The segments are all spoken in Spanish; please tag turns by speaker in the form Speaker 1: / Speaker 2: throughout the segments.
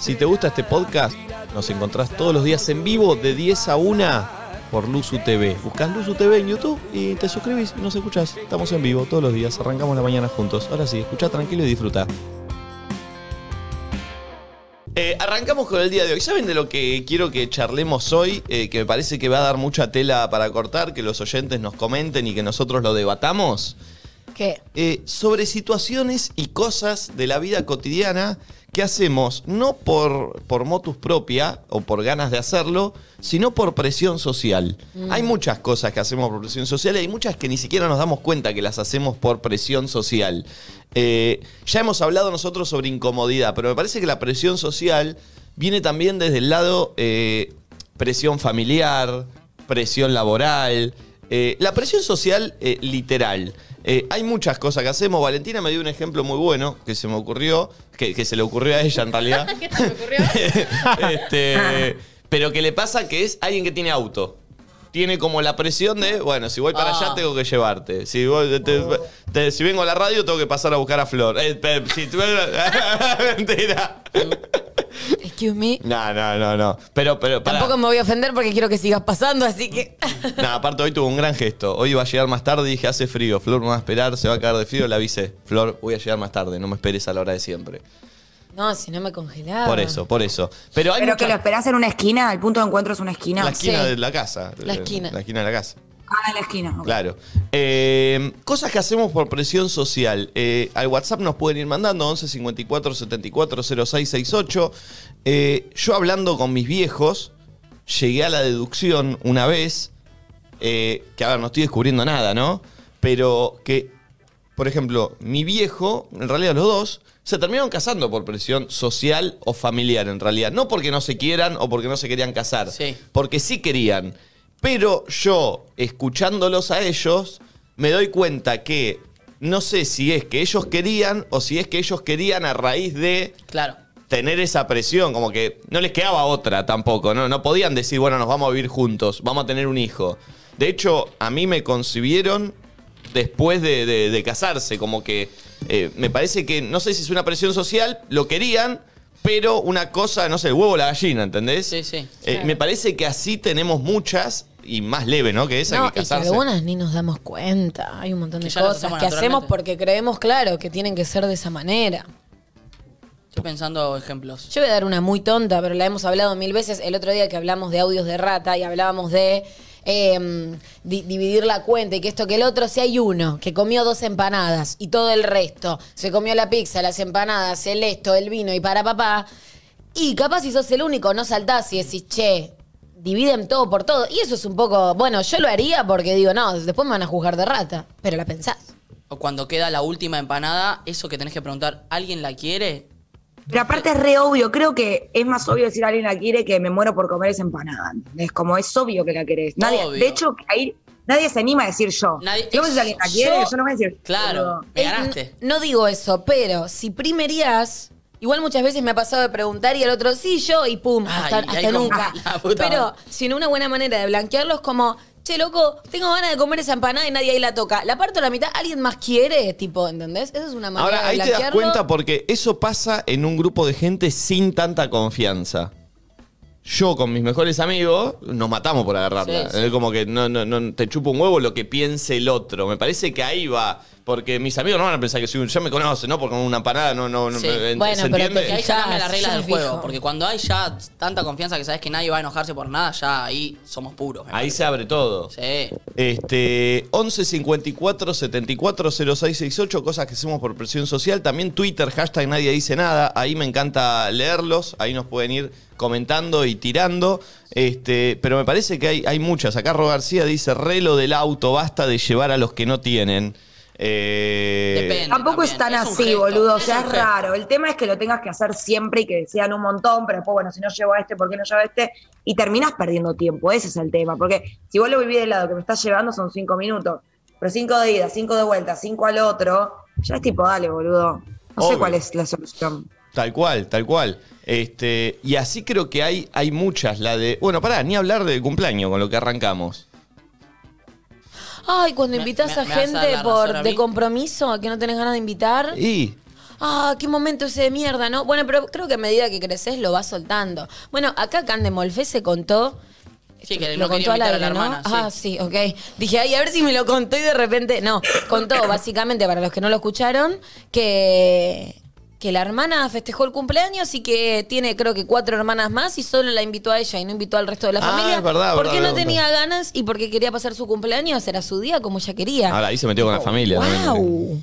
Speaker 1: Si te gusta este podcast, nos encontrás todos los días en vivo de 10 a 1 por Luzu TV. Buscás Luzu TV en YouTube y te suscribís y nos escuchás. Estamos en vivo todos los días, arrancamos la mañana juntos. Ahora sí, escucha tranquilo y disfruta. Eh, arrancamos con el día de hoy. ¿Saben de lo que quiero que charlemos hoy? Eh, que me parece que va a dar mucha tela para cortar, que los oyentes nos comenten y que nosotros lo debatamos.
Speaker 2: ¿Qué?
Speaker 1: Eh, sobre situaciones y cosas de la vida cotidiana que hacemos no por, por motus propia o por ganas de hacerlo, sino por presión social. Hay muchas cosas que hacemos por presión social y hay muchas que ni siquiera nos damos cuenta que las hacemos por presión social. Eh, ya hemos hablado nosotros sobre incomodidad, pero me parece que la presión social viene también desde el lado eh, presión familiar, presión laboral, eh, la presión social eh, literal. Eh, hay muchas cosas que hacemos. Valentina me dio un ejemplo muy bueno que se me ocurrió, que, que se le ocurrió a ella en realidad.
Speaker 2: ¿Qué se me ocurrió?
Speaker 1: Este, pero que le pasa que es alguien que tiene auto. Tiene como la presión de, bueno, si voy para
Speaker 2: Ah.
Speaker 1: allá tengo que llevarte. Si, voy- te- te- si vengo a la radio tengo que pasar a buscar a Flor. Eh, pe- si tú- Mentira.
Speaker 2: Excuse me.
Speaker 1: No, no, no, no. Pero, pero, pará.
Speaker 2: Tampoco me voy a ofender porque quiero que sigas pasando, así que.
Speaker 1: Nah, aparte hoy tuvo un gran gesto. Hoy iba a llegar más tarde y dije, hace frío, Flor me va a esperar, se va a caer de frío. La avisé, Flor, voy a llegar más tarde, no me esperes a la hora de siempre.
Speaker 2: No, si no me congelaba.
Speaker 1: Por eso, por eso. Pero hay
Speaker 3: Ah. Pero
Speaker 1: mucha-
Speaker 3: que lo esperás en una esquina, el punto de encuentro es una esquina.
Speaker 1: la esquina
Speaker 2: sí.
Speaker 1: de la casa.
Speaker 2: La esquina.
Speaker 1: La esquina de la casa.
Speaker 3: Ah, en la esquina. ok.
Speaker 1: Claro. Eh, cosas que hacemos por presión social. Eh, al WhatsApp nos pueden ir mandando 11 54 74 06 68. Eh, yo hablando con mis viejos, llegué a la deducción una vez, eh, que a ver, no estoy descubriendo nada, ¿no? Pero que, por ejemplo, mi viejo, en realidad los dos, se terminaron casando por presión social o familiar, en realidad. No porque no se quieran o porque no se querían casar,
Speaker 4: Sí.
Speaker 1: porque sí querían. Pero yo, escuchándolos a ellos, me doy cuenta que no sé si es que ellos querían o si es que ellos querían a raíz de
Speaker 4: Claro.
Speaker 1: tener esa presión, como que no les quedaba otra tampoco, ¿no? No podían decir, bueno, nos vamos a vivir juntos, vamos a tener un hijo. De hecho, a mí me concibieron después de, de- de casarse, como que eh, me parece que, no sé si es una presión social, lo querían, pero una cosa, no sé, el huevo o la gallina, ¿entendés?
Speaker 4: Sí, sí.
Speaker 1: Eh, Me parece que así tenemos muchas, y más leve, ¿no? Que esa
Speaker 2: No,
Speaker 1: que
Speaker 2: y que
Speaker 1: casarse.
Speaker 2: algunas ni nos damos cuenta. Hay un montón
Speaker 4: Que
Speaker 2: de
Speaker 4: ya las
Speaker 2: cosas
Speaker 4: hacemos
Speaker 2: que hacemos
Speaker 4: naturalmente.
Speaker 2: porque creemos, claro, que tienen que ser de esa manera.
Speaker 4: Estoy pensando ejemplos.
Speaker 2: Yo voy a dar una muy tonta, pero la hemos hablado mil veces. El otro día que hablamos de audios de rata y hablábamos de eh, di- dividir la cuenta y que esto que el otro, si hay uno que comió dos empanadas y todo el resto, se comió la pizza, las empanadas, el esto, el vino y para papá, y capaz si sos el único, no saltás y decís, che, dividen todo por todo. Y eso es un poco, bueno, yo lo haría porque digo, no, después me van a juzgar de rata, pero la pensás.
Speaker 4: O cuando queda la última empanada, eso que tenés que preguntar, ¿alguien la quiere?
Speaker 3: Pero aparte es re obvio, creo que es más obvio decir a alguien la quiere que me muero por comer esa empanada. Es como es obvio que la querés. Nadie,
Speaker 4: Obvio.
Speaker 3: de hecho, ahí nadie se anima a decir yo.
Speaker 4: Nadie-
Speaker 3: yo no sé si alguien la quiere,
Speaker 2: yo-
Speaker 3: yo, no voy a decir.
Speaker 4: Claro.
Speaker 3: pero-
Speaker 4: Me
Speaker 2: Eh,
Speaker 4: ganaste.
Speaker 2: No, no digo eso, pero si primerías, igual muchas veces me ha pasado de preguntar y al otro sí, yo y pum,
Speaker 4: Ay,
Speaker 2: hasta,
Speaker 4: y ahí
Speaker 2: hasta
Speaker 4: como-
Speaker 2: nunca.
Speaker 4: la puta
Speaker 2: Pero
Speaker 4: madre.
Speaker 2: sin una buena manera de blanquearlos como, che, loco, tengo ganas de comer esa empanada y nadie ahí la toca. La parto a la mitad, alguien más quiere, tipo, ¿entendés? Esa es una manera
Speaker 1: Ahora,
Speaker 2: de
Speaker 1: ahí te das
Speaker 2: blanquearlo.
Speaker 1: cuenta porque eso pasa en un grupo de gente sin tanta confianza. Yo con mis mejores amigos nos matamos por agarrarla.
Speaker 4: Sí, sí.
Speaker 1: Es como que no, no, no te chupa un huevo lo que piense el otro. Me parece que ahí va. Porque mis amigos no van a pensar que soy un- ya me conocen, ¿no? Porque una empanada no, no, no
Speaker 4: Sí.
Speaker 1: me-
Speaker 2: Bueno,
Speaker 1: ¿se
Speaker 2: pero te
Speaker 1: entiende?
Speaker 4: Que ahí
Speaker 2: Ya,
Speaker 4: ya cambia la regla
Speaker 2: ya
Speaker 4: del
Speaker 2: fijo.
Speaker 4: juego. Porque cuando hay ya tanta confianza que sabes que nadie va a enojarse por nada, ya ahí somos puros. Eh, me
Speaker 1: Ahí se abre todo.
Speaker 4: parece. Sí.
Speaker 1: Este, 11 54 74 06 68, cosas que hacemos por presión social. También Twitter, hashtag nadie dice nada. Ahí me encanta leerlos. Ahí nos pueden ir comentando y tirando. Este, pero me parece que hay, hay muchas. Acá Ro García dice: relo del auto, basta de llevar a los que no tienen. Eh,
Speaker 4: Depende.
Speaker 3: Tampoco
Speaker 4: también.
Speaker 3: es tan
Speaker 4: Es un
Speaker 3: así,
Speaker 4: gesto.
Speaker 3: boludo. O
Speaker 4: Es
Speaker 3: sea,
Speaker 4: un
Speaker 3: es
Speaker 4: gesto.
Speaker 3: raro. El tema es que lo tengas que hacer siempre y que sean un montón, pero después, bueno, si no llevo a este, ¿por qué no llevo a este? Y terminas perdiendo tiempo. Ese es el tema. Porque si vos lo vivís del lado que me estás llevando, son cinco minutos. Pero cinco de ida, cinco de vuelta, cinco al otro. Ya es tipo, dale, boludo. No
Speaker 1: Obvio.
Speaker 3: sé cuál es la solución.
Speaker 1: Tal cual, tal cual. Este, y así creo que hay, hay muchas. La de. Bueno, pará, ni hablar de cumpleaños con lo que arrancamos.
Speaker 2: Ay, cuando
Speaker 4: Me-
Speaker 2: invitas
Speaker 4: me-
Speaker 2: a
Speaker 4: me vas a dar
Speaker 2: gente
Speaker 4: la razón
Speaker 2: por
Speaker 4: a
Speaker 2: de
Speaker 4: mí.
Speaker 2: compromiso que no tenés ganas de invitar.
Speaker 1: Y.
Speaker 2: ah, qué momento ese de mierda, ¿no? Bueno, pero creo que a medida que creces lo vas soltando. Bueno, acá Candemolfe se contó.
Speaker 4: Sí, que
Speaker 2: Esto,
Speaker 4: no quería
Speaker 2: al
Speaker 4: invitar a la
Speaker 2: aire, ¿no?
Speaker 4: hermana, sí.
Speaker 2: Ah, sí, ok. Dije, ay, a ver si me lo contó y de repente. No, contó básicamente, para los que no lo escucharon, que, que la hermana festejó el cumpleaños y que tiene, creo que cuatro hermanas más y solo la invitó a ella y no invitó al resto de la
Speaker 1: Ah,
Speaker 2: familia.
Speaker 1: es verdad,
Speaker 2: Porque
Speaker 1: verdad,
Speaker 2: no
Speaker 1: verdad.
Speaker 2: tenía ganas y porque quería pasar su cumpleaños, era su día como ella quería.
Speaker 1: Ahora, ahí se metió con la familia. también.
Speaker 2: ¡Wow!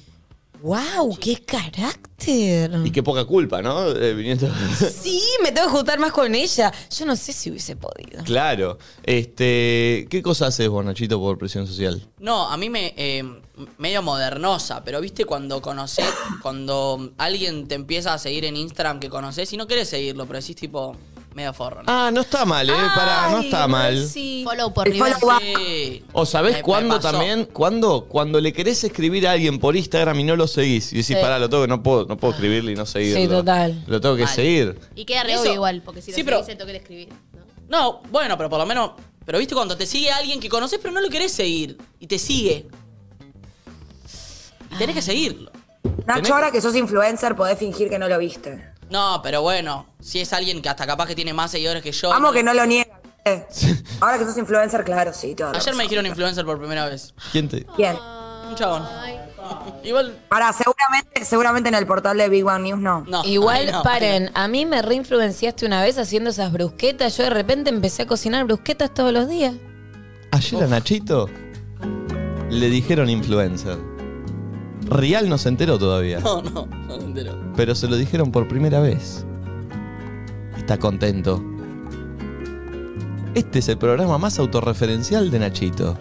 Speaker 2: ¡Wow! ¡Qué carácter!
Speaker 1: Y qué poca culpa, ¿no? Eh, viniendo-
Speaker 2: Sí, me tengo que juntar más con ella. Yo no sé si hubiese podido.
Speaker 1: claro. Este, ¿Qué cosa haces vos, Nachito, por presión social?
Speaker 4: No, a mí me. eh, medio modernosa, pero viste cuando conocés, cuando alguien te empieza a seguir en Instagram que conoces y no querés seguirlo, pero decís tipo medio forro. ¿no?
Speaker 1: Ah, no está mal, ¿eh? Pará, no
Speaker 2: Ay,
Speaker 1: está mal.
Speaker 2: sí.
Speaker 5: Follow por
Speaker 3: El
Speaker 5: River.
Speaker 3: follow up.
Speaker 4: Sí.
Speaker 1: O
Speaker 4: Me-
Speaker 1: sabés
Speaker 4: me
Speaker 1: cuándo
Speaker 4: pasó.
Speaker 1: también, ¿cuándo? Cuando le querés escribir a alguien por Instagram y no lo seguís. Y decís,
Speaker 2: Sí.
Speaker 1: pará, lo tengo que no puedo, no puedo escribirle y no seguirlo.
Speaker 2: total.
Speaker 1: Lo tengo que
Speaker 4: Mal.
Speaker 1: seguir.
Speaker 5: Y queda re
Speaker 4: Eso-
Speaker 5: obvio igual, porque si lo
Speaker 4: Sí,
Speaker 5: sí,
Speaker 4: pero-
Speaker 5: se toque de escribir. ¿no?
Speaker 4: No, bueno, pero por lo menos. Pero viste cuando te sigue alguien que conoces pero no lo querés seguir. Y te sigue. Y
Speaker 2: Ah.
Speaker 4: tenés que seguirlo.
Speaker 1: Tenés-
Speaker 3: Nacho, ahora que sos influencer, podés fingir que no lo viste.
Speaker 4: No, pero bueno, si es alguien que hasta capaz que tiene más seguidores que yo.
Speaker 3: Amo que no lo niega. ¿viste? Ahora que sos influencer, claro, sí. toda la
Speaker 4: Ayer me
Speaker 3: razón.
Speaker 4: dijeron influencer por primera vez.
Speaker 1: ¿Quién te.?
Speaker 3: Bien.
Speaker 4: Un chabón. Igual.
Speaker 3: Ahora, seguramente, seguramente en el portal de Big One News no.
Speaker 4: No.
Speaker 2: Igual,
Speaker 4: Ay, no.
Speaker 2: paren, a mí me reinfluenciaste una vez haciendo esas brusquetas. Yo de repente empecé a cocinar brusquetas todos los días.
Speaker 1: Ayer a Nachito le dijeron influencer. Real no se enteró todavía,
Speaker 4: No, no, no me entero.
Speaker 1: pero se lo dijeron por primera vez. Está contento. Este es el programa más autorreferencial de Nachito.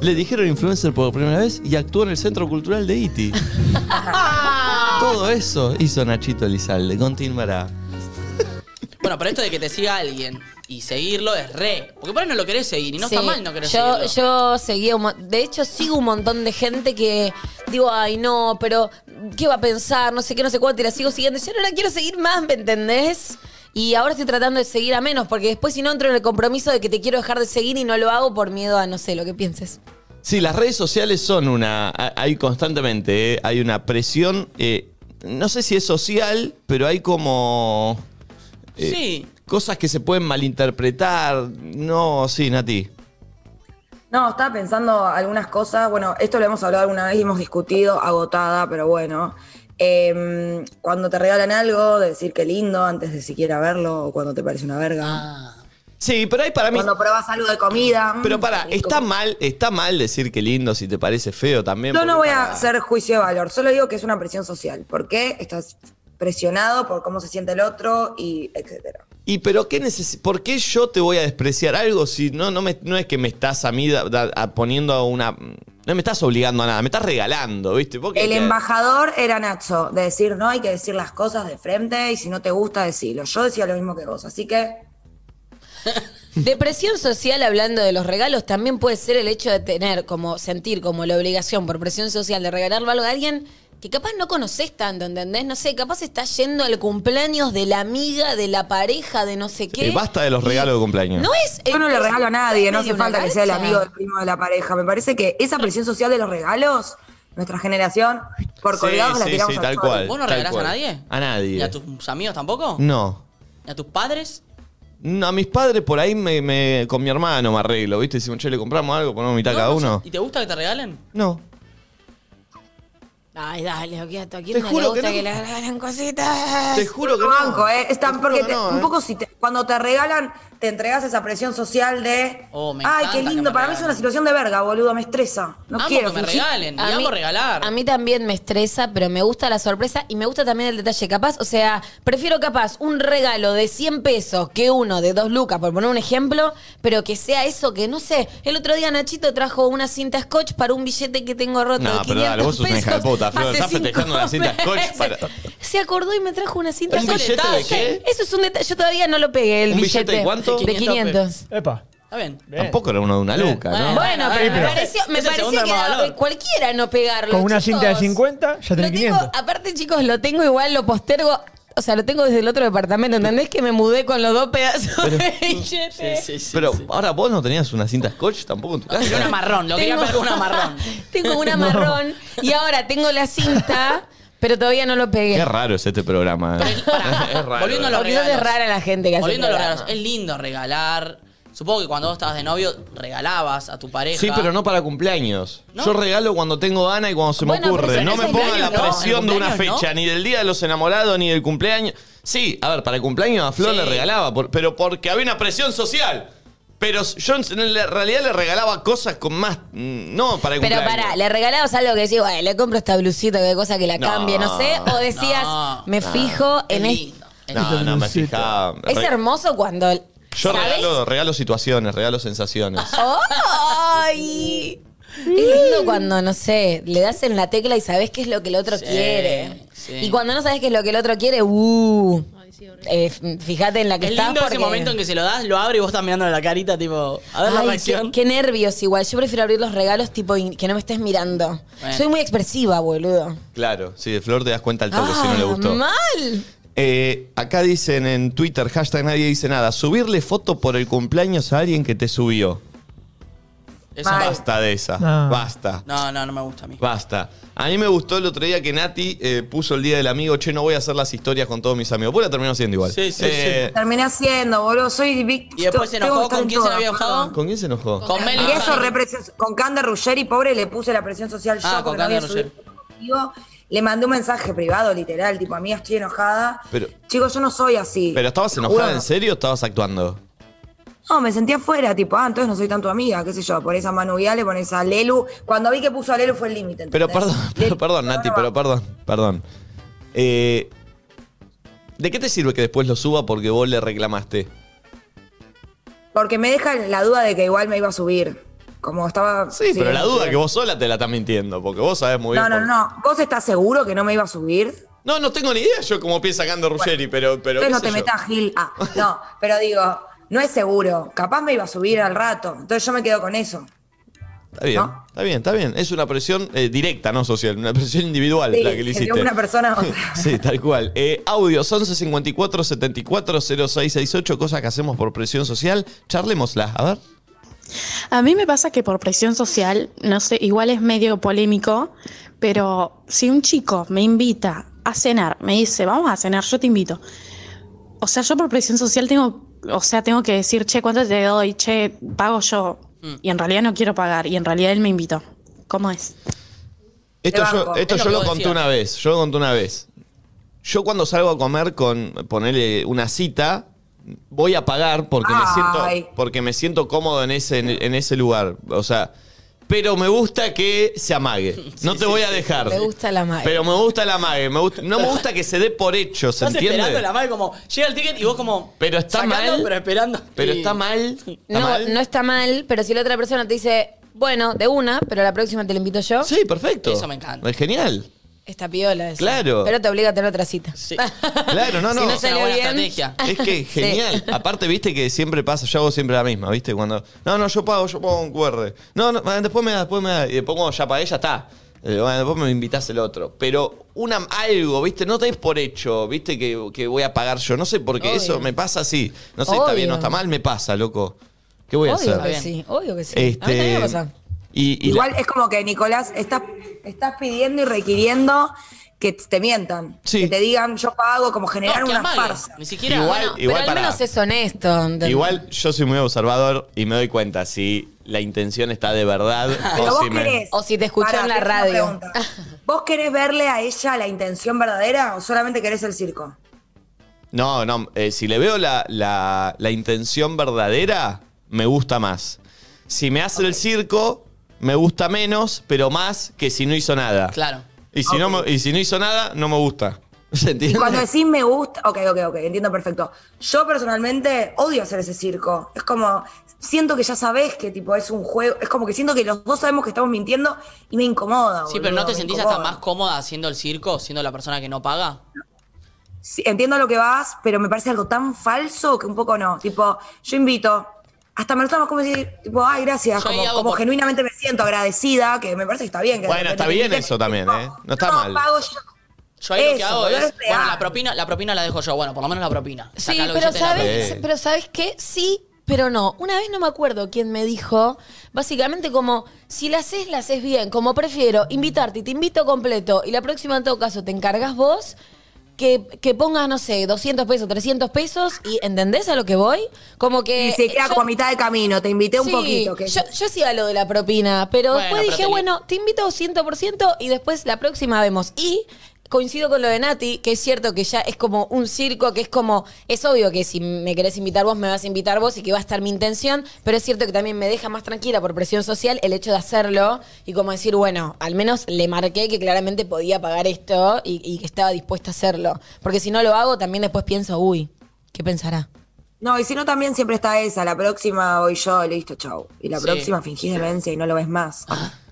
Speaker 1: Le dijeron influencer por primera vez y actuó en el Centro Cultural de Iti.
Speaker 2: Ah.
Speaker 1: Todo eso hizo Nachito Elizalde. Continuará.
Speaker 4: Bueno, pero esto de que te siga alguien y seguirlo es re. Porque por ahí no lo querés seguir y no
Speaker 2: Sí,
Speaker 4: está mal no querés
Speaker 2: yo,
Speaker 4: seguirlo.
Speaker 2: yo seguía, un mo- de hecho sigo un montón de gente que digo, ay no, pero ¿qué va a pensar? No sé qué, no sé cuánto, y la sigo siguiendo. Yo no la quiero seguir más, ¿me entendés? Y ahora estoy tratando de seguir a menos, porque después si no entro en el compromiso de que te quiero dejar de seguir y no lo hago por miedo a, no sé, lo que pienses.
Speaker 1: Sí, las redes sociales son una. ha- Hay constantemente, eh, hay una presión. eh, no sé si es social, pero hay como. eh,
Speaker 4: Sí.
Speaker 1: Cosas que se pueden malinterpretar. No, sí, Nati.
Speaker 3: No, estaba pensando algunas cosas. Bueno, esto lo hemos hablado alguna vez y hemos discutido, agotada, pero bueno. Em, cuando te regalan algo, de decir qué lindo antes de siquiera verlo, o cuando te parece una verga.
Speaker 4: Ah.
Speaker 1: Sí, pero hay para mí.
Speaker 3: Cuando pruebas algo de comida. mm,
Speaker 1: Pero para,
Speaker 3: qué rico.
Speaker 1: está mal, está mal decir que lindo si te parece feo también.
Speaker 3: Mm. Yo no
Speaker 1: porque
Speaker 3: voy a
Speaker 1: para-
Speaker 3: hacer juicio de valor, solo digo que es una presión social. ¿Por qué estás presionado por cómo se siente el otro y etcétera?
Speaker 1: ¿Y pero qué neces por qué yo te voy a despreciar algo si no, no, me- no es que me estás a mí da- da- a poniendo a una. No me estás obligando a nada, me estás regalando, ¿viste? ¿Por qué
Speaker 3: El
Speaker 1: te-
Speaker 3: embajador era Nacho, de decir no hay que decir las cosas de frente y si no te gusta decirlo. Yo decía lo mismo que vos, así que
Speaker 2: Depresión social, hablando de los regalos, también puede ser el hecho de tener, como sentir como la obligación por presión social de regalarlo algo a alguien que capaz no conoces tanto, ¿entendés? No sé, capaz estás yendo al cumpleaños de la amiga, de la pareja, de no sé qué.
Speaker 1: Eh, basta de los regalos de cumpleaños.
Speaker 2: No es.
Speaker 3: yo no le
Speaker 2: es-
Speaker 3: regalo a nadie, no hace
Speaker 2: medio una
Speaker 3: falta que sea el
Speaker 2: garcha.
Speaker 3: amigo del primo de la pareja. Me parece que esa presión social de los regalos, nuestra generación, por
Speaker 1: Sí,
Speaker 3: colgados la
Speaker 1: sí,
Speaker 3: tiramos
Speaker 1: sí,
Speaker 3: al
Speaker 1: tal
Speaker 3: suelo.
Speaker 1: cual.
Speaker 4: ¿Vos no
Speaker 1: tal
Speaker 4: regalás
Speaker 1: cual.
Speaker 4: a nadie?
Speaker 1: A nadie.
Speaker 4: ¿Ni a tus amigos tampoco?
Speaker 1: No.
Speaker 4: ¿Ni a tus padres?
Speaker 1: No, A mis padres por ahí me, me- con mi hermano me arreglo, ¿viste? Si che, le compramos algo, ponemos mitad cada
Speaker 4: No, no
Speaker 1: uno.
Speaker 4: sé. ¿Y te gusta que te regalen?
Speaker 1: No.
Speaker 2: Ay, dale, Oquiato, ¿a quién
Speaker 1: Te
Speaker 2: no
Speaker 1: juro
Speaker 2: le
Speaker 1: que
Speaker 2: gusta
Speaker 1: no.
Speaker 2: que, le regalen cositas?
Speaker 1: Te juro que
Speaker 3: Yo
Speaker 1: no.
Speaker 3: banco, ¿eh? Es tan-
Speaker 1: Te juro
Speaker 3: porque
Speaker 1: que
Speaker 3: te-
Speaker 1: no,
Speaker 3: un
Speaker 1: ¿eh?
Speaker 3: poco si te- cuando te regalan, te entregas esa presión social de.
Speaker 4: Oh, me
Speaker 3: Ay,
Speaker 4: encanta
Speaker 3: qué
Speaker 4: que me
Speaker 3: lindo. Para mí es
Speaker 4: regalen".
Speaker 3: una situación de verga, boludo. Me estresa. No
Speaker 4: amo
Speaker 3: quiero.
Speaker 4: que me
Speaker 3: fingir.
Speaker 4: regalen, y amo regalar.
Speaker 2: A mí también me estresa, pero me gusta la sorpresa y me gusta también el detalle. Capaz, o sea, prefiero capaz un regalo de 100 pesos que uno de 2 lucas, por poner un ejemplo, pero que sea eso que, no sé, el otro día Nachito trajo una cinta scotch para un billete que tengo roto
Speaker 1: No,
Speaker 2: de 500
Speaker 1: pero dale, vos sos una hija de
Speaker 2: pesos
Speaker 1: puta, Flor,
Speaker 2: hace
Speaker 1: estás
Speaker 2: cinco
Speaker 1: festejando la cinta scotch
Speaker 2: meses.
Speaker 1: para-
Speaker 2: Se acordó y me trajo una cinta
Speaker 1: ¿Un
Speaker 2: scotch.
Speaker 1: billete de qué?
Speaker 2: Eso es un detalle, yo todavía no lo pegué el
Speaker 1: ¿Un billete de cuánto?
Speaker 2: De 500.
Speaker 6: Epa.
Speaker 4: Está bien.
Speaker 6: bien.
Speaker 1: Tampoco era uno de una luca,
Speaker 2: Bueno,
Speaker 1: ¿no?
Speaker 4: Bueno,
Speaker 2: pero me
Speaker 6: pero-
Speaker 2: pareció, me
Speaker 4: Es el
Speaker 2: pareció
Speaker 4: segundo
Speaker 2: que
Speaker 4: más
Speaker 2: era-
Speaker 4: valor.
Speaker 2: cualquiera no pegarlo.
Speaker 6: Con una
Speaker 2: chicos.
Speaker 6: cinta de 50, ya
Speaker 2: Lo
Speaker 6: tenés
Speaker 2: tengo-
Speaker 6: 500.
Speaker 2: Aparte, chicos, lo tengo igual, lo postergo. O sea, lo tengo desde el otro departamento. ¿Entendés que me mudé con los dos pedazos de billete?
Speaker 1: Pero ahora vos no tenías una cinta scotch tampoco en tu
Speaker 4: Era una
Speaker 1: casa.
Speaker 4: marrón, lo quería
Speaker 2: Tengo-
Speaker 4: pegar una marrón.
Speaker 2: tengo una marrón y ahora tengo la cinta. Pero todavía no lo pegué.
Speaker 1: Qué raro es este programa. ¿eh?
Speaker 4: Pará,
Speaker 1: es raro.
Speaker 4: volviendo a los
Speaker 2: O quizás es
Speaker 4: regalos.
Speaker 2: rara la gente que hace
Speaker 4: Volviendo a los
Speaker 2: programa.
Speaker 4: regalos, es lindo regalar. Supongo que cuando vos estabas de novio, regalabas a tu pareja.
Speaker 1: Sí, pero no para cumpleaños.
Speaker 4: ¿No?
Speaker 1: Yo regalo cuando tengo gana y cuando se me
Speaker 2: Bueno, pero
Speaker 1: ocurre.
Speaker 2: eso
Speaker 1: No
Speaker 2: en
Speaker 1: me
Speaker 2: el
Speaker 1: pongan la
Speaker 2: cumpleaños
Speaker 4: no,
Speaker 1: presión
Speaker 4: en
Speaker 1: de
Speaker 4: el
Speaker 1: una
Speaker 4: cumpleaños
Speaker 1: fecha,
Speaker 4: no.
Speaker 1: ni del día de los enamorados, ni del cumpleaños. Sí, a ver, para el cumpleaños a Flor
Speaker 4: Sí.
Speaker 1: le regalaba, por- pero porque había una presión social. Pero yo en la realidad le regalaba cosas con más. mm, No, para el
Speaker 2: Pero
Speaker 1: cumpleaños.
Speaker 2: pará, ¿le regalabas algo que decís, bueno, le compro esta blusita, que cosa que la
Speaker 1: No.
Speaker 2: cambie, no sé? O decías,
Speaker 4: No,
Speaker 2: me fijo
Speaker 4: Es
Speaker 2: en esto.
Speaker 4: lindo, es lindo.
Speaker 1: No, no, me fijaba.
Speaker 2: Es
Speaker 1: Ah, Re-
Speaker 2: hermoso cuando.
Speaker 1: Yo
Speaker 2: ¿sabes?
Speaker 1: regalo, regalo situaciones, regalo sensaciones.
Speaker 2: ¡Ay! Es lindo cuando, no sé, le das en la tecla y sabes qué es lo que el otro
Speaker 4: Sí,
Speaker 2: quiere.
Speaker 4: sí.
Speaker 2: Y cuando no sabes qué es lo que el otro quiere, ¡uh!
Speaker 5: Ay, sí, horrible.
Speaker 2: Eh, f- fíjate en la que
Speaker 4: Es
Speaker 2: estás
Speaker 4: lindo
Speaker 2: porque...
Speaker 4: ese momento en que se lo das, lo abre y vos estás mirando la carita, tipo, a ver la
Speaker 2: Ay,
Speaker 4: reacción.
Speaker 2: Qué, qué nervios igual. Yo prefiero abrir los regalos tipo in- que no me estés mirando.
Speaker 4: Bueno.
Speaker 2: Soy muy expresiva, boludo.
Speaker 1: Claro, sí, de Flor te das cuenta al toque si no le
Speaker 2: Ah,
Speaker 1: gustó.
Speaker 2: mal.
Speaker 1: Eh, acá dicen en Twitter, hashtag nadie dice nada, subirle foto por el cumpleaños a alguien que te subió.
Speaker 4: Eso
Speaker 3: Mal.
Speaker 4: basta.
Speaker 1: Basta de esa,
Speaker 6: No.
Speaker 1: basta,
Speaker 4: No, no, no me gusta a mí.
Speaker 1: basta. A mí me gustó el otro día que Nati eh, puso el día del amigo, che, no voy a hacer las historias con todos mis amigos. Pues la terminó haciendo igual.
Speaker 4: Sí, sí,
Speaker 1: Eh,
Speaker 3: Terminé haciendo, boludo. Soy víctima.
Speaker 4: Y después se enojó, ¿con quién se le había enojado?
Speaker 1: ¿Con quién se enojó?
Speaker 4: Con Meli.
Speaker 3: Y eso re presión- con Cande Ruggeri, pobre, le puse la presión social
Speaker 4: Ah,
Speaker 3: yo
Speaker 4: con
Speaker 3: porque no había
Speaker 4: Cande Ruggeri.
Speaker 3: subido contigo. Le mandé un mensaje privado, literal, tipo, amiga, estoy enojada.
Speaker 1: Ah, Pero-
Speaker 3: Chicos, yo no soy así.
Speaker 1: ¿Pero estabas
Speaker 3: Te
Speaker 1: enojada
Speaker 3: juro.
Speaker 1: en serio o estabas actuando?
Speaker 3: No, me sentía afuera, tipo, ah, entonces no soy tan tu amiga, qué sé yo, por esa Manu Viale, por esa Lelu. Cuando vi que puso a Lelu fue el límite.
Speaker 1: Pero
Speaker 3: ¿entendés?
Speaker 1: perdón, pero
Speaker 3: Lelu,
Speaker 1: perdón,
Speaker 3: no,
Speaker 1: Nati,
Speaker 3: no,
Speaker 1: pero perdón, perdón. Eh, ¿De qué te sirve que después lo suba porque vos le reclamaste?
Speaker 3: Porque me deja la duda de que igual me iba a subir. Como estaba.
Speaker 1: Sí, pero la duda
Speaker 3: sí.
Speaker 1: que vos sola te la estás mintiendo, porque vos sabés muy
Speaker 3: No,
Speaker 1: bien. por-
Speaker 3: no, no. ¿Vos estás seguro que no me iba a subir?
Speaker 1: No, no tengo ni idea yo cómo piensa Cando Ruggeri, pero. pero
Speaker 3: Entonces
Speaker 1: qué
Speaker 3: no
Speaker 1: sé
Speaker 3: te
Speaker 1: yo.
Speaker 3: metas, Gil. Ah, no, pero digo, no es seguro. Capaz me iba a subir al rato. Entonces yo me quedo con eso.
Speaker 1: Está bien,
Speaker 3: ¿no?
Speaker 1: está bien, está bien. Es una presión eh, directa, no social, una presión individual
Speaker 3: Sí,
Speaker 1: la que le
Speaker 3: de
Speaker 1: hiciste.
Speaker 3: una persona a otra.
Speaker 1: Sí, tal cual. Eh, audios 11 54 74 0668, cosas que hacemos por presión social. Charlémosla, a ver.
Speaker 7: A mí me pasa que por presión social, no sé, igual es medio polémico, pero si un chico me invita a cenar, me dice, vamos a cenar, yo te invito. O sea, yo por presión social tengo, o sea, tengo que decir, che, ¿cuánto te doy? Che, pago yo. Y en realidad no quiero pagar, y en realidad él me invitó. ¿Cómo es?
Speaker 1: Esto
Speaker 3: Te
Speaker 1: yo,
Speaker 3: banco.
Speaker 1: esto
Speaker 4: Es lo
Speaker 1: yo
Speaker 4: que
Speaker 1: lo
Speaker 4: vos
Speaker 1: conté
Speaker 4: decías.
Speaker 1: una vez. Yo lo conté una vez. Yo cuando salgo a comer con ponerle una cita, voy a pagar porque me
Speaker 3: Ay.
Speaker 1: siento porque me siento cómodo en ese en, en ese lugar, o sea, pero me gusta que se amague. No te voy a dejar.
Speaker 2: Me gusta la madre.
Speaker 1: Pero me gusta la amague, me gusta- no me gusta que se dé por hecho, ¿se
Speaker 4: Estás esperando
Speaker 1: entiende?
Speaker 4: la madre como, llega el ticket y vos como.
Speaker 1: Pero está
Speaker 4: sacando,
Speaker 1: mal.
Speaker 4: Pero esperando.
Speaker 1: Pero
Speaker 4: Y-
Speaker 1: está mal.
Speaker 2: no,
Speaker 1: ¿Está mal?
Speaker 2: no está mal, pero si la otra persona te dice, bueno, de una, pero la próxima te la invito yo,
Speaker 1: Sí, perfecto.
Speaker 4: Eso me encanta.
Speaker 1: Es genial.
Speaker 2: está piola eso.
Speaker 1: Claro.
Speaker 2: Pero te obliga a tener otra cita.
Speaker 4: Sí.
Speaker 1: Claro, no, no.
Speaker 2: Si no
Speaker 1: Es
Speaker 2: sale
Speaker 4: una buena
Speaker 2: bien,
Speaker 4: estrategia.
Speaker 1: Es que
Speaker 2: Sí.
Speaker 1: genial. Aparte, viste que siempre pasa, yo hago siempre la misma, ¿viste? Cuando, no, no, yo pago, yo pongo un QR. No, no, ah, después me da, después me da. Y pongo ya para ella, está. Eh, bueno, después me invitas el otro. Pero una, algo, ¿viste? No te des por hecho, ¿viste? Que, que voy a pagar yo. No sé, porque
Speaker 2: Obvio.
Speaker 1: eso me pasa así. No sé si está
Speaker 2: Obvio.
Speaker 1: bien o está mal, me pasa, loco. ¿Qué voy a
Speaker 2: obvio
Speaker 1: hacer?
Speaker 2: que sí, obvio que sí. a mí también
Speaker 1: Este,
Speaker 2: me pasa.
Speaker 1: y, y la-
Speaker 3: Igual es como que, Nicolás, estás, estás pidiendo y requiriendo que te mientan.
Speaker 1: Sí.
Speaker 3: Que te digan, yo pago, como
Speaker 4: No,
Speaker 3: generar
Speaker 4: que
Speaker 3: una
Speaker 4: amague.
Speaker 3: farsa.
Speaker 4: Ni siquiera.
Speaker 1: Igual-
Speaker 4: bueno,
Speaker 2: Pero al
Speaker 1: pará.
Speaker 2: menos es honesto. ¿entendés?
Speaker 1: Igual yo soy muy observador y me doy cuenta si la intención está de verdad
Speaker 3: Pero
Speaker 1: o
Speaker 3: vos
Speaker 1: si me-
Speaker 3: querés-
Speaker 2: O si te escuchó en la
Speaker 3: te hago una
Speaker 2: radio.
Speaker 3: pregunta. ¿Vos querés verle a ella la intención verdadera o solamente querés el circo?
Speaker 1: No, no, eh, si le veo la, la- la intención verdadera, me gusta más. Si me hace el circo, me gusta menos, pero más que si no hizo nada.
Speaker 4: claro.
Speaker 1: Y si, no, me- y si no hizo nada, no me gusta. ¿Se entiende?
Speaker 3: Cuando decís me gusta, ok, ok, ok, entiendo perfecto. Yo personalmente odio hacer ese circo. Es como, siento que ya sabés que tipo es un juego, es como que siento que los dos sabemos que estamos mintiendo y me incomoda.
Speaker 4: Sí,
Speaker 3: boludo,
Speaker 4: pero ¿no te
Speaker 3: me
Speaker 4: sentís
Speaker 3: incomoda.
Speaker 4: hasta más cómoda haciendo el circo, siendo la persona que no paga?
Speaker 3: Sí, entiendo lo que vas, pero me parece algo tan falso que un poco no. Tipo, yo invito, hasta me lo tomas como decir, tipo, ay, gracias,
Speaker 4: Yo ahí
Speaker 3: como,
Speaker 4: hago
Speaker 3: como
Speaker 4: por-
Speaker 3: genuinamente me siento agradecida, que me parece que está bien. que de
Speaker 1: Bueno,
Speaker 3: repente
Speaker 1: está bien
Speaker 3: te inviten,
Speaker 1: eso también,
Speaker 3: tipo,
Speaker 1: ¿eh? No está mal.
Speaker 3: pago yo.
Speaker 4: Yo ahí lo que
Speaker 3: Eso,
Speaker 4: hago
Speaker 3: boludo,
Speaker 4: es.
Speaker 3: es
Speaker 4: Bueno,
Speaker 3: real.
Speaker 4: la propina, la propina la dejo yo. Bueno, por lo menos la propina.
Speaker 2: Sí,
Speaker 4: Sacá los
Speaker 2: pero
Speaker 4: billetes de la
Speaker 1: ¿sabes?
Speaker 2: ¿sabes,
Speaker 1: Sí.
Speaker 2: pero ¿sabes qué? Sí, pero no. Una vez no me acuerdo quién me dijo, básicamente como, si la haces, la haces bien, como prefiero invitarte y te invito completo y la próxima en todo caso te encargas vos. Que, que pongas, no sé, 200 pesos, 300 pesos y ¿entendés a lo que voy? Como que...
Speaker 3: Y se queda
Speaker 2: yo-
Speaker 3: como a mitad de camino, te invité un
Speaker 2: Sí,
Speaker 3: poquito. Que
Speaker 2: yo, yo hacía lo de la propina, pero
Speaker 4: Bueno,
Speaker 2: después
Speaker 4: pero
Speaker 2: dije,
Speaker 4: te li-
Speaker 2: bueno, te invito 100% y después la próxima vemos. Y coincido con lo de Nati, que es cierto que ya es como un circo, que es como, es obvio que si me querés invitar vos, me vas a invitar vos y que va a estar mi intención, pero es cierto que también me deja más tranquila por presión social el hecho de hacerlo y como decir, bueno, al menos le marqué que claramente podía pagar esto y, y que estaba dispuesta a hacerlo. Porque si no lo hago, también después pienso, uy, ¿qué pensará?
Speaker 3: No, y si no, también siempre está esa. La próxima voy yo, listo, chau. Y la
Speaker 4: Sí. Ah,
Speaker 3: próxima fingís demencia y no lo ves más.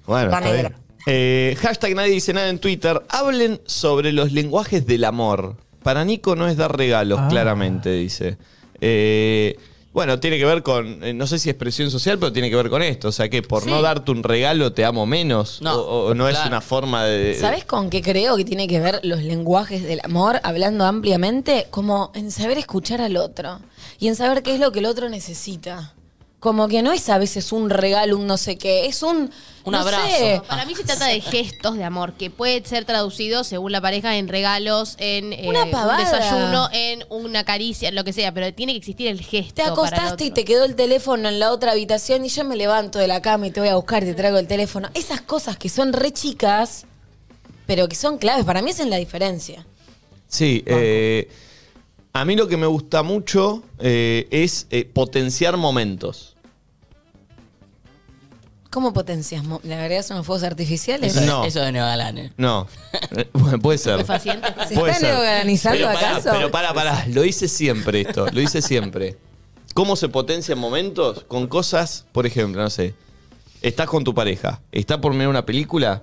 Speaker 1: Bueno,
Speaker 3: La
Speaker 1: está bien.
Speaker 3: negra.
Speaker 1: Eh, hashtag nadie dice nada en Twitter. Hablen sobre los lenguajes del amor. Para Nico no es dar regalos, claramente, dice. Eh, bueno, tiene que ver con, eh, no sé si es presión social, pero tiene que ver con esto. O sea que por no darte un regalo te amo menos.
Speaker 4: No,
Speaker 1: o, o no es
Speaker 4: claro.
Speaker 1: una forma de...
Speaker 2: ¿Sabes con qué creo que tiene que ver los lenguajes del amor, hablando ampliamente? Como en saber escuchar al otro y en saber qué es lo que el otro necesita. Como que no es a veces un regalo, un no sé qué, es un...
Speaker 4: Un
Speaker 2: no
Speaker 4: abrazo.
Speaker 2: sé.
Speaker 5: Para mí se trata de gestos de amor que puede ser traducido según la pareja en regalos, en eh,
Speaker 2: Una
Speaker 5: un
Speaker 2: pavada.
Speaker 5: desayuno, en una caricia, en lo que sea, pero tiene que existir el gesto.
Speaker 2: Te
Speaker 5: para el
Speaker 2: acostaste y
Speaker 5: otro.
Speaker 2: te quedó el teléfono en la otra habitación y yo me levanto de la cama y te voy a buscar y te traigo el teléfono. Esas cosas que son re chicas, pero que son claves. Para mí esa es la diferencia.
Speaker 1: Sí, eh, a mí lo que me gusta mucho eh, es eh, potenciar momentos.
Speaker 2: ¿Cómo potencias? mo- ¿Le agregas unos fuegos artificiales?
Speaker 4: Eso,
Speaker 1: No.
Speaker 4: eso de neogalanes.
Speaker 1: No, Eh, bueno, puede ser.
Speaker 5: Paciente.
Speaker 2: ¿Se
Speaker 1: Puede
Speaker 2: está
Speaker 1: ser.
Speaker 2: neoorganizando
Speaker 1: Pero pará,
Speaker 2: acaso?
Speaker 1: Pero para, para, lo hice siempre esto, lo hice siempre. ¿Cómo se potencian momentos? Con cosas, por ejemplo, no sé, estás con tu pareja, estás por mirar una película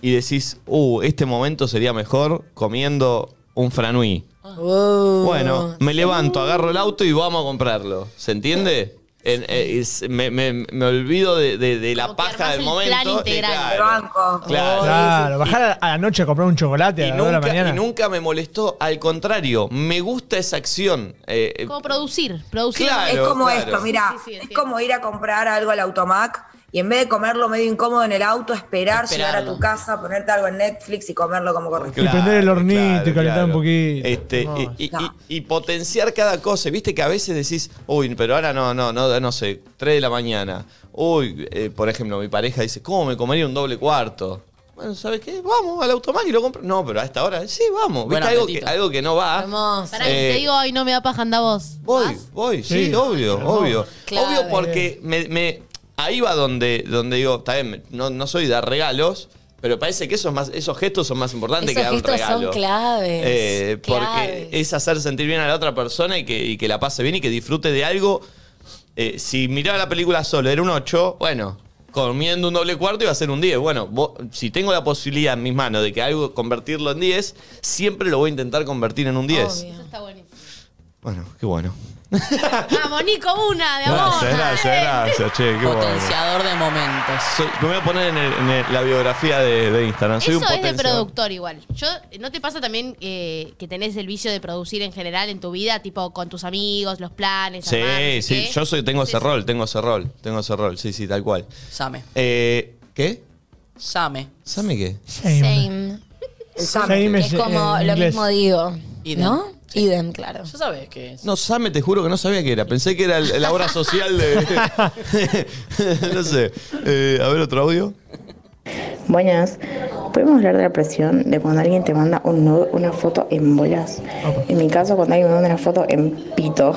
Speaker 1: y decís, uh, este momento sería mejor comiendo un franui.
Speaker 2: Uh.
Speaker 1: Bueno, me levanto, agarro el auto y vamos a comprarlo. ¿Se entiende? En- eh, es- me, me- me olvido de, de- de la
Speaker 5: Como que
Speaker 1: paja
Speaker 5: armás
Speaker 1: del
Speaker 5: el
Speaker 1: momento.
Speaker 5: plan
Speaker 1: eh,
Speaker 5: integral.
Speaker 3: El
Speaker 1: claro,
Speaker 3: banco.
Speaker 1: claro.
Speaker 6: Claro, bajar a- a la noche a comprar un chocolate a
Speaker 1: Y
Speaker 6: las dos de la
Speaker 1: nunca,
Speaker 6: mañana.
Speaker 1: y nunca me molestó, al contrario, me gusta esa acción. Eh, eh,
Speaker 5: Como producir, producir.
Speaker 1: Claro.
Speaker 5: Claro.
Speaker 3: es como
Speaker 1: claro.
Speaker 3: esto, mira,
Speaker 5: Sí, sí, sí,
Speaker 3: es
Speaker 5: entiendo.
Speaker 3: como ir a comprar algo al automac y en vez de comerlo medio incómodo en el auto, esperar, llegar a
Speaker 4: Esperarlo.
Speaker 3: tu casa, ponerte algo en Netflix y comerlo como
Speaker 1: eh,
Speaker 6: Y
Speaker 3: corresponde.
Speaker 6: prender el hornito y calentar un poquito.
Speaker 1: Este, y, y-
Speaker 3: No.
Speaker 1: y- y potenciar cada cosa. Viste que a veces decís, uy, pero ahora no, no, no, no sé, 3 de la mañana. Uy, eh, por ejemplo, mi pareja dice, ¿cómo me comería un doble cuarto? Bueno, ¿sabes qué? Vamos al automático y lo compro. No, pero a esta hora, sí, vamos.
Speaker 4: Buen
Speaker 1: ¿Viste algo que,
Speaker 4: apetito.
Speaker 1: algo que no va?
Speaker 2: Hermoso.
Speaker 5: Pará, que
Speaker 1: Eh,
Speaker 5: te digo, ay, no me da paja, anda vos.
Speaker 1: Voy,
Speaker 5: ¿Vas?
Speaker 1: voy, sí,
Speaker 6: Sí.
Speaker 1: obvio,
Speaker 6: Hermoso.
Speaker 1: obvio.
Speaker 2: Clave.
Speaker 1: Obvio porque me, me- ahí va donde, donde digo, está bien, me- no, no soy de dar regalos, pero parece que esos, más, esos gestos son más importantes
Speaker 2: Esos
Speaker 1: que dar un
Speaker 2: gestos son
Speaker 1: regalo.
Speaker 2: claves,
Speaker 1: Eh,
Speaker 2: claves.
Speaker 1: Porque es hacer sentir bien a la otra persona y que, y que la pase bien y que disfrute de algo. Eh, si miraba la película solo, era un 8, bueno. Comiendo un doble cuarto iba a ser un 10. Bueno, vos- si tengo la posibilidad en mis manos de que algo convertirlo en 10, siempre lo voy a intentar convertir en un 10.
Speaker 2: Obvio.
Speaker 5: Eso está buenísimo.
Speaker 1: Bueno, qué bueno.
Speaker 5: Ah, Vamos, Nico, una de amor.
Speaker 1: Gracias, gracias, gracias, che, qué bueno.
Speaker 4: Potenciador de momentos.
Speaker 1: Soy- me voy a poner en, el- en el- la biografía de, de Instagram. Soy
Speaker 5: Eso
Speaker 1: un
Speaker 5: es de
Speaker 1: potenciador.
Speaker 5: productor igual. Yo, ¿No te pasa también eh, que tenés el vicio de producir en general en tu vida? Tipo con tus amigos, los planes.
Speaker 1: Sí,
Speaker 5: armar, no sé
Speaker 1: sí,
Speaker 5: qué.
Speaker 1: yo soy, tengo ese
Speaker 5: ¿eh? Sí, sí.
Speaker 1: rol, tengo ese rol, tengo ese rol, sí, sí, tal cual.
Speaker 4: Same.
Speaker 1: Eh, ¿Qué?
Speaker 4: Same.
Speaker 1: ¿Same qué?
Speaker 6: Same.
Speaker 2: Same.
Speaker 6: Same
Speaker 3: El sándwich.
Speaker 6: es,
Speaker 2: Es como
Speaker 6: en
Speaker 2: lo
Speaker 6: inglés.
Speaker 2: mismo digo.
Speaker 4: Idem.
Speaker 2: ¿No? Idem, claro.
Speaker 4: Ya sabes qué es.
Speaker 1: No, Same te juro que no sabía qué era. Pensé que era el- la obra social de... no sé. Eh, a ver, otro audio.
Speaker 8: Buenas, ¿podemos hablar de la presión de cuando alguien te manda un nudo- una foto en bolas? En mi caso, cuando alguien me manda una foto en pito,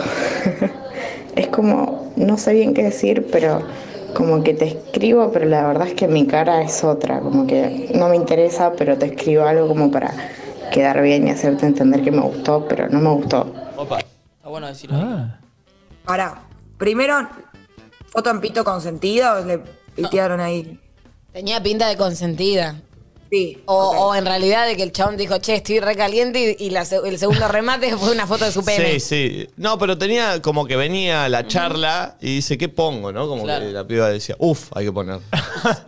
Speaker 8: es como, no sé bien qué decir, pero como que te escribo, pero la verdad es que mi cara es otra, como que no me interesa, pero te escribo algo como para quedar bien y hacerte entender que me gustó, pero no me gustó.
Speaker 1: Opa.
Speaker 4: Está bueno decirlo. ahí.
Speaker 6: Ah,
Speaker 3: Pará. Primero, foto en pito consentido, le pitearon ahí.
Speaker 2: Tenía pinta de consentida.
Speaker 3: Sí.
Speaker 2: O,
Speaker 3: ok.
Speaker 2: o en realidad de que el chabón dijo, che, estoy recaliente y, y la se- el segundo remate fue una foto de su pene.
Speaker 1: Sí, sí. No, pero tenía como que venía la charla y dice, ¿qué pongo? ¿No? Como
Speaker 4: Claro.
Speaker 1: que la piba decía, uff, hay que poner.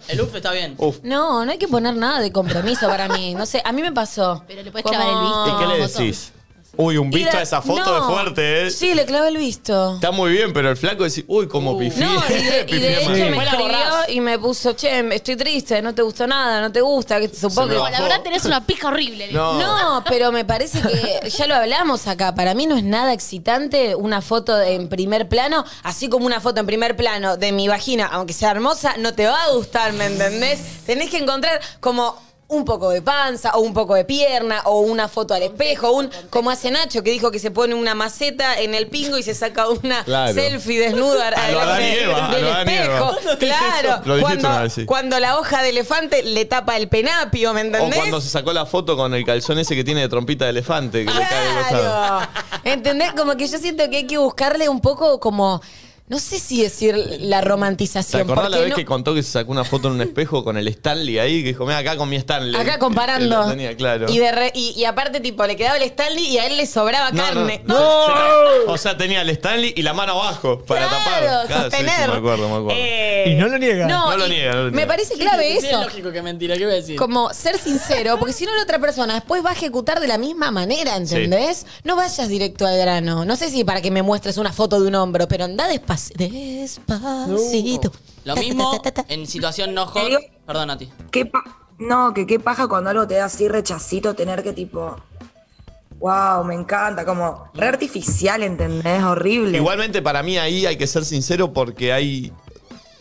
Speaker 4: El UF está bien.
Speaker 1: Uf.
Speaker 2: No, no hay que poner nada de compromiso para mí. No sé, a mí me pasó.
Speaker 5: Pero le podés
Speaker 2: Como-
Speaker 5: clavar el visto.
Speaker 1: ¿Y qué le
Speaker 5: Foto.
Speaker 1: decís? Uy, un visto
Speaker 2: Ir
Speaker 1: a esa foto
Speaker 2: no.
Speaker 1: es fuerte, ¿eh?
Speaker 2: Sí, le clavé el visto.
Speaker 1: Está muy bien, pero el flaco dice, uy, como pifié.
Speaker 2: No, y de, y
Speaker 1: Pifié
Speaker 2: de hecho
Speaker 1: mal.
Speaker 2: me
Speaker 4: Después la borrás.
Speaker 2: escribió y me puso, che, em, estoy triste, no te gustó nada, no te gusta, que supongo
Speaker 1: Se me
Speaker 2: que
Speaker 1: bajó.
Speaker 5: La verdad tenés una pija horrible.
Speaker 1: No.
Speaker 2: No, pero me parece que ya lo hablamos acá. Para mí no es nada excitante una foto en primer plano, así como una foto en primer plano de mi vagina, aunque sea hermosa, no te va a gustar, ¿me entendés? Tenés que encontrar como un poco de panza o un poco de pierna o una foto al espejo, un como hace Nacho que dijo que se pone una maceta en el pingo y se saca una
Speaker 1: Claro.
Speaker 2: selfie desnuda
Speaker 1: A lo Adán y
Speaker 2: adelante
Speaker 1: Eva, a
Speaker 2: del
Speaker 1: lo Adán y
Speaker 2: espejo.
Speaker 1: Eva. ¿Dónde dijiste
Speaker 2: Claro,
Speaker 1: eso? Lo dijiste una
Speaker 2: cuando,
Speaker 1: vez, sí.
Speaker 2: cuando la hoja de elefante le tapa el penapio, ¿me
Speaker 1: O
Speaker 2: entendés?
Speaker 1: cuando se sacó la foto con el calzón ese que tiene de trompita de elefante que le cae del costado.
Speaker 2: Claro. ¿Entendés? Como que yo siento que hay que buscarle un poco como. No sé si decir la
Speaker 1: ¿Te
Speaker 2: romantización.
Speaker 1: acordás la
Speaker 2: porque
Speaker 1: vez
Speaker 2: no-
Speaker 1: que contó que se sacó una foto en un espejo con el Stanley ahí? Que dijo, mira, acá con mi Stanley.
Speaker 2: Acá comparando.
Speaker 1: Lo tenía, claro.
Speaker 2: y, de re- y, y aparte, tipo, le quedaba el Stanley y a él le sobraba
Speaker 1: No, no,
Speaker 2: carne.
Speaker 1: no, se- se- O sea, tenía el Stanley y la mano abajo para tapar.
Speaker 2: Claro,
Speaker 1: Claro, sí, sí,
Speaker 2: sostener.
Speaker 1: me acuerdo, me acuerdo.
Speaker 2: Eh,
Speaker 6: Y no lo niega.
Speaker 2: no,
Speaker 1: No lo
Speaker 2: y
Speaker 1: niega, no lo
Speaker 2: Me
Speaker 1: niega.
Speaker 2: parece clave
Speaker 4: Sí,
Speaker 2: eso.
Speaker 4: Es lógico que mentira, ¿qué voy a decir?
Speaker 2: Como ser sincero, porque si no la otra persona después va a ejecutar de la misma manera, ¿entendés? No vayas directo al grano. No sé si para que me muestres una foto de un hombro, pero anda despaci- despacito.
Speaker 4: Lo
Speaker 2: Ta, ta,
Speaker 4: mismo
Speaker 2: ta, ta, ta.
Speaker 4: en situación no hot.
Speaker 3: Te digo-
Speaker 4: Perdón a ti.
Speaker 3: ¿Qué pa- no, que qué paja cuando algo te da así rechacito tener que tipo. Wow, me encanta, como re artificial, ¿entendés? Horrible.
Speaker 1: Igualmente para mí ahí hay que ser sincero porque hay,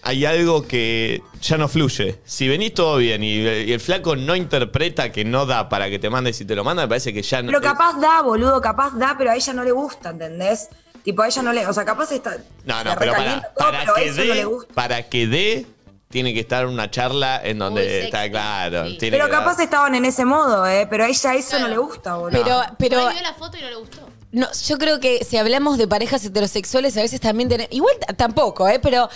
Speaker 1: hay algo que ya no fluye. Si venís todo bien y, y el flaco no interpreta que no da para que te mandes y te lo manda, me parece que ya no...
Speaker 3: Pero capaz da, boludo, capaz da, pero a ella no le gusta, ¿entendés? Tipo, a ella no le. O sea, capaz está.
Speaker 1: No, no,
Speaker 3: la
Speaker 1: pero
Speaker 3: recalienta
Speaker 1: para,
Speaker 3: todo,
Speaker 1: para
Speaker 3: pero a
Speaker 1: que
Speaker 3: eso no le
Speaker 1: dé,
Speaker 3: gusta.
Speaker 1: para que dé, tiene que estar una charla en donde
Speaker 5: Muy sexy,
Speaker 1: está claro.
Speaker 5: sí.
Speaker 1: tiene
Speaker 3: Pero
Speaker 1: que dar.
Speaker 3: capaz estaban en ese modo, ¿eh? Pero a ella eso
Speaker 5: Claro.
Speaker 3: no le gusta, boludo.
Speaker 2: Pero, pero
Speaker 5: Pero vio la foto y no le gustó.
Speaker 2: no, yo creo que si hablamos de parejas heterosexuales, a veces también tenemos. Igual t- tampoco, ¿eh? Pero.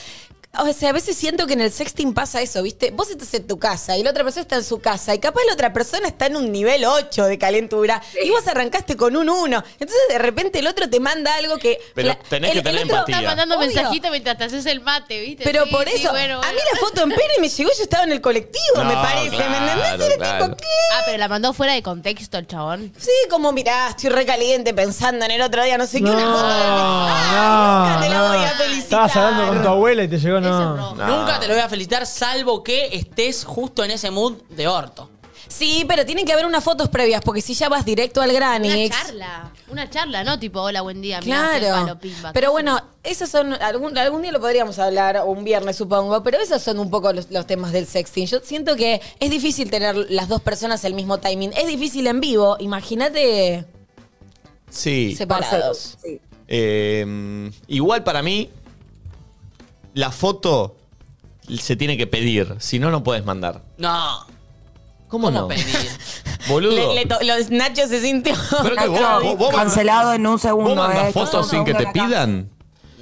Speaker 2: O sea, a veces siento que en el sexting pasa eso, ¿viste? Vos estás en tu casa y la otra persona está en su casa y capaz la otra persona está en un nivel 8 de calentura y vos arrancaste con un 1. Entonces de repente el otro te manda algo que...
Speaker 1: Pero
Speaker 2: fla-
Speaker 1: tenés que tener empatía.
Speaker 5: Estás mandando
Speaker 2: Obvio.
Speaker 5: mensajitos mientras te haces el mate, ¿viste?
Speaker 2: Pero
Speaker 5: Sí,
Speaker 2: por
Speaker 5: sí,
Speaker 2: eso,
Speaker 5: bueno,
Speaker 2: a
Speaker 5: bueno.
Speaker 2: mí la foto en Pérez me llegó, yo estaba en el colectivo, me
Speaker 1: No,
Speaker 2: parece. ¿Me
Speaker 1: claro,
Speaker 2: entendés? Era
Speaker 1: claro.
Speaker 2: tipo, ¿qué?
Speaker 5: Ah, pero la mandó fuera de contexto el chabón.
Speaker 2: Sí, como mirá, estoy recaliente pensando en el otro día, no sé qué,
Speaker 6: No,
Speaker 2: una foto de- Ah, nunca
Speaker 6: no,
Speaker 2: te la voy a
Speaker 6: no.
Speaker 2: felicitar.
Speaker 6: Estabas hablando con tu abuela y te llegó,
Speaker 5: Eso es
Speaker 6: no.
Speaker 5: rojo.
Speaker 4: Nunca te lo voy a felicitar, salvo que estés justo en ese mood de orto.
Speaker 2: Sí, pero tiene que haber unas fotos previas, porque si ya vas directo al
Speaker 5: Una
Speaker 2: Granix.
Speaker 5: charla. Una charla, ¿no? Tipo, hola, buen día. mirá, soy
Speaker 2: Claro.
Speaker 5: Palo, pimba,
Speaker 2: Pero
Speaker 5: qué
Speaker 2: bueno, esos son. Algún, algún día lo podríamos hablar, o un viernes supongo, pero esos son un poco los, los temas del sexting. Yo siento que es difícil tener las dos personas el mismo timing. Es difícil en vivo, imagínate
Speaker 1: Sí.
Speaker 2: separados.
Speaker 3: Sí.
Speaker 1: Eh, igual para mí, la foto se tiene que pedir. Si no, no puedes mandar.
Speaker 4: No.
Speaker 1: ¿Cómo,
Speaker 4: ¿Cómo
Speaker 1: no?
Speaker 4: pedir?
Speaker 2: Le-
Speaker 1: Boludo.
Speaker 2: le to- los Nacho se sintió.
Speaker 1: Pero que vos,
Speaker 3: Nacho,
Speaker 1: vos- vos mandas-
Speaker 3: cancelado en un segundo,
Speaker 1: ¿Vos mandas
Speaker 3: eh,
Speaker 1: fotos
Speaker 3: cancelado
Speaker 1: sin
Speaker 3: en
Speaker 1: que
Speaker 3: un
Speaker 1: te
Speaker 3: segundo acá.
Speaker 1: pidan?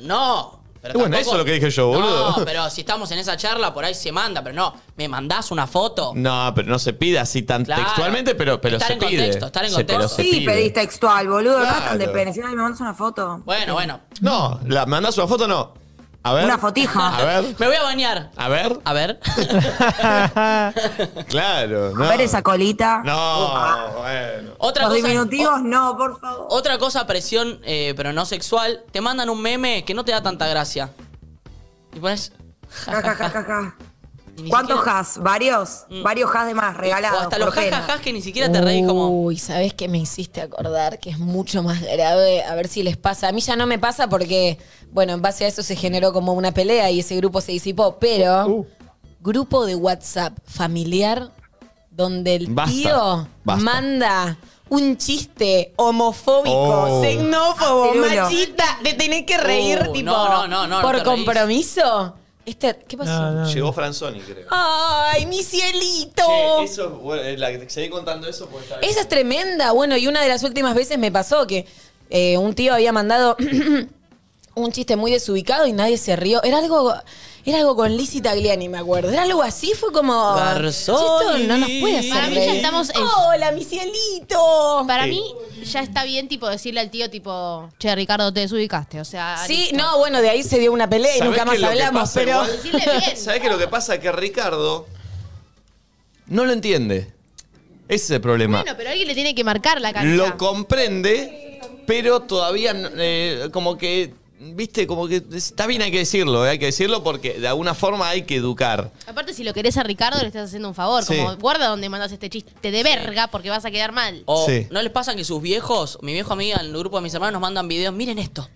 Speaker 4: No. Pero
Speaker 1: Y bueno, eso es lo que dije yo, boludo.
Speaker 4: No, pero si estamos en esa charla, por ahí se manda, pero no. ¿Me mandás una foto?
Speaker 1: No, pero no se pide así tan
Speaker 4: Claro.
Speaker 1: textualmente, pero, pero
Speaker 4: Estar
Speaker 1: se
Speaker 4: en
Speaker 1: pide.
Speaker 4: contexto, estar en
Speaker 1: Se- pero
Speaker 4: contexto.
Speaker 1: se
Speaker 3: Sí,
Speaker 1: pide.
Speaker 3: pedís textual, boludo. No
Speaker 1: Claro.
Speaker 3: es tan de pene. Si no, me mandas una foto.
Speaker 4: Bueno, bueno.
Speaker 1: No, la, mandás una foto, no. A ver.
Speaker 3: Una fotija.
Speaker 1: A ver.
Speaker 4: Me voy a bañar.
Speaker 1: A ver.
Speaker 4: A ver.
Speaker 1: Claro. No.
Speaker 3: A ver esa colita. Ah,
Speaker 1: No, bueno.
Speaker 4: Otra
Speaker 3: Los
Speaker 4: cosa.
Speaker 3: diminutivos, no, por favor.
Speaker 4: Otra cosa, presión, eh, pero no sexual, te mandan un meme que no te da tanta gracia. Y pones.
Speaker 3: Ja, ja, ja, ja, ja.
Speaker 4: y ni
Speaker 3: ¿Cuántos
Speaker 4: siquiera-
Speaker 3: has? ¿Varios? Varios has de más, regalados.
Speaker 4: O hasta
Speaker 3: por
Speaker 4: los
Speaker 3: pena.
Speaker 4: jajajas que ni siquiera
Speaker 1: Uh,
Speaker 4: te reís como.
Speaker 2: Uy, ¿sabes qué me hiciste acordar? Que es mucho más grave. A ver si les pasa. A mí ya no me pasa porque, bueno, en base a eso se generó como una pelea y ese grupo se disipó. Pero,
Speaker 1: Uh,
Speaker 2: grupo de WhatsApp familiar donde el
Speaker 1: Basta,
Speaker 2: tío
Speaker 1: basta.
Speaker 2: manda un chiste homofóbico,
Speaker 1: Oh.
Speaker 2: xenófobo,
Speaker 3: Capirulo.
Speaker 2: machista, de tener que reír,
Speaker 4: Ah, Uh,
Speaker 2: tipo,
Speaker 4: no, no, no, no,
Speaker 2: por
Speaker 4: te reís.
Speaker 2: compromiso. Este, ¿Qué pasó?
Speaker 6: No, no.
Speaker 1: Llegó Franzoni, creo.
Speaker 2: ¡Ay, mi cielito!
Speaker 1: Che, eso, bueno, eh, la que seguí contando eso porque está bien.
Speaker 2: Esa es tremenda. Bueno, y una de las últimas veces me pasó que eh, un tío había mandado un chiste muy desubicado y nadie se rió. Era algo, era algo con Lizzie Tagliani, me acuerdo. Era algo así, fue como.
Speaker 4: Garzón.
Speaker 2: "Esto no nos puede hacer.
Speaker 5: Para mí ya
Speaker 2: reír".
Speaker 5: estamos en-
Speaker 2: ¡Hola, mi cielito!
Speaker 5: Para
Speaker 1: Sí.
Speaker 5: mí ya está bien tipo decirle al tío tipo, che Ricardo, te desubicaste. O sea,
Speaker 2: Sí,
Speaker 5: listo.
Speaker 2: no, bueno, de ahí se dio una pelea y
Speaker 1: ¿Sabés
Speaker 2: nunca
Speaker 1: qué
Speaker 2: más
Speaker 1: es lo que
Speaker 2: hablamos,
Speaker 1: pasa
Speaker 2: pero.
Speaker 1: igual?
Speaker 5: Decirle bien.
Speaker 1: ¿Sabés qué lo que pasa? Que Ricardo no lo entiende. Ese es el problema.
Speaker 5: Bueno, pero alguien le tiene que marcar la cancha.
Speaker 1: lo comprende, pero todavía eh, como que, viste, como que está bien, hay que decirlo, eh, hay que decirlo porque de alguna forma hay que educar.
Speaker 5: Aparte, si lo querés a Ricardo, le estás haciendo un favor.
Speaker 1: Sí.
Speaker 5: Como guarda donde mandas este chiste de verga porque vas a quedar mal.
Speaker 4: O
Speaker 1: Sí.
Speaker 4: no les pasa que sus viejos, mi viejo amigo, el grupo de mis hermanos nos mandan videos. Miren esto.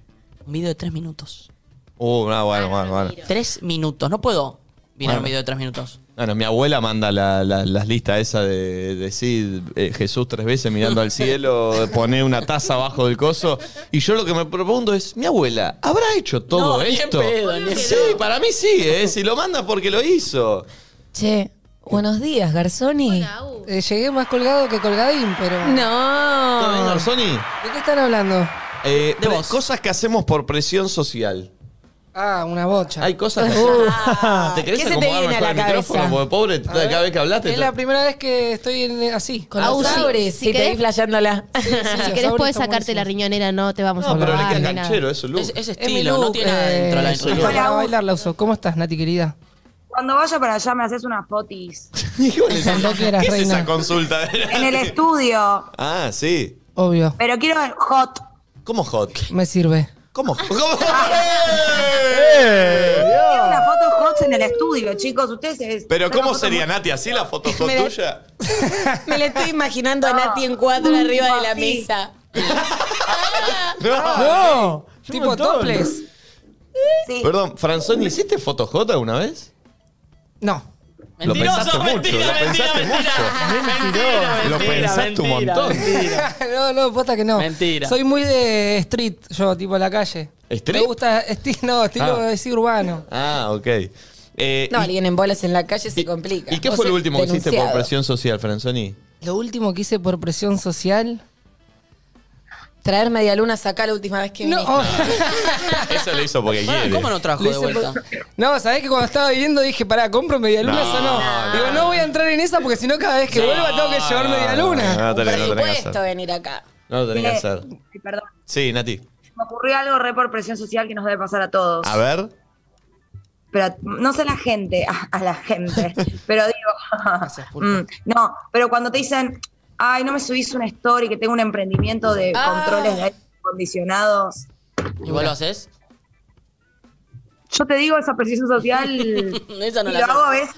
Speaker 4: Un video de tres minutos.
Speaker 1: Uh, no,
Speaker 4: Ah,
Speaker 1: bueno, bueno, bueno.
Speaker 4: Tres minutos. No puedo mirar un
Speaker 1: Bueno.
Speaker 4: video de tres minutos.
Speaker 1: Bueno, mi abuela manda la- la- las listas esa de, de sí, eh, Jesús tres veces mirando al cielo, pone una taza abajo del coso. Y yo lo que me pregunto es, mi abuela, ¿habrá hecho todo
Speaker 4: No, ni en
Speaker 1: esto?
Speaker 4: pedo, ni en
Speaker 1: sí,
Speaker 4: pedo.
Speaker 1: para mí sí, ¿eh? si lo manda porque lo hizo.
Speaker 2: Che, buenos días, Garzoni.
Speaker 5: Hola, U.
Speaker 9: Eh, llegué más colgado que colgadín, pero.
Speaker 1: ¿Todo bien,
Speaker 2: No.
Speaker 1: Garzoni?
Speaker 9: ¿De qué están hablando?
Speaker 1: Eh,
Speaker 4: Ah. De
Speaker 1: pre-
Speaker 4: vos.
Speaker 1: Cosas que hacemos por presión social.
Speaker 9: Ah, una bocha. Uh,
Speaker 1: Hay cosas que ¿Te querés
Speaker 2: ¿Qué se te
Speaker 1: acomodar
Speaker 2: viene a
Speaker 1: mejor
Speaker 2: la
Speaker 1: el micrófono?
Speaker 2: cabeza?
Speaker 1: Porque pobre,
Speaker 9: A ver.
Speaker 1: cada vez que hablaste.
Speaker 9: Es
Speaker 1: te-
Speaker 9: la primera vez que estoy en- eh, así.
Speaker 2: Con
Speaker 5: Au,
Speaker 2: los
Speaker 5: sí,
Speaker 2: sabres,
Speaker 5: si
Speaker 2: si te
Speaker 5: querés-
Speaker 2: vi flasheándola.
Speaker 9: Sí,
Speaker 5: Si
Speaker 9: los
Speaker 5: querés,
Speaker 9: sabores
Speaker 5: puedes
Speaker 9: están
Speaker 5: sacarte la
Speaker 9: buenísimos.
Speaker 5: riñonera, no te vamos a
Speaker 1: No, pero le
Speaker 5: hablar.
Speaker 1: queda
Speaker 5: ni nada.
Speaker 1: canchero, eso, Lu.
Speaker 4: Es, es
Speaker 9: Es mi
Speaker 4: estilo, no
Speaker 9: look,
Speaker 4: tiene nada
Speaker 9: eh,
Speaker 4: adentro la
Speaker 1: eso
Speaker 4: interior.
Speaker 1: es.
Speaker 9: Para bailar la uso. ¿Cómo estás, Nati, querida?
Speaker 3: Cuando vaya para allá me haces unas fotis.
Speaker 1: Híjole,
Speaker 9: Cuando quieras,
Speaker 1: ¿Qué es esa
Speaker 9: reina.
Speaker 1: consulta?
Speaker 3: En el estudio.
Speaker 1: Ah, sí.
Speaker 9: Obvio.
Speaker 3: Pero quiero ver hot.
Speaker 1: ¿Cómo hot?
Speaker 9: Me sirve.
Speaker 1: ¿Cómo? ¿Cómo?
Speaker 3: Quiero una foto hot en el estudio, chicos. Ustedes se-
Speaker 1: Pero
Speaker 3: sacan
Speaker 1: ¿cómo
Speaker 3: fotos
Speaker 1: sería,
Speaker 3: muy-
Speaker 1: Nati, así la foto hot
Speaker 2: Me la-
Speaker 1: tuya?
Speaker 2: Me la estoy imaginando a Nati en cuatro arriba de la mesa.
Speaker 1: No.
Speaker 6: ¡No! Es un
Speaker 9: Tipo
Speaker 6: montón.
Speaker 9: toples.
Speaker 3: Sí.
Speaker 1: Perdón, Franzoni, ¿hiciste foto hot alguna vez?
Speaker 9: No.
Speaker 1: Lo pensaste mucho, lo pensaste mucho. Lo pensaste un montón.
Speaker 9: no, no, posta que no.
Speaker 4: Mentira.
Speaker 9: Soy muy de street, yo, tipo la calle.
Speaker 1: ¿Street?
Speaker 9: Me gusta estilo, no, estilo
Speaker 1: Ah.
Speaker 9: decir urbano.
Speaker 1: Ah, ok. Eh,
Speaker 2: No,
Speaker 1: y-
Speaker 2: alguien en bolas en la calle se
Speaker 1: y-
Speaker 2: complica.
Speaker 1: ¿Y qué
Speaker 2: Vos
Speaker 1: fue lo
Speaker 2: sos
Speaker 1: último que hiciste por
Speaker 2: denunciado.
Speaker 1: presión social, Franzoni?
Speaker 9: Lo último que hice por presión social.
Speaker 2: Traer media luna acá la última vez que viniste.
Speaker 9: No,
Speaker 1: Eso lo hizo porque
Speaker 4: Ah,
Speaker 1: quiere.
Speaker 4: ¿Cómo no trajo
Speaker 9: Lo
Speaker 4: de
Speaker 9: hice
Speaker 4: vuelta?
Speaker 9: por- No, sabés que cuando estaba viviendo dije, pará, compro medialunas
Speaker 1: No,
Speaker 9: o no.
Speaker 1: no.
Speaker 9: Digo, no voy a entrar en esa porque si no cada vez que vuelva tengo que llevar medialuna.
Speaker 1: No,
Speaker 2: Por
Speaker 1: no, tenés, no tenés que
Speaker 2: supuesto
Speaker 1: hacer.
Speaker 2: venir acá.
Speaker 1: No lo tenés que
Speaker 3: Sí.
Speaker 1: hacer.
Speaker 3: Eh, Ay, perdón.
Speaker 1: Sí, Nati.
Speaker 3: Me ocurrió algo re por presión social que nos debe pasar a todos.
Speaker 1: A ver.
Speaker 3: Pero no sé la gente, a, a la gente. pero digo, mm, no, pero cuando te dicen, ay, no me subís una story que tengo un emprendimiento de
Speaker 2: Ah.
Speaker 3: controles de aire acondicionados.
Speaker 4: ¿Y vos lo haces?
Speaker 3: Yo te digo esa presión social.
Speaker 4: Esa no
Speaker 3: y
Speaker 4: la
Speaker 3: lo
Speaker 4: haces.
Speaker 3: hago a veces,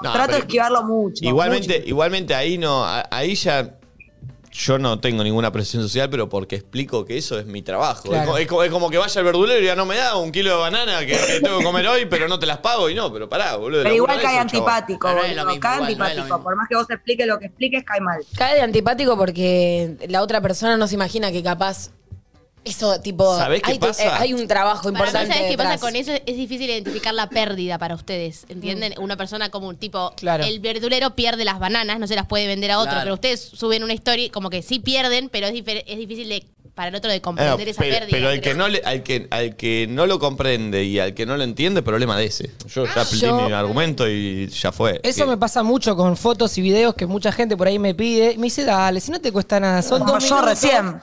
Speaker 1: No,
Speaker 3: trato de
Speaker 1: pero-
Speaker 3: esquivarlo mucho.
Speaker 1: Igualmente, igualmente ahí no, a- ahí ya yo no tengo ninguna presión social, pero porque explico que eso es mi trabajo.
Speaker 9: Claro.
Speaker 1: Es co- Es, co- es como que vaya al verdulero y ya no me da un kilo de banana que, que tengo que comer hoy, pero no te las pago y no, pero pará, boludo.
Speaker 3: Pero
Speaker 1: labura
Speaker 3: igual cae
Speaker 1: eso, chabón.
Speaker 3: antipático,
Speaker 4: No, no es
Speaker 3: boludo,
Speaker 4: lo mismo,
Speaker 3: cae
Speaker 4: igual, no es lo
Speaker 3: antipático.
Speaker 4: mismo.
Speaker 3: Por más que vos expliques lo que expliques, cae mal.
Speaker 2: Cae de antipático porque la otra persona no se imagina que capaz eso, tipo,
Speaker 1: ¿Sabés qué
Speaker 2: hay, tu-
Speaker 1: pasa?
Speaker 2: eh, hay un trabajo
Speaker 5: Para mí,
Speaker 2: importante
Speaker 5: ¿sabes qué pasa
Speaker 2: detrás.
Speaker 5: con eso? Es difícil identificar la pérdida para ustedes, ¿entienden? Una persona como un tipo,
Speaker 9: Claro.
Speaker 5: el verdulero pierde las bananas, no se las puede vender a otro,
Speaker 4: Claro.
Speaker 5: pero ustedes suben una historia como que sí pierden, pero es, difer- es difícil de- para el otro de
Speaker 1: Ah,
Speaker 5: comprender esa
Speaker 1: pero,
Speaker 5: pérdida.
Speaker 1: pero al
Speaker 5: creo.
Speaker 1: que no le- al que al que no lo comprende y al que no lo entiende, problema de ese. Yo
Speaker 5: Ah,
Speaker 1: ya apliqué
Speaker 9: yo-
Speaker 1: mi argumento y ya fue.
Speaker 9: Eso
Speaker 1: Que-
Speaker 9: me pasa mucho con fotos y videos que mucha gente por ahí me pide. Me dice, dale, si no te cuesta nada, son
Speaker 3: Como
Speaker 9: dos
Speaker 3: yo
Speaker 9: minutos.
Speaker 3: recién.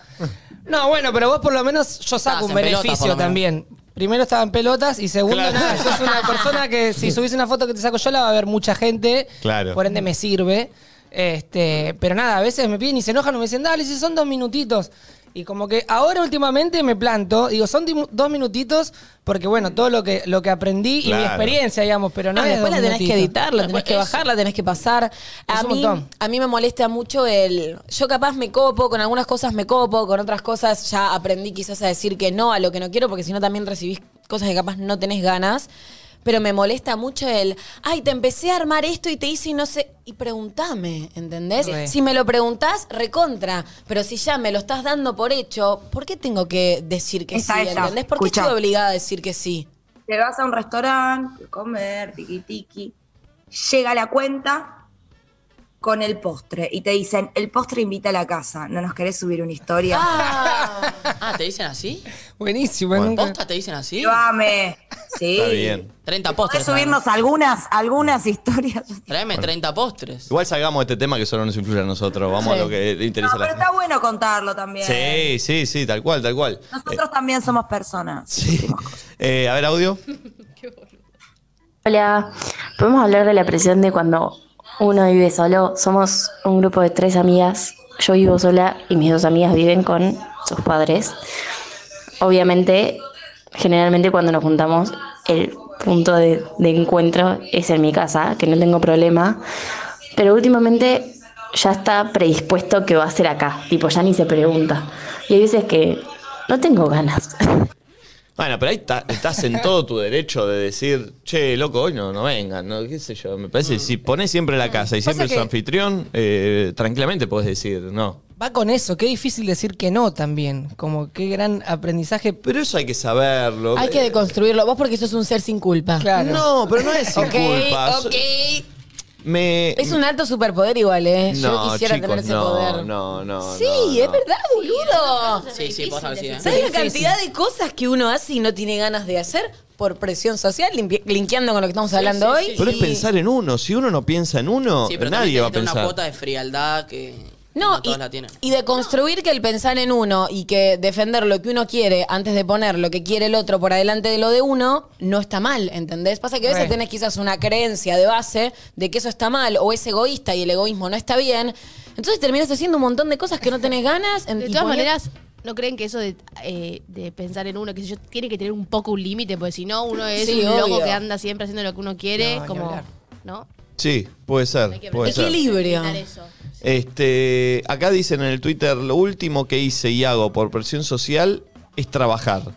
Speaker 9: No, bueno, pero vos por lo menos yo
Speaker 4: Estabas
Speaker 9: saco un
Speaker 4: en pelotas,
Speaker 9: beneficio
Speaker 4: por lo menos.
Speaker 9: también. Primero estaba en pelotas y segundo,
Speaker 1: Claro.
Speaker 9: nada, sos una persona que si subís una foto que te saco yo la va a ver mucha gente.
Speaker 1: Claro.
Speaker 9: Por ende me sirve. Este, pero nada, a veces me piden y se enojan o me dicen, dale, si son dos minutitos. Y como que ahora últimamente me planto, digo, son dimu- dos minutitos porque bueno, todo lo que, lo que aprendí y mi
Speaker 1: Claro.
Speaker 9: experiencia, digamos, pero no,
Speaker 2: No,
Speaker 9: es
Speaker 2: Ah, después
Speaker 9: Ah, dos
Speaker 2: la tenés que
Speaker 9: minutitos.
Speaker 2: editar, la tenés que bajar, la tenés que pasar. A
Speaker 9: Es un
Speaker 2: mí,
Speaker 9: montón.
Speaker 2: a mí me molesta mucho el. Yo capaz me copo, con algunas cosas me copo, con otras cosas ya aprendí quizás a decir que no a lo que no quiero, porque si no también recibís cosas que capaz no tenés ganas. Pero me molesta mucho el. Ay, te empecé a armar esto y te hice y no sé. Y preguntame, ¿entendés?
Speaker 9: Re.
Speaker 2: Si me lo preguntás, recontra. Pero si ya me lo estás dando por hecho, ¿por qué tengo que decir que
Speaker 3: Esa,
Speaker 2: sí?
Speaker 3: esa.
Speaker 2: ¿Entendés? ¿Por qué
Speaker 3: Escuchá.
Speaker 2: estoy obligada a decir que sí?
Speaker 3: Te vas a un restaurante, comer, tiqui tiqui. Llega la cuenta con el postre y te dicen, el postre invita a la casa, ¿no nos querés subir una historia?
Speaker 2: Ah.
Speaker 4: Ah, ¿te dicen así?
Speaker 9: Buenísimo, nunca-
Speaker 4: ¿Posta te dicen así?
Speaker 3: Yo amé. Sí.
Speaker 1: Está bien.
Speaker 4: 30
Speaker 3: Podés
Speaker 4: postres.
Speaker 3: subirnos algunas, algunas historias.
Speaker 4: Traeme 30 postres.
Speaker 1: Igual salgamos de este tema que solo nos influye a nosotros. Vamos a lo que le
Speaker 3: No,
Speaker 1: interesa a
Speaker 3: pero
Speaker 1: la
Speaker 3: está bueno contarlo también.
Speaker 1: gente. Sí, sí, sí, tal cual, tal cual.
Speaker 3: Nosotros también somos personas.
Speaker 1: Sí. Eh, a ver, audio.
Speaker 8: Hola, podemos hablar de la presión de cuando uno vive solo. Somos un grupo de tres amigas. Yo vivo sola y mis dos amigas viven con sus padres. Obviamente, generalmente cuando nos juntamos, el punto de, de encuentro es en mi casa, que no tengo problema. Pero últimamente ya está predispuesto que va a ser acá, tipo, ya ni se pregunta. Y hay veces que no tengo ganas.
Speaker 1: Bueno, pero ahí ta- estás en todo tu derecho de decir, che, loco, hoy no, no vengan, ¿no? qué sé yo. Me parece que si pones siempre la casa y
Speaker 9: Pasa
Speaker 1: siempre es
Speaker 9: que-
Speaker 1: su anfitrión, eh, tranquilamente podés decir, no.
Speaker 9: Va con eso, qué difícil decir que no también. Como qué gran aprendizaje.
Speaker 1: Pero eso hay que saberlo. Eh,
Speaker 2: Hay que deconstruirlo. Vos porque sos un ser sin culpa.
Speaker 9: Claro.
Speaker 1: No, pero no es sin
Speaker 2: Ok,
Speaker 1: culpa.
Speaker 2: ok.
Speaker 1: Me...
Speaker 2: Es un alto superpoder igual, ¿eh? Yo
Speaker 1: Eh, No,
Speaker 2: quisiera
Speaker 1: chicos,
Speaker 2: tener ese
Speaker 1: no,
Speaker 2: poder.
Speaker 1: no, no.
Speaker 2: sí,
Speaker 1: no,
Speaker 2: es
Speaker 1: no.
Speaker 2: verdad, boludo.
Speaker 4: Sí, sí, puedo saber si, eh.
Speaker 2: ¿Sabes la
Speaker 9: Difícil.
Speaker 2: cantidad de cosas que uno hace y no tiene ganas de hacer por presión social, limpi- linkeando con lo que estamos hablando
Speaker 4: sí,
Speaker 2: hoy?
Speaker 1: Pero es
Speaker 2: y-
Speaker 1: pensar en uno. Si uno no piensa en uno,
Speaker 4: Sí, pero
Speaker 1: nadie
Speaker 4: también
Speaker 1: va a
Speaker 4: tenés
Speaker 1: pensar.
Speaker 4: una cuota de frialdad que
Speaker 2: No,
Speaker 4: no
Speaker 2: y,
Speaker 4: todos la tienen.
Speaker 2: y de construir que el pensar en uno y que defender lo que uno quiere antes de poner lo que quiere el otro por adelante de lo de uno, no está mal, ¿entendés? Pasa que a veces
Speaker 9: Re.
Speaker 2: tenés quizás una creencia de base de que eso está mal o es egoísta y el egoísmo no está bien. Entonces terminás haciendo un montón de cosas que no tenés ganas. en-
Speaker 5: De
Speaker 2: y
Speaker 5: todas
Speaker 2: poniendo-
Speaker 5: maneras, ¿no creen que eso de, eh, de pensar en uno, que sé yo, tiene que tener un poco un límite? Porque si no, uno es
Speaker 2: Sí,
Speaker 5: un loco
Speaker 2: obvio.
Speaker 5: que anda siempre haciendo lo que uno quiere,
Speaker 9: No, ni
Speaker 5: como.
Speaker 9: hablar.
Speaker 5: ¿No?
Speaker 1: Sí, puede ser. Puede ser.
Speaker 2: Equilibrio.
Speaker 5: Evitar eso.
Speaker 1: Este, acá dicen en el Twitter, lo último que hice y hago por presión social es trabajar.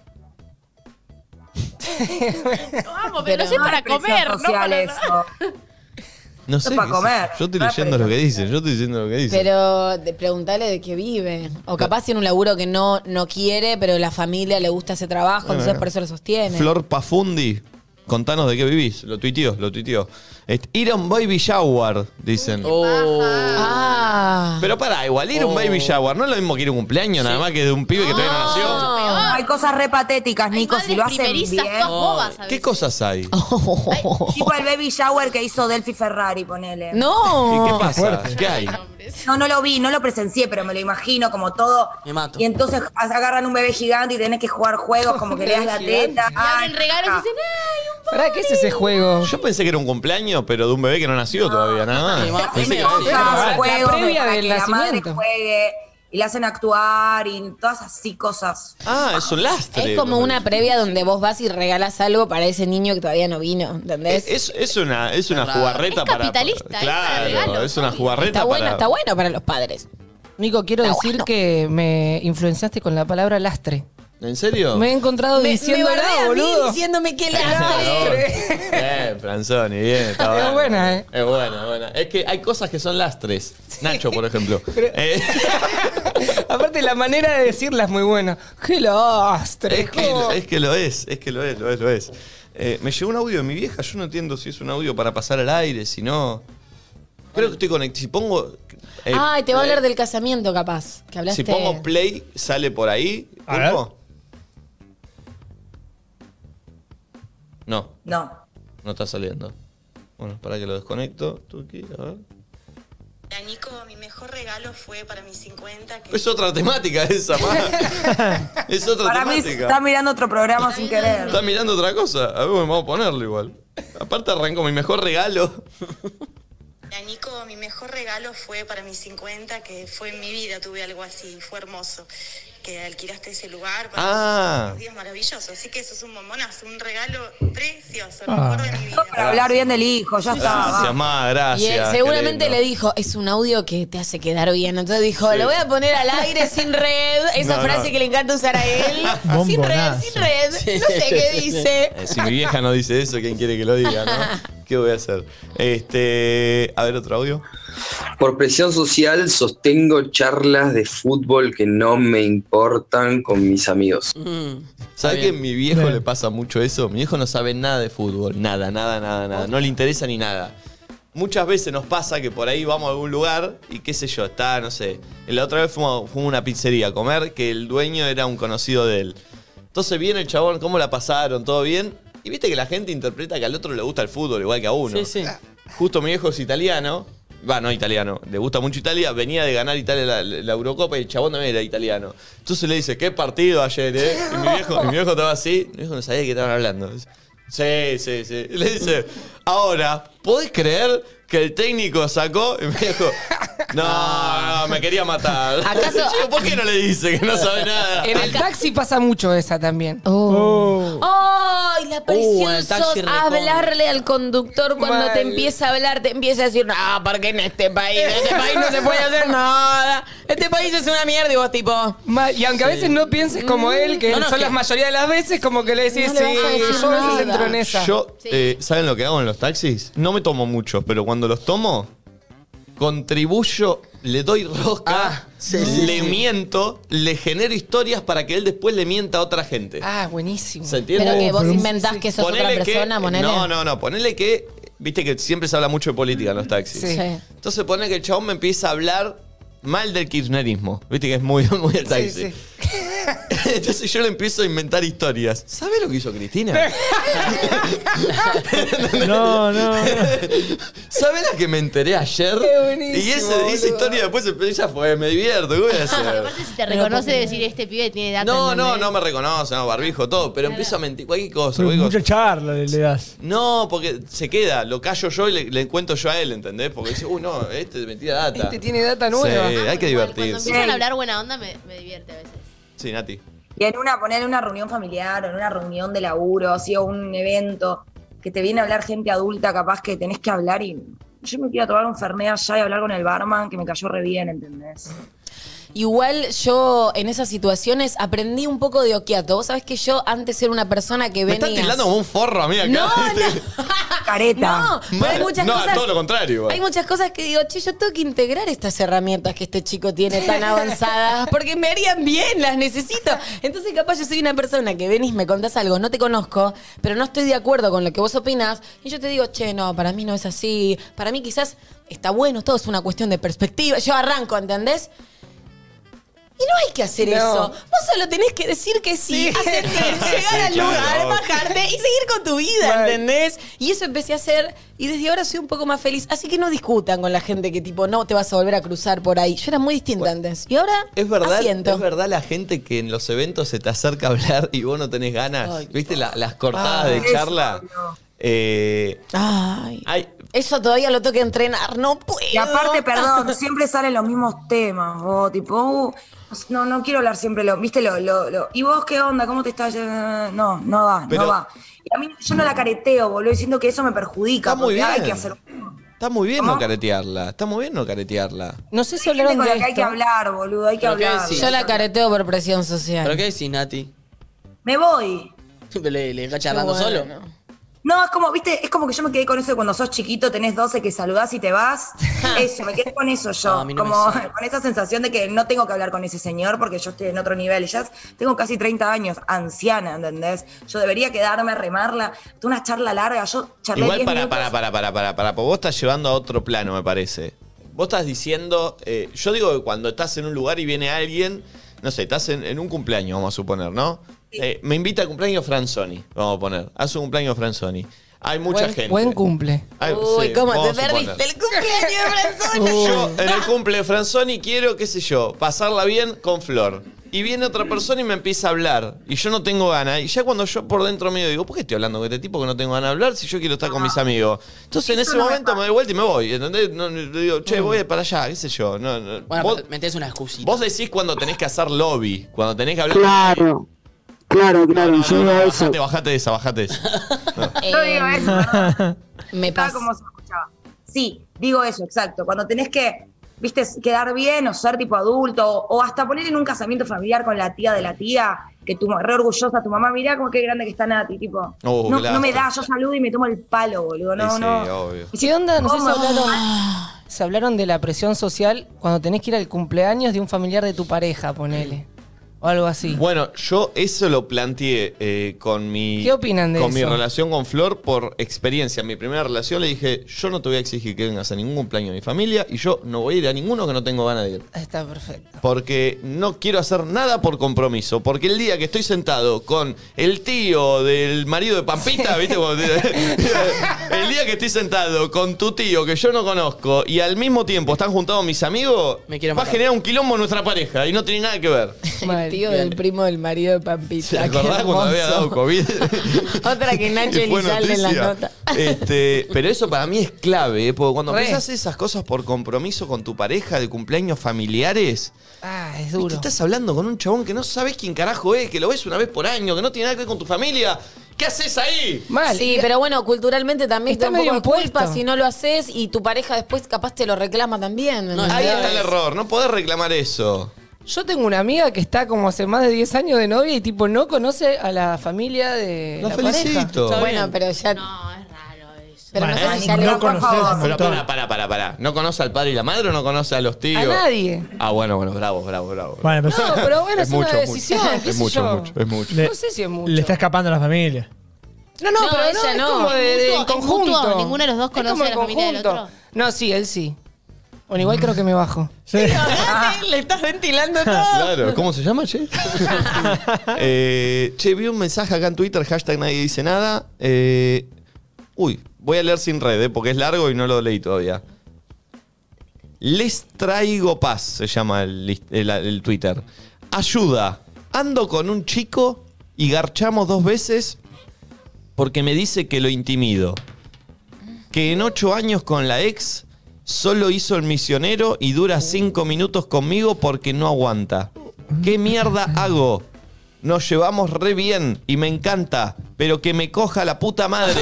Speaker 5: Vamos,
Speaker 2: pero no sé
Speaker 3: No es Ah, presión social eso.
Speaker 1: No
Speaker 3: Es
Speaker 1: sé.
Speaker 3: pa'
Speaker 1: qué sé
Speaker 3: comer.
Speaker 1: yo. Yo estoy
Speaker 3: No
Speaker 1: leyendo
Speaker 3: es presión
Speaker 1: lo que dicen, yo estoy diciendo lo que dicen.
Speaker 2: Pero de- preguntale de qué vive. O capaz tiene un laburo que no, no quiere, pero la familia le gusta ese trabajo, entonces por eso lo sostiene.
Speaker 1: Flor Pafundi, contanos de qué vivís. Lo tuiteó, lo tuiteó. Este, ir a un baby shower, dicen.
Speaker 4: Oh,
Speaker 2: Ah.
Speaker 1: Pero pará, igual ir a un baby shower no es lo mismo que ir a un cumpleaños, nada más que de un pibe que todavía no nació.
Speaker 4: Ah.
Speaker 3: Hay cosas repatéticas, Nico, si lo hacen bien.
Speaker 4: Ah,
Speaker 1: ¿Qué cosas hay?
Speaker 4: Oh.
Speaker 3: Tipo el baby shower que hizo Delphi Ferrari, ponele.
Speaker 2: No.
Speaker 1: ¿Qué, qué pasa?
Speaker 6: fuerte.
Speaker 1: ¿Qué hay?
Speaker 3: No, no lo vi, no lo presencié, pero me lo imagino como todo.
Speaker 4: Me mato.
Speaker 3: Y entonces agarran un bebé gigante y tenés que jugar juegos como que le das la teta.
Speaker 5: Y abren
Speaker 3: ay,
Speaker 5: regalos y
Speaker 3: ah.
Speaker 5: dicen, ¡ay, un
Speaker 9: ¿Para qué es ese juego?
Speaker 1: Yo pensé que era un cumpleaños, pero de un bebé que no nació todavía, nada
Speaker 4: Ay,
Speaker 1: más.
Speaker 4: mamá,
Speaker 1: Pensé que
Speaker 4: primero,
Speaker 1: era eso.
Speaker 3: Todos
Speaker 9: la
Speaker 3: juegos
Speaker 9: previa
Speaker 3: para
Speaker 9: del
Speaker 3: que la madre
Speaker 9: nacimiento.
Speaker 3: juegue y la hacen actuar y todas así cosas.
Speaker 1: Ah, es un lastre.
Speaker 2: Es como una previa donde vos vas y regalás algo para ese niño que todavía no vino, ¿entendés?
Speaker 1: Es, Eh, es- es una, es una jugarreta
Speaker 5: Es
Speaker 1: para.
Speaker 5: capitalista, es para
Speaker 1: claro,
Speaker 5: regalos,
Speaker 1: es una
Speaker 5: obvio.
Speaker 1: jugarreta
Speaker 2: está bueno,
Speaker 1: para.
Speaker 2: está bueno para los padres.
Speaker 9: Nico, quiero
Speaker 2: Está
Speaker 9: decir
Speaker 2: bueno.
Speaker 9: que me influenciaste con la palabra lastre.
Speaker 1: ¿En serio?
Speaker 9: Me he encontrado diciendo
Speaker 2: bardea a
Speaker 9: nada,
Speaker 2: mí
Speaker 9: boludo.
Speaker 2: diciéndome que
Speaker 1: Ah,
Speaker 2: la
Speaker 1: bueno. Bien, Franzoni, bien. Está
Speaker 9: Es
Speaker 1: bueno.
Speaker 9: buena, ¿eh?
Speaker 1: Es buena, buena. Es que hay cosas que son lastres. Nacho, por ejemplo. Eh,
Speaker 9: Aparte, la manera de decirla es muy buena. ¡Qué lastre!
Speaker 1: es, que,
Speaker 9: ¿cómo?
Speaker 1: es que lo es, es que lo es, lo es, lo es. Eh, me llegó un audio de mi vieja, yo no entiendo si es un audio para pasar al aire, si no. Creo que estoy conectado. Si pongo. eh,
Speaker 2: Ay, te va a
Speaker 1: play-
Speaker 2: hablar del casamiento, capaz. Que hablaste.
Speaker 1: Si pongo play, sale por ahí.
Speaker 6: A ver.
Speaker 1: ¿Pulpo? No,
Speaker 3: No.
Speaker 1: no está saliendo. Bueno, para que lo desconecto. Tuki, a ver.
Speaker 10: A Nico, mi mejor regalo fue para mis 50. Que
Speaker 1: Es otra temática esa, ma. Es otra
Speaker 3: Para mí
Speaker 1: temática.
Speaker 3: está mirando otro programa sin querer.
Speaker 1: Está mirando otra cosa. A ver, vamos a ponerlo igual. Aparte arrancó mi mejor regalo.
Speaker 10: A Nico, mi mejor regalo fue para mis 50, que fue en mi vida, tuve algo así, fue hermoso. Que alquilaste ese lugar
Speaker 1: Ah.
Speaker 10: unos días maravillosos. Así que eso es un bombonazo, un regalo precioso, el mejor de mi vida.
Speaker 3: Para hablar bien del hijo, ya está.
Speaker 1: Gracias,
Speaker 3: va.
Speaker 1: ma,
Speaker 2: Y él
Speaker 1: gracias.
Speaker 2: seguramente
Speaker 1: qué lindo.
Speaker 2: le dijo, es un audio que te hace quedar bien. Entonces dijo,
Speaker 1: Sí.
Speaker 2: lo voy a poner al aire sin red. Esa
Speaker 1: No,
Speaker 2: frase
Speaker 1: no.
Speaker 2: que le encanta usar a él. sin red,
Speaker 6: Bombonazo.
Speaker 2: sin red. No sé qué dice.
Speaker 1: Eh, Si mi vieja no dice eso, ¿quién quiere que lo diga, no? ¿Qué voy a hacer? Este. A ver, otro audio.
Speaker 11: Por presión social sostengo charlas de fútbol que no me importan con mis amigos.
Speaker 4: mm,
Speaker 1: ¿Sabes
Speaker 4: Está
Speaker 1: que a
Speaker 4: bien.
Speaker 1: mi viejo
Speaker 6: Bien.
Speaker 1: le pasa mucho eso? Mi viejo no sabe nada de fútbol, nada, nada, nada, nada. No le interesa ni nada. Muchas veces nos pasa que por ahí vamos a algún lugar y qué sé yo, está, no sé. La otra vez fuimos, fuimos a una pizzería a comer que el dueño era un conocido de él. Entonces viene el chabón, ¿cómo la pasaron? ¿Todo bien? Y viste que la gente interpreta que al otro le gusta el fútbol igual que a uno.
Speaker 4: Sí, sí.
Speaker 1: Justo mi viejo es italiano. Va, no italiano. Le gusta mucho Italia. Venía de ganar Italia la, la Eurocopa y el chabón también era italiano. Entonces le dice, qué partido ayer, ¿eh? Y mi viejo, y mi viejo estaba así. Mi viejo no sabía de qué estaban hablando. Sí, sí, sí. Y Le dice, ahora, ¿Podés creer que el técnico sacó y me dijo, no, no, me quería matar?
Speaker 9: ¿Acaso-
Speaker 1: Chico, ¿Por qué no le dice que no sabe nada?
Speaker 9: En el taxi pasa mucho esa también.
Speaker 2: Oh. ¡Ay, la
Speaker 9: en el
Speaker 2: preciosos!
Speaker 9: taxi recontra.
Speaker 2: hablarle al conductor cuando te empieza a hablar, te empieza a decir, no, porque en este país, en este país no se puede hacer nada. Este país es una mierda y vos tipo...
Speaker 9: Ma- Y aunque a veces no pienses como él, que
Speaker 2: No, no,
Speaker 9: son
Speaker 2: que-
Speaker 9: la mayoría de las veces, como que le decís,
Speaker 2: No le vas a
Speaker 9: sí,
Speaker 2: decir
Speaker 9: yo a veces
Speaker 2: nada.
Speaker 9: entro en esa.
Speaker 1: Yo, eh, ¿saben lo que hago en los taxis? No me tomo muchos, pero cuando los tomo, contribuyo, le doy rosca,
Speaker 9: Ah,
Speaker 1: le miento, le genero historias para que él después le mienta a otra gente.
Speaker 9: Ah, buenísimo.
Speaker 1: ¿Se entiende? Uh,
Speaker 2: Pero que vos inventás que sos otra
Speaker 1: Ponele que-
Speaker 2: persona, ponele.
Speaker 1: No, no, no. Ponele que. Viste que siempre se habla mucho de política en los taxis.
Speaker 2: Sí. Sí.
Speaker 1: Entonces pone que el chabón me empieza a hablar mal del kirchnerismo. Viste que es muy, muy el taxi. Entonces yo le empiezo a inventar historias. ¿Sabes lo que hizo Cristina?
Speaker 6: No, no.
Speaker 1: ¿Sabes la que me enteré ayer?
Speaker 5: buenísimo,
Speaker 1: y ese- esa
Speaker 5: boludo.
Speaker 1: historia después se- ya fue, me divierto, ¿qué voy a hacer?
Speaker 5: Si te reconoce decir este pibe tiene datos.
Speaker 1: No, no,
Speaker 5: ¿entendés?
Speaker 1: no me reconoce, no, barbijo, todo, pero empiezo a mentir, cualquier cosa,
Speaker 6: Pero
Speaker 1: cualquier cosa.
Speaker 6: mucha charla le, le das.
Speaker 1: No, porque se queda, lo callo yo y le, le cuento yo a él, ¿entendés? Porque dice, uy, no, este me tira data.
Speaker 9: Este tiene data
Speaker 1: Sí,
Speaker 9: nueva.
Speaker 1: hay
Speaker 2: Ah,
Speaker 1: que
Speaker 5: Cuando
Speaker 1: divertirse.
Speaker 5: empiezan a hablar buena onda me, me divierte a veces.
Speaker 1: Sí, Nati.
Speaker 3: Y en una, poner en una reunión familiar o en una reunión de laburo, así, o un evento, que te viene a hablar gente adulta, capaz que tenés que hablar y yo me quiero tomar un fernet allá y hablar con el barman, que me cayó re bien, ¿entendés?
Speaker 2: Igual yo en esas situaciones aprendí un poco de okiato. Vos sabés que yo antes era una persona que
Speaker 1: Me
Speaker 2: venía...
Speaker 1: estás tildando como un forro a mí acá.
Speaker 2: No,
Speaker 3: Careta.
Speaker 2: No, pero hay muchas
Speaker 1: no,
Speaker 2: cosas...
Speaker 1: todo lo contrario. igual.
Speaker 2: Hay muchas cosas que digo, che, yo tengo que integrar estas herramientas que este chico tiene tan avanzadas, porque me harían bien, las necesito. Entonces, capaz yo soy una persona que venís, me contás algo, no te conozco, pero no estoy de acuerdo con lo que vos opinás, y yo te digo, che, no, para mí no es así, para mí quizás está bueno, todo es una cuestión de perspectiva. Yo arranco, ¿entendés? Y no hay que hacer
Speaker 9: No.
Speaker 2: eso. Vos solo tenés que decir que sí, aceptar, llegar
Speaker 9: Sí,
Speaker 2: al
Speaker 9: claro.
Speaker 2: lugar, bajarte y seguir con tu vida,
Speaker 9: Mal.
Speaker 2: ¿entendés? Y eso empecé a hacer y desde ahora soy un poco más feliz. Así que no discutan con la gente que tipo, no te vas a volver a cruzar por ahí. Yo era muy distinta antes. Y ahora
Speaker 1: Es verdad,
Speaker 2: asiento.
Speaker 1: es verdad la gente que en los eventos se te acerca a hablar y vos no tenés ganas.
Speaker 2: Ay,
Speaker 1: ¿Viste la- las cortadas
Speaker 2: Ay,
Speaker 1: de charla? Eh,
Speaker 2: Ay.
Speaker 1: hay-
Speaker 2: Eso todavía lo tengo que entrenar, no puedo.
Speaker 3: Y aparte, perdón, siempre salen los mismos temas, vos, tipo, uh, no, no quiero hablar siempre lo, viste, lo, lo, lo- ¿y vos qué onda? ¿Cómo te estás? Eh, No, no va,
Speaker 1: Pero-
Speaker 3: no va. Y a mí, yo no la careteo, boludo, diciendo que eso me perjudica,
Speaker 1: Está muy
Speaker 3: porque hay
Speaker 1: bien.
Speaker 3: que hacer
Speaker 1: está muy bien no
Speaker 2: Ah.
Speaker 3: ¿Cómo?
Speaker 1: caretearla. Está muy bien no caretearla.
Speaker 9: No sé si
Speaker 3: Hay gente
Speaker 9: hablaron
Speaker 3: con
Speaker 9: de
Speaker 3: la que hay que
Speaker 9: esto.
Speaker 3: hablar, boludo, hay que
Speaker 4: ¿Pero qué
Speaker 3: hablar.
Speaker 4: decís?
Speaker 2: Yo la careteo por presión social.
Speaker 4: ¿Pero qué decís, Nati?
Speaker 3: Me voy.
Speaker 4: Siempre le, le está charlando
Speaker 2: bueno.
Speaker 4: solo.
Speaker 3: No, es como, viste, es como que yo me quedé con eso de cuando sos chiquito, tenés 12 que saludás y te vas. Eso, me quedé con eso yo.
Speaker 4: No, a mí no me
Speaker 3: como
Speaker 4: sale.
Speaker 3: con esa sensación de que no tengo que hablar con ese señor porque yo estoy en otro nivel. Ya tengo casi 30 años, anciana, ¿entendés? Yo debería quedarme a remarla. Tuve una charla larga, yo charlé
Speaker 1: Igual
Speaker 3: 10
Speaker 1: para,
Speaker 3: minutos.
Speaker 1: para, para, para, para, para, porque vos estás llevando a otro plano, me parece. Vos estás diciendo, eh, yo digo que cuando estás en un lugar y viene alguien, no sé, estás en, en un cumpleaños, vamos a suponer, ¿no? Eh, me invita al cumpleaños Franzoni, vamos a poner. Hace un cumpleaños Franzoni. Hay mucha
Speaker 9: buen,
Speaker 1: gente.
Speaker 9: buen cumple.
Speaker 1: Hay-
Speaker 2: Uy,
Speaker 1: sí,
Speaker 2: cómo te
Speaker 1: vamos a
Speaker 2: perdiste
Speaker 1: suponer.
Speaker 2: el cumpleaños de Franzoni.
Speaker 3: Oh.
Speaker 1: Yo en el cumple de Franzoni quiero, qué sé yo, pasarla bien con Flor. Y viene otra persona y me empieza a hablar. Y yo no tengo ganas. Y ya cuando yo por dentro mío digo, ¿por qué estoy hablando con este tipo que no tengo ganas de hablar si yo quiero estar con mis amigos? Entonces en
Speaker 3: Eso
Speaker 1: ese
Speaker 3: no Mm. me
Speaker 1: momento me doy vuelta y me voy. ¿Entendés? No, no, le digo, che, voy para allá, qué sé yo. No, no.
Speaker 4: Bueno,
Speaker 1: vos,
Speaker 4: pero metés una excusita.
Speaker 1: vos decís cuando tenés que hacer lobby, cuando tenés que hablar.
Speaker 12: Claro, claro, claro,
Speaker 1: No,
Speaker 12: yo
Speaker 1: no,
Speaker 12: iba a
Speaker 1: no,
Speaker 12: eso.
Speaker 1: bajate, bajate de esa, bajate de esa.
Speaker 3: Yo digo eso, ¿verdad?
Speaker 2: Me
Speaker 3: Estaba
Speaker 2: pasa.
Speaker 3: como se escuchaba. Sí, digo eso, exacto. Cuando tenés que, viste, quedar bien o ser tipo adulto o, o hasta poner en un casamiento familiar con la tía de la tía, que tu ma- re orgullosa, tu mamá, mirá como qué grande que está Nati, tipo.
Speaker 1: Oh,
Speaker 3: no,
Speaker 1: claro.
Speaker 3: no me da, yo saludo y me tomo el palo, boludo. No,
Speaker 1: Sí, sí,
Speaker 3: no.
Speaker 1: obvio.
Speaker 9: ¿Qué onda? No sé si
Speaker 3: ¿Cómo? Ah.
Speaker 9: hablaron, se hablaron de la presión social cuando tenés que ir al cumpleaños de un familiar de tu pareja, ponele. O algo así.
Speaker 1: Bueno, yo eso lo planteé eh, con mi.
Speaker 9: ¿Qué opinan de
Speaker 1: Con mi
Speaker 9: eso?
Speaker 1: relación con Flor por experiencia. En mi primera relación le dije: Yo no te voy a exigir que vengas a ningún cumpleaños de mi familia y yo no voy a ir a ninguno que no tengo ganas de ir.
Speaker 9: Está perfecto.
Speaker 1: Porque no quiero hacer nada por compromiso. Porque el día que estoy sentado con el tío del marido de Pampita, ¿viste? Cuando te- el día que estoy sentado con tu tío que yo no conozco y al mismo tiempo están juntados mis amigos,
Speaker 4: Me quiero
Speaker 1: va a
Speaker 4: matar.
Speaker 1: generar un quilombo en nuestra pareja y no tiene nada que ver.
Speaker 2: El tío del primo del marido de Pampita.
Speaker 1: ¿Te
Speaker 2: qué
Speaker 1: acordás cuando había
Speaker 2: hermoso.
Speaker 1: dado COVID?
Speaker 2: Otra que Nacho
Speaker 1: Y fue
Speaker 2: Elizalde en la
Speaker 1: noticia.
Speaker 2: nota.
Speaker 1: Este, pero eso para mí es clave, ¿eh? porque cuando
Speaker 2: Re.
Speaker 1: pensás esas cosas por compromiso con tu pareja de cumpleaños familiares,
Speaker 9: Ah, es
Speaker 1: te
Speaker 9: duro.
Speaker 1: estás hablando con un chabón que no sabes quién carajo es, que lo ves una vez por año, que no tiene nada que ver con tu familia. ¿Qué haces ahí?
Speaker 2: Sí, pero bueno, culturalmente también
Speaker 1: Está
Speaker 2: está un poco
Speaker 1: medio
Speaker 2: de culpa
Speaker 1: impuesto.
Speaker 2: si no lo haces y tu pareja después capaz te lo reclama también. ¿me
Speaker 1: Ahí
Speaker 2: entendés?
Speaker 1: está el error, no podés reclamar eso.
Speaker 9: Yo tengo una amiga que está como hace más de 10 años de novia y tipo no conoce a la familia de
Speaker 1: La
Speaker 9: la
Speaker 1: felicito.
Speaker 9: pareja.
Speaker 1: Bueno,
Speaker 2: pero ya...
Speaker 5: No, es raro eso.
Speaker 2: Pero
Speaker 1: Bueno,
Speaker 2: no sé
Speaker 1: es
Speaker 2: si ya le va, por favor.
Speaker 1: Pero pará, pará, pará, pará. ¿No conoce al padre y la madre o no conoce a los tíos?
Speaker 9: A nadie.
Speaker 1: Ah, bueno, bueno, bravo, bravo, bravo.
Speaker 6: Bueno, pero-
Speaker 9: No, pero bueno, es,
Speaker 1: mucho,
Speaker 9: una
Speaker 1: mucho.
Speaker 9: decisión. qué
Speaker 1: Es
Speaker 9: sé
Speaker 1: mucho,
Speaker 9: yo.
Speaker 1: mucho, es mucho.
Speaker 6: Le-
Speaker 9: No sé si es mucho.
Speaker 6: Le está escapando a la familia.
Speaker 9: No, no,
Speaker 5: No,
Speaker 9: pero no,
Speaker 5: ella
Speaker 9: es
Speaker 5: no.
Speaker 9: como de, de-
Speaker 5: Es
Speaker 9: en
Speaker 5: mutuo, es mutuo.
Speaker 9: conjunto.
Speaker 5: Ninguno de los dos
Speaker 9: Es
Speaker 5: conoce
Speaker 9: como
Speaker 5: a
Speaker 9: en
Speaker 5: la familia del
Speaker 9: conjunto.
Speaker 5: otro.
Speaker 9: No, sí, él sí. Bueno, igual creo que me bajo. Le estás ventilando
Speaker 1: Claro, ¿cómo se llama, Che? Eh, che, vi un mensaje acá en Twitter, hashtag nadie dice nada. Eh, uy, voy a leer sin red, eh, porque es largo y no lo leí todavía. Les traigo paz, se llama el, list- el- el Twitter. Ayuda, ando con un chico y garchamos dos veces porque me dice que lo intimido. Que en ocho años con la ex solo hizo el misionero y
Speaker 6: Oh.
Speaker 1: dura cinco minutos conmigo porque no aguanta. ¿Qué mierda hago? Nos llevamos re bien y me encanta, pero que me coja la puta madre.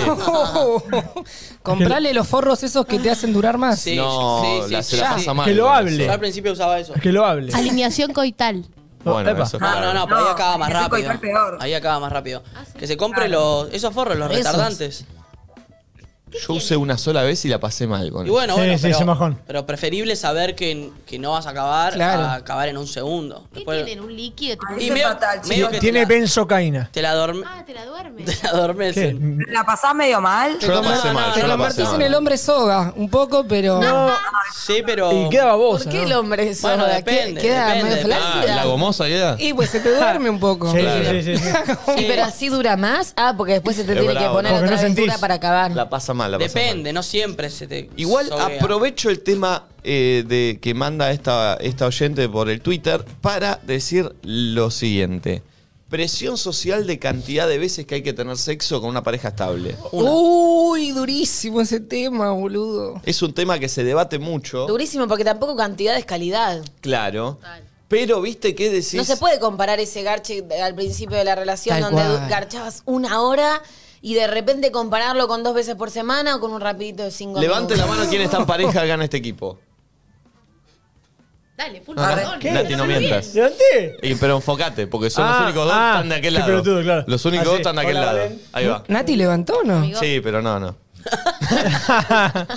Speaker 9: Comprale los forros esos que te hacen durar más.
Speaker 1: no, la- se la
Speaker 9: ya.
Speaker 1: pasa mal.
Speaker 6: Que lo
Speaker 1: con
Speaker 6: hable.
Speaker 4: Yo
Speaker 1: eso.
Speaker 4: al principio usaba eso.
Speaker 6: Que lo hable.
Speaker 5: Alineación coital.
Speaker 1: Bueno,
Speaker 6: Epa.
Speaker 1: eso es
Speaker 4: No,
Speaker 1: claro.
Speaker 4: no, no, pero ahí
Speaker 3: No,
Speaker 4: acaba más
Speaker 3: ese
Speaker 4: rápido.
Speaker 3: coital peor.
Speaker 4: Ahí acaba más rápido. Que se compre los, esos forros, los
Speaker 2: Esos.
Speaker 4: retardantes.
Speaker 1: Yo usé una sola vez y la pasé mal con
Speaker 4: Y bueno,
Speaker 6: Sí,
Speaker 4: bueno,
Speaker 6: sí, ese
Speaker 4: pero,
Speaker 6: majón.
Speaker 4: pero preferible saber que, que no vas a acabar
Speaker 6: Claro.
Speaker 4: a acabar en un segundo.
Speaker 5: ¿Qué
Speaker 4: Después-
Speaker 5: tienen? ¿Un líquido? ¿Te
Speaker 3: Ay,
Speaker 5: ponen-
Speaker 4: y
Speaker 3: Ah, Ese
Speaker 4: medio,
Speaker 3: es fatal,
Speaker 4: medio
Speaker 3: chicos.
Speaker 4: que
Speaker 6: Tiene
Speaker 4: te la,
Speaker 6: benzocaina.
Speaker 4: te la dorme-
Speaker 5: Ah, te la
Speaker 4: te
Speaker 5: duermes.
Speaker 4: la adormecen.
Speaker 6: ¿Qué?
Speaker 3: ¿La pasás medio mal?
Speaker 1: Yo la pasé mal, yo
Speaker 9: Te
Speaker 1: la pasé
Speaker 9: convertís en el
Speaker 1: mal.
Speaker 9: hombre soga, un poco, pero.
Speaker 4: Sí, pero.
Speaker 6: Y queda babosa.
Speaker 2: ¿Por qué el
Speaker 6: ¿no?
Speaker 2: hombre es
Speaker 4: Bueno,
Speaker 2: sorda?
Speaker 4: depende,
Speaker 2: ¿Queda
Speaker 4: depende,
Speaker 2: medio
Speaker 4: depende.
Speaker 1: Ah, la
Speaker 2: flácida?
Speaker 1: gomosa queda.
Speaker 9: Y pues se te duerme un poco.
Speaker 6: Sí,
Speaker 1: Claro.
Speaker 6: sí, sí, sí, sí.
Speaker 2: Sí, pero así dura más. Ah, porque después se te
Speaker 1: Es
Speaker 2: tiene que
Speaker 1: bravo,
Speaker 2: poner
Speaker 6: ¿no? Porque
Speaker 2: otra
Speaker 6: no
Speaker 2: vez
Speaker 6: sentís.
Speaker 2: dura para acabar.
Speaker 1: La pasa mal, la pasa mal.
Speaker 4: Depende, no siempre se te.
Speaker 1: Igual
Speaker 4: soguea.
Speaker 1: aprovecho el tema eh, de que manda esta, esta oyente por el Twitter para decir lo siguiente. Presión social de cantidad de veces que hay que tener sexo con una pareja estable.
Speaker 9: Uy, durísimo ese tema, boludo.
Speaker 1: Es un tema que se debate mucho,
Speaker 2: Durísimo, porque tampoco cantidad es calidad.
Speaker 1: claro. Pero viste qué decís.
Speaker 2: No se puede comparar ese garche de- al principio de la relación
Speaker 9: Tal
Speaker 2: donde
Speaker 9: cual.
Speaker 2: garchabas una hora y de repente compararlo con dos veces por semana o con un rapidito de cinco
Speaker 1: Levante la
Speaker 2: minutos.
Speaker 1: mano quien está en pareja gana este equipo.
Speaker 5: Dale, pulpo.
Speaker 1: Latino
Speaker 5: perdón.
Speaker 1: Nati, no mientas.
Speaker 6: ¿Levanté?
Speaker 1: Y, pero enfócate, porque son los
Speaker 6: Ah,
Speaker 1: únicos dos que
Speaker 6: ah,
Speaker 1: están de aquel
Speaker 6: qué
Speaker 1: lado.
Speaker 6: pelotudo, claro.
Speaker 1: Los únicos
Speaker 6: Ah,
Speaker 1: dos
Speaker 6: sí.
Speaker 1: están de aquel
Speaker 6: Hola,
Speaker 1: lado.
Speaker 6: Valen.
Speaker 1: Ahí va.
Speaker 9: ¿Nati levantó o no?
Speaker 1: Sí, pero no, no.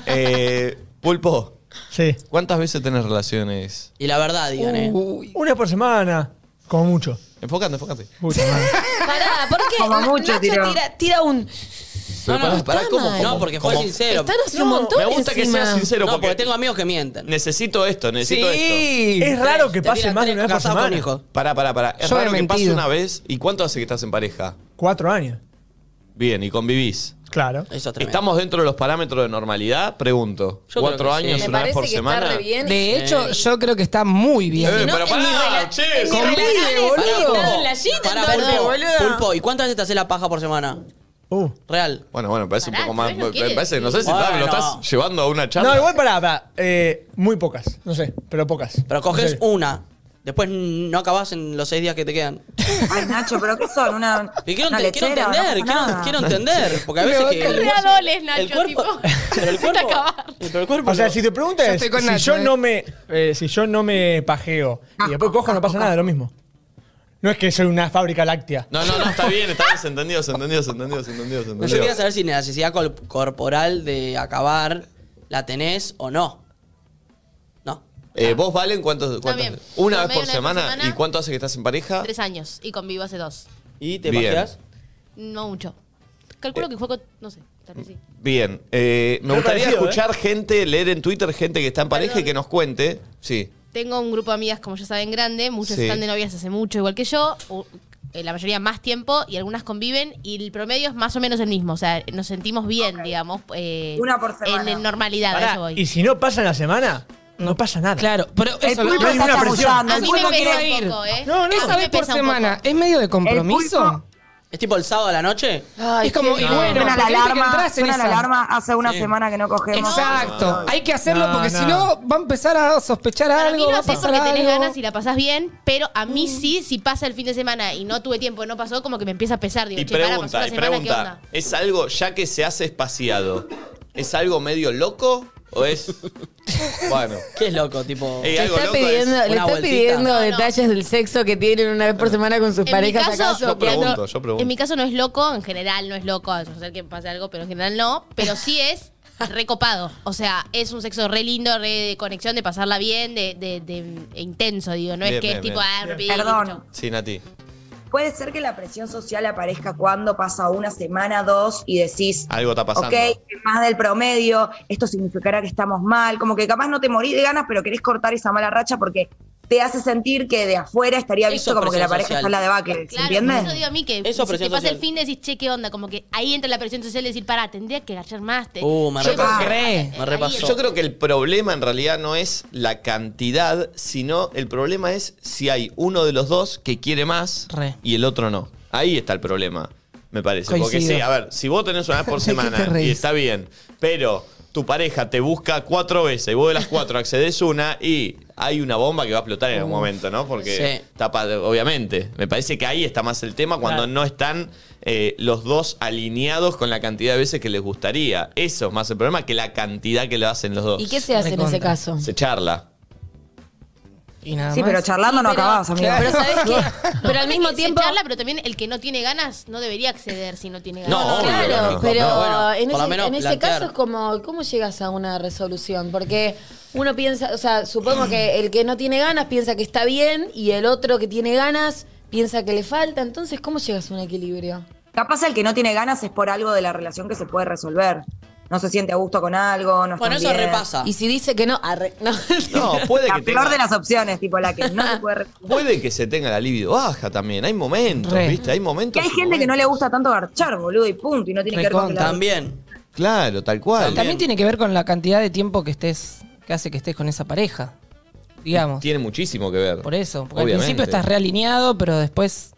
Speaker 1: Eh, Pulpo,
Speaker 6: Sí.
Speaker 1: ¿cuántas veces tenés relaciones
Speaker 4: Y la
Speaker 9: Ah,
Speaker 4: verdad, digan, ¿eh?
Speaker 9: Uy.
Speaker 6: Una por semana, como mucho.
Speaker 1: Enfócate, enfócate.
Speaker 6: Puta madre.
Speaker 2: Pará, Ah, ¿por qué?
Speaker 3: Como mucho
Speaker 2: Nacho
Speaker 3: tiró.
Speaker 2: tira, tira un...
Speaker 4: No, no,
Speaker 1: pará, pará,
Speaker 2: está
Speaker 1: ¿cómo,
Speaker 2: mal.
Speaker 1: cómo,
Speaker 4: No, porque
Speaker 1: cómo?
Speaker 4: fue sincero.
Speaker 2: Están hace un montón
Speaker 1: Me gusta que
Speaker 2: encima.
Speaker 1: seas sincero
Speaker 4: No, porque...
Speaker 1: porque
Speaker 4: tengo amigos que mienten.
Speaker 1: necesito esto, necesito esto.
Speaker 9: Sí.
Speaker 6: Es raro que
Speaker 4: Te
Speaker 6: pase
Speaker 4: tiran
Speaker 6: más de
Speaker 4: tres
Speaker 6: una vez por
Speaker 4: casados con
Speaker 6: semana.
Speaker 4: hijos.
Speaker 1: Pará, pará, pará. Es
Speaker 9: Yo he
Speaker 1: raro que pase
Speaker 9: mentido.
Speaker 1: una vez. ¿Y cuánto hace que estás en pareja?
Speaker 6: Cuatro años.
Speaker 1: Bien, y convivís.
Speaker 6: Claro.
Speaker 4: Eso es tremendo.
Speaker 1: ¿Estamos dentro de los parámetros de normalidad? Pregunto.
Speaker 4: Yo creo
Speaker 1: ¿Cuatro
Speaker 4: que
Speaker 1: años,
Speaker 4: sí.
Speaker 2: Me
Speaker 1: una
Speaker 2: parece
Speaker 1: vez por
Speaker 2: que
Speaker 1: semana?
Speaker 2: está re bien.
Speaker 9: De hecho, yo creo que está muy bien.
Speaker 1: Eh,
Speaker 2: no,
Speaker 1: pero
Speaker 2: en mi
Speaker 1: pará,
Speaker 2: rela-
Speaker 1: che.
Speaker 2: en mi
Speaker 1: con-
Speaker 2: rela-
Speaker 9: Convive,
Speaker 2: Pará,
Speaker 9: boludo.
Speaker 2: pará, en la gita,
Speaker 4: Pará,
Speaker 2: entonces,
Speaker 4: pulpo,
Speaker 2: boludo.
Speaker 4: Pulpo, ¿y cuántas veces te haces la paja por semana?
Speaker 6: Uh.
Speaker 4: Real.
Speaker 1: Bueno, bueno, me parece un
Speaker 5: Pará,
Speaker 1: poco más.
Speaker 5: tal vez no
Speaker 1: me
Speaker 5: quiere
Speaker 1: parece, no sé
Speaker 5: decir.
Speaker 1: si está- lo
Speaker 4: Bueno.
Speaker 1: estás llevando a una charla.
Speaker 6: No, igual pará,
Speaker 9: Ah.
Speaker 6: pará. Eh, muy pocas. No sé, pero pocas.
Speaker 4: Pero coges
Speaker 6: Sí.
Speaker 4: una. Después no acabás en los seis días que te quedan.
Speaker 3: Ay, Nacho, ¿pero qué son? Una,
Speaker 4: Y quiero,
Speaker 3: una
Speaker 4: ente- quiero entender,
Speaker 3: lechera, no pasa
Speaker 4: quiero,
Speaker 3: nada.
Speaker 4: quiero entender. Porque a veces que.
Speaker 5: Re adoles, Nacho,
Speaker 4: el cuerpo.
Speaker 5: tipo.
Speaker 4: Pero el cuerpo.
Speaker 5: Hasta acabar.
Speaker 4: Pero el cuerpo.
Speaker 6: O sea,
Speaker 4: no-
Speaker 6: si te preguntas,
Speaker 9: Yo estoy con
Speaker 6: si
Speaker 9: Nacho,
Speaker 6: yo
Speaker 9: eh. Ah,
Speaker 6: no me eh, si yo no me pajeo y después cojo no pasa nada, lo mismo. No es que soy una fábrica láctea.
Speaker 1: No, no, no, está bien, está bien, se entendió, se entendió, se entendió, se entendió, se
Speaker 4: No,
Speaker 1: entendió.
Speaker 4: yo quería saber si la necesidad col- corporal de acabar la tenés o no. No.
Speaker 1: Eh, ¿Vos valen cuántos? cuántas-
Speaker 5: bien. Promedio
Speaker 1: Una vez por
Speaker 5: una vez por
Speaker 1: semana.
Speaker 5: semana.
Speaker 1: ¿Y cuánto hace que estás en pareja?
Speaker 5: Tres años y convivo hace dos.
Speaker 4: ¿Y te
Speaker 1: Bien. Eh.
Speaker 4: pajeás?
Speaker 5: No mucho. Calculo que fue con. No sé, tal vez sí.
Speaker 1: Bien, eh, me
Speaker 6: Pero
Speaker 1: gustaría
Speaker 6: parecido,
Speaker 1: escuchar gente, leer en Twitter gente que está en pareja y
Speaker 5: Perdón.
Speaker 1: que nos cuente. Sí.
Speaker 5: Tengo un grupo de amigas, como ya saben, grande. Muchas
Speaker 1: Sí.
Speaker 5: están de novias hace mucho, igual que yo. u- eh, La mayoría más tiempo y algunas conviven y el promedio es más o menos el mismo. O sea, nos sentimos bien, digamos. eh,
Speaker 3: Una por
Speaker 5: En,
Speaker 3: semana.
Speaker 5: en normalidad, a
Speaker 6: Pará,
Speaker 5: eso voy.
Speaker 6: y si no pasa en la semana, No pasa nada.
Speaker 9: Claro, pero
Speaker 6: El
Speaker 9: eso lo-
Speaker 6: pulpo
Speaker 9: no hay
Speaker 6: está
Speaker 9: ninguna presión.
Speaker 6: chamullando,
Speaker 9: A
Speaker 6: el
Speaker 9: mí
Speaker 6: pulpo
Speaker 9: me
Speaker 6: quiere
Speaker 9: pesa
Speaker 6: ir.
Speaker 9: un poco, ¿eh?
Speaker 6: No, no,
Speaker 9: Eso
Speaker 6: una
Speaker 9: me
Speaker 6: vez
Speaker 9: pesa
Speaker 6: por
Speaker 9: un
Speaker 6: semana.
Speaker 9: poco. ¿Es medio de compromiso?
Speaker 4: ¿Es tipo el sábado a la noche?
Speaker 9: es como, y bueno,
Speaker 3: suena la
Speaker 9: porque viste que
Speaker 3: alarma,
Speaker 9: entras en
Speaker 3: suena la
Speaker 9: esa.
Speaker 3: alarma, hace una
Speaker 9: Sí.
Speaker 3: semana que no cogemos.
Speaker 9: Exacto. Hay que hacerlo
Speaker 6: No,
Speaker 9: porque
Speaker 6: no.
Speaker 9: si no va a empezar a sospechar
Speaker 5: Para mí
Speaker 9: algo,
Speaker 5: lo
Speaker 9: va a
Speaker 5: haces
Speaker 9: pasar
Speaker 5: porque tenés ganas y
Speaker 9: algo.
Speaker 5: la pasás bien, pero a mí
Speaker 3: Mm.
Speaker 5: sí, si pasa el fin de semana y no tuve tiempo, no pasó, como que me empieza a pesar. Digo,
Speaker 1: Y
Speaker 5: che, pará, pasó
Speaker 1: pregunta,
Speaker 5: una
Speaker 1: y
Speaker 5: semana, ¿qué
Speaker 1: pregunta,
Speaker 5: onda?
Speaker 1: ¿es algo, ya que se hace espaciado, es algo medio loco o es. Bueno.
Speaker 4: ¿Qué es loco? Tipo.
Speaker 1: Eh,
Speaker 2: Le
Speaker 1: algo
Speaker 2: está
Speaker 1: loco es
Speaker 2: pidiendo, le
Speaker 1: una
Speaker 2: está
Speaker 1: vueltita.
Speaker 2: pidiendo detalles del sexo que tienen una vez por semana con sus
Speaker 5: En
Speaker 2: parejas.
Speaker 5: mi caso-
Speaker 2: ¿acaso?
Speaker 1: Yo pregunto, yo pregunto.
Speaker 5: En mi caso no es loco, en general no es loco, a no ser que pase algo, pero en general no. Pero sí es recopado. O sea, es un sexo re lindo, re de conexión, de pasarla bien, de, de- de- e intenso, digo. No
Speaker 1: Bien,
Speaker 5: es que es
Speaker 1: bien,
Speaker 5: tipo,
Speaker 1: bien.
Speaker 5: ah, rapidito.
Speaker 3: Perdón.
Speaker 1: Sí, Nati.
Speaker 3: Puede ser que la presión social aparezca cuando pasa una semana, dos y decís,
Speaker 1: Algo está pasando.
Speaker 3: ok, es más del promedio, esto significará que estamos mal, como que capaz no te morís de ganas, pero querés cortar esa mala racha porque te hace sentir que de afuera estaría
Speaker 4: Eso
Speaker 3: visto
Speaker 4: es
Speaker 3: como que
Speaker 4: presión
Speaker 3: la pareja
Speaker 4: social.
Speaker 3: está en la debacle, ¿se
Speaker 5: Claro, por eso
Speaker 3: entiende?
Speaker 5: digo a mí que
Speaker 4: Eso es
Speaker 5: si te
Speaker 4: presión
Speaker 5: pasa
Speaker 4: social.
Speaker 5: el fin de decís, che, ¿qué onda? Como que ahí entra la presión social de decir, pará, tendría que agachar más. te-
Speaker 4: Uh, me
Speaker 5: che,
Speaker 4: repasó.
Speaker 5: pará,
Speaker 9: Re.
Speaker 4: Me repasó.
Speaker 1: Yo creo que el problema en realidad no es la cantidad, sino el problema es si hay uno de los dos que quiere más
Speaker 9: Re.
Speaker 1: y el otro no. Ahí está el problema, me parece. Porque
Speaker 9: Coincido.
Speaker 1: sí, a ver, si vos tenés una vez por
Speaker 9: ¿De qué te
Speaker 1: semana
Speaker 9: reís?
Speaker 1: y está bien, pero tu pareja te busca cuatro veces y vos de las cuatro accedes una y hay una bomba que va a explotar en algún momento, ¿no? Porque
Speaker 4: Sí.
Speaker 1: está pa- obviamente. Me parece que ahí está más el tema cuando
Speaker 9: Claro.
Speaker 1: no están eh, los dos alineados con la cantidad de veces que les gustaría. Eso es más el problema que la cantidad que lo hacen los dos.
Speaker 2: ¿Y qué se hace en
Speaker 9: Recontra.
Speaker 2: ese caso?
Speaker 1: Se charla.
Speaker 9: Y nada
Speaker 3: Sí,
Speaker 9: más.
Speaker 3: pero charlando no
Speaker 2: Pero-
Speaker 3: acabás, amigo.
Speaker 2: Pero ¿sabés qué? Pero al
Speaker 5: Aparte
Speaker 2: mismo
Speaker 5: que se
Speaker 2: tiempo...
Speaker 5: charla, pero también el que no tiene ganas no debería acceder si no tiene ganas.
Speaker 1: No, obvio,
Speaker 2: Claro,
Speaker 1: lógico,
Speaker 2: pero
Speaker 1: no,
Speaker 4: bueno,
Speaker 2: en
Speaker 4: por lo
Speaker 2: ese,
Speaker 4: menos
Speaker 2: en ese
Speaker 4: plantear.
Speaker 2: caso es como, ¿cómo llegas a una resolución? Porque uno piensa, o sea, supongo que el que no tiene ganas piensa que está bien y el otro que tiene ganas piensa que le falta. Entonces, ¿cómo llegas a un equilibrio?
Speaker 3: Capaz el que no tiene ganas es por algo de la relación que se puede resolver. No se siente a gusto con algo, no
Speaker 4: Bueno,
Speaker 3: están
Speaker 4: eso
Speaker 3: bien.
Speaker 4: repasa.
Speaker 2: Y si dice que no, arre- no.
Speaker 1: No, puede
Speaker 3: La
Speaker 1: que
Speaker 3: peor
Speaker 1: tenga,
Speaker 3: de las opciones, tipo la que no se puede resolver.
Speaker 1: puede que se tenga la libido baja también. Hay momentos,
Speaker 9: Re.
Speaker 1: ¿viste? Hay
Speaker 3: Que
Speaker 1: momentos.
Speaker 3: hay
Speaker 1: y
Speaker 3: gente que no le
Speaker 1: momentos.
Speaker 3: gusta tanto garchar, boludo, y punto, y no tiene que ver con que la-
Speaker 4: También.
Speaker 1: Claro, tal cual.
Speaker 4: También.
Speaker 9: También tiene que ver con la cantidad de tiempo que estés, que hace que estés con esa pareja. Digamos.
Speaker 1: Tiene muchísimo que ver.
Speaker 9: Por eso. Porque al
Speaker 1: Obviamente.
Speaker 9: principio estás realineado, pero después.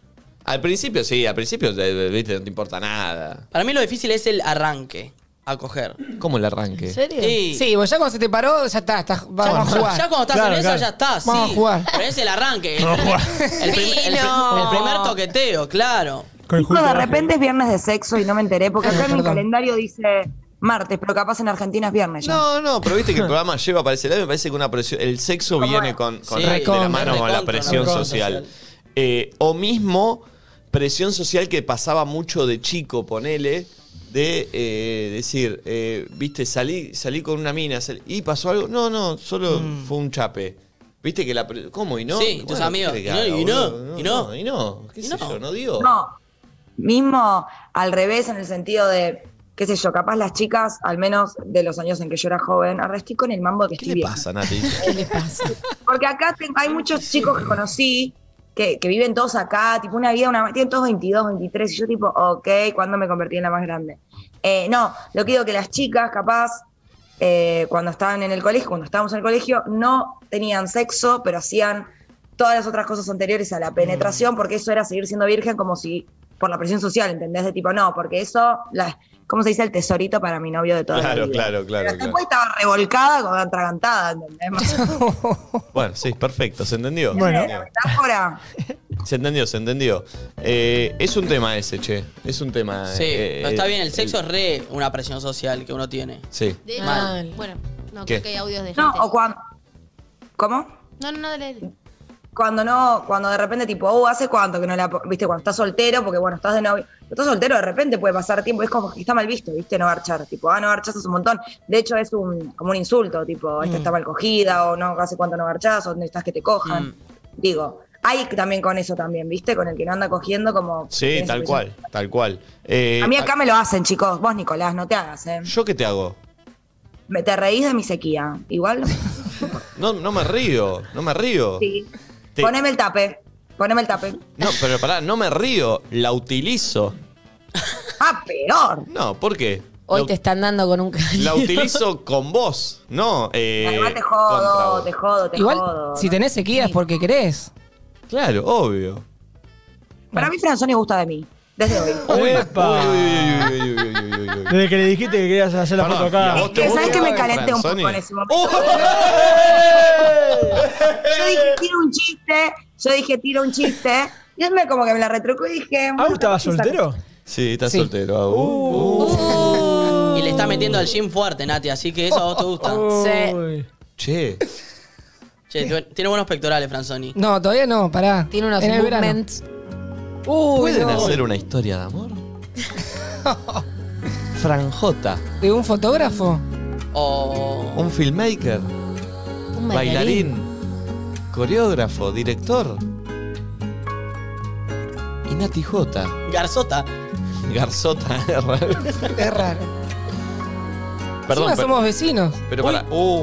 Speaker 1: Al principio sí, al principio te- viste, no te importa nada.
Speaker 4: Para mí lo difícil es el arranque a coger.
Speaker 1: ¿Cómo el arranque?
Speaker 2: ¿En serio?
Speaker 4: Sí.
Speaker 9: Sí, vos ya cuando se te paró, ya está, estás- vamos a
Speaker 4: Ya-
Speaker 9: jugar.
Speaker 4: Ya cuando estás
Speaker 6: Claro,
Speaker 4: en
Speaker 6: claro.
Speaker 4: esa, ya estás.
Speaker 9: Vamos
Speaker 4: sí.
Speaker 9: a jugar.
Speaker 4: Pero es el arranque.
Speaker 6: Vamos a jugar.
Speaker 4: El, prim- el pr- el primer toqueteo, claro.
Speaker 6: Con el
Speaker 3: Chicos,
Speaker 6: jugo
Speaker 3: de
Speaker 6: de
Speaker 3: repente es viernes de sexo y no me enteré, porque acá en mi
Speaker 9: perdón.
Speaker 3: calendario dice martes, pero capaz en Argentina es viernes ya.
Speaker 1: No, no, pero viste que el programa lleva para ese lado. Me parece que una presión, el sexo viene con, con
Speaker 4: Sí,
Speaker 1: la, de la
Speaker 9: recontra,
Speaker 1: mano con la
Speaker 4: recontra,
Speaker 1: presión
Speaker 4: recontra
Speaker 1: social.
Speaker 4: social.
Speaker 1: Eh, o mismo, presión social que pasaba mucho de chico, ponele, de eh, decir, eh, viste, salí, salí con una mina sal- y pasó algo. No, no, solo fue un chape. Viste que la. pre- ¿Cómo? ¿Y no?
Speaker 4: Mm. Sí, tus
Speaker 1: ¿qué
Speaker 4: amigos,
Speaker 1: querés que
Speaker 4: y no,
Speaker 1: haga,
Speaker 4: y no,
Speaker 1: boludo?
Speaker 4: y no.
Speaker 1: ¿Y no? ¿Qué
Speaker 4: Y
Speaker 1: sé
Speaker 4: no.
Speaker 1: yo? ¿No dio?
Speaker 3: No, mismo al revés en el sentido de, qué sé yo, capaz las chicas, al menos de los años en que yo era joven, ahora estoy con el mambo que
Speaker 1: ¿Qué
Speaker 3: estoy
Speaker 1: le
Speaker 3: bien.
Speaker 1: pasa, Nati?
Speaker 3: Porque acá te- hay muchos chicos que conocí que, que viven todos acá, tipo una vida, una tienen todos 22, 23, y yo tipo, ok, ¿cuándo me convertí en la más grande? Eh, no, lo que digo que las chicas, capaz, eh, cuando estaban en el colegio, cuando estábamos en el colegio, no tenían sexo, pero hacían todas las otras cosas anteriores a la penetración, porque eso era seguir siendo virgen como si, por la presión social, ¿entendés? De tipo, no, porque eso, la, ¿cómo se dice? El tesorito para mi novio de toda la
Speaker 1: Claro,
Speaker 3: vida.
Speaker 1: claro,
Speaker 3: Pero
Speaker 1: claro.
Speaker 3: después
Speaker 1: claro.
Speaker 3: estaba revolcada, como atragantada, ¿entendés? Más o menos
Speaker 1: Bueno, sí, perfecto, ¿se entendió?
Speaker 6: Bueno.
Speaker 1: Ya.
Speaker 3: la metáfora.
Speaker 1: Se entendió, se entendió. Eh, es un tema ese, che. Es un tema.
Speaker 4: Sí,
Speaker 1: eh,
Speaker 4: pero está bien,
Speaker 1: eh,
Speaker 4: el sexo es re una presión social que uno tiene.
Speaker 1: Sí.
Speaker 5: De hecho,
Speaker 2: Mal.
Speaker 5: bueno, no,
Speaker 1: ¿Qué?
Speaker 5: creo que hay audios de gente.
Speaker 3: No, o cuando. ¿Cómo?
Speaker 5: No, no, no, dale, dale.
Speaker 3: Cuando no, cuando de repente, tipo, oh, ¿hace cuánto que no la. po-?" Viste, cuando estás soltero, porque bueno, estás de novio. Cuando Estás soltero, de repente puede pasar tiempo, es como que está mal visto, ¿viste? No garchar. Tipo, ah, no garchas es un montón. De hecho, es un, como un insulto, tipo,
Speaker 1: Mm.
Speaker 3: esta está mal cogida, o no, ¿hace cuánto no garchas? O necesitas que te cojan.
Speaker 4: Mm.
Speaker 3: Digo, hay también con eso también, ¿viste? Con el que no anda cogiendo, como.
Speaker 1: Sí,
Speaker 3: tienes
Speaker 1: tal
Speaker 3: presión.
Speaker 1: cual, tal cual. Eh,
Speaker 3: A mí acá me lo hacen, chicos. Vos, Nicolás, no te hagas, ¿eh?
Speaker 1: ¿Yo qué te hago?
Speaker 3: Me, te reís de mi sequía. Igual.
Speaker 1: No, no me río, no me río.
Speaker 3: Sí.
Speaker 1: Te-
Speaker 3: Poneme el tape. Poneme el tape.
Speaker 1: No, pero pará, no me río, la utilizo.
Speaker 3: Ah, peor.
Speaker 1: No, ¿por qué?
Speaker 2: O Hoy
Speaker 1: La-
Speaker 2: te están dando con un caño.
Speaker 1: La utilizo con vos, no. eh,
Speaker 3: Igual te jodo, te jodo, te
Speaker 9: Igual,
Speaker 3: jodo.
Speaker 9: si tenés sequía es porque querés.
Speaker 1: Claro, obvio.
Speaker 3: Para mí Franzoni gusta de mí. Desde hoy.
Speaker 6: ¡Epa! Desde que le dijiste que querías hacer la foto acá.
Speaker 3: Es que sabes que me calenté un poco en ese momento.
Speaker 6: ¡Oh!
Speaker 3: Yo dije, tiro un chiste. Yo dije, tiro un chiste. Y él me como que me la retrucó y dije.
Speaker 6: ¿Abu estaba ¿Ah, soltero?
Speaker 1: Sí, estás soltero, Ah, uh, Abu.
Speaker 4: Y le está metiendo al gym fuerte, Nati, así que eso a vos te gusta.
Speaker 9: Oh.
Speaker 2: Sí.
Speaker 1: Che.
Speaker 4: Che, tu- tiene buenos pectorales, Franzoni.
Speaker 9: No, todavía no, pará.
Speaker 2: Tiene unos
Speaker 9: En el verano.
Speaker 2: movements.
Speaker 9: Uy,
Speaker 1: ¿Pueden
Speaker 9: no.
Speaker 1: hacer una historia de amor? Franjota,
Speaker 9: ¿De un fotógrafo?
Speaker 4: O
Speaker 1: un filmmaker,
Speaker 2: Un
Speaker 1: bailarín.
Speaker 2: bailarín.
Speaker 1: coreógrafo, director. Y Nati J.
Speaker 4: Garzota.
Speaker 1: Garzota.
Speaker 9: Es raro.
Speaker 1: Perdón,
Speaker 9: Encima
Speaker 1: pero,
Speaker 9: somos vecinos.
Speaker 1: pero para. Uh,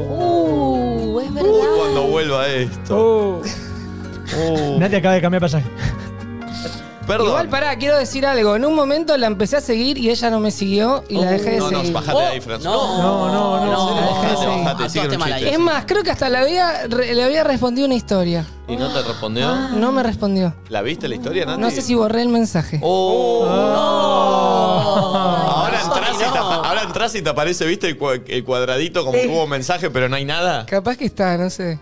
Speaker 2: Uh, es verdad.
Speaker 1: uy, cuando vuelva esto.
Speaker 6: Oh.
Speaker 1: Uh,
Speaker 6: Nadie acaba de cambiar pasaje.
Speaker 1: perdón.
Speaker 9: Igual, pará, quiero decir algo. En un momento la empecé a seguir y ella no me siguió y la dejé de
Speaker 1: Uh, no,
Speaker 9: seguir.
Speaker 1: no, bajate de ahí, Franz.
Speaker 4: No,
Speaker 6: no, no,
Speaker 4: no.
Speaker 2: Oh,
Speaker 1: Bajate,
Speaker 9: Oh. no.
Speaker 1: bajate, sigue
Speaker 4: Actuaste
Speaker 1: un
Speaker 4: mal ahí.
Speaker 1: chiste.
Speaker 9: Es más, creo que hasta le había, re- le había respondido una historia.
Speaker 1: ¿Y no te respondió?
Speaker 9: Ah. No me respondió.
Speaker 1: ¿La viste la historia, Nati?
Speaker 9: No sé si borré el mensaje.
Speaker 1: Ah, Oh. Ahora,
Speaker 4: Ay,
Speaker 1: entras y
Speaker 4: no.
Speaker 1: te, apa- ahora entras y te aparece, viste, el cua- el cuadradito como que hubo un mensaje, pero no hay nada.
Speaker 9: Capaz que está, no sé.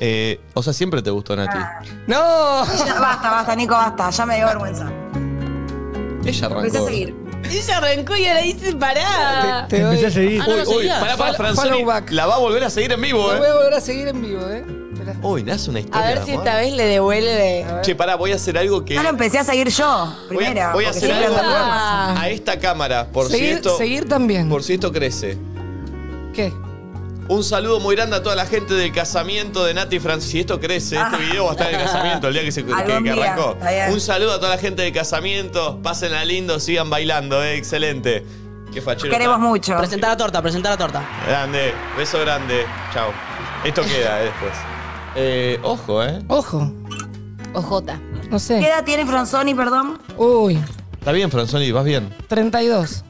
Speaker 1: Eh, o sea, siempre te gustó Nati.
Speaker 9: Ah. ¡No!
Speaker 3: Ya, basta, basta, Nico, basta. Ya me dio vergüenza.
Speaker 1: Ella
Speaker 3: Empecé a
Speaker 1: arrancó.
Speaker 3: seguir.
Speaker 2: Y se arrancó y ahora dice pará.
Speaker 9: Te doy-
Speaker 6: Empecé a seguir.
Speaker 4: Ah, no, no
Speaker 1: Uy,
Speaker 4: seguía.
Speaker 1: pará, pará,
Speaker 9: Follow-
Speaker 1: Franzoni,
Speaker 9: follow back.
Speaker 1: La va a volver a seguir en vivo,
Speaker 9: Lo voy a
Speaker 1: eh.
Speaker 9: volver a seguir en vivo, ¿eh? Esperá.
Speaker 1: Uy, nace una
Speaker 2: A
Speaker 1: historia.
Speaker 2: ver
Speaker 1: de
Speaker 2: si
Speaker 1: amor.
Speaker 2: esta vez le devuelve.
Speaker 1: Che, pará, voy a hacer algo que.
Speaker 3: Ya lo empecé a seguir yo,
Speaker 1: Voy
Speaker 3: primera.
Speaker 1: a, voy a
Speaker 3: porque
Speaker 1: hacer
Speaker 3: siempre
Speaker 1: algo
Speaker 3: ando con-
Speaker 2: Ah.
Speaker 1: a esta cámara. Por si
Speaker 9: seguir,
Speaker 1: esto.
Speaker 9: seguir también.
Speaker 1: Por si esto crece.
Speaker 9: ¿Qué?
Speaker 1: Un saludo muy grande a toda la gente del casamiento de Nati Francis. Si esto crece, este video va a estar en el casamiento el día que se que-
Speaker 3: Algún
Speaker 1: que
Speaker 3: día,
Speaker 1: arrancó.
Speaker 3: está bien.
Speaker 1: Un saludo a toda la gente del casamiento. Pásenla lindo, sigan bailando, eh, excelente. Qué fachero.
Speaker 3: Queremos mucho.
Speaker 4: Presentá la torta, presentá la torta.
Speaker 1: Grande, beso grande. Chao. Esto queda eh, después. Eh, ojo, ¿eh?
Speaker 9: Ojo,
Speaker 2: Ojota.
Speaker 9: no
Speaker 3: ¿Qué
Speaker 9: sé.
Speaker 3: edad tiene Franzoni, perdón?
Speaker 9: Uy,
Speaker 1: Está bien, Franzoni, vas bien.
Speaker 9: 32.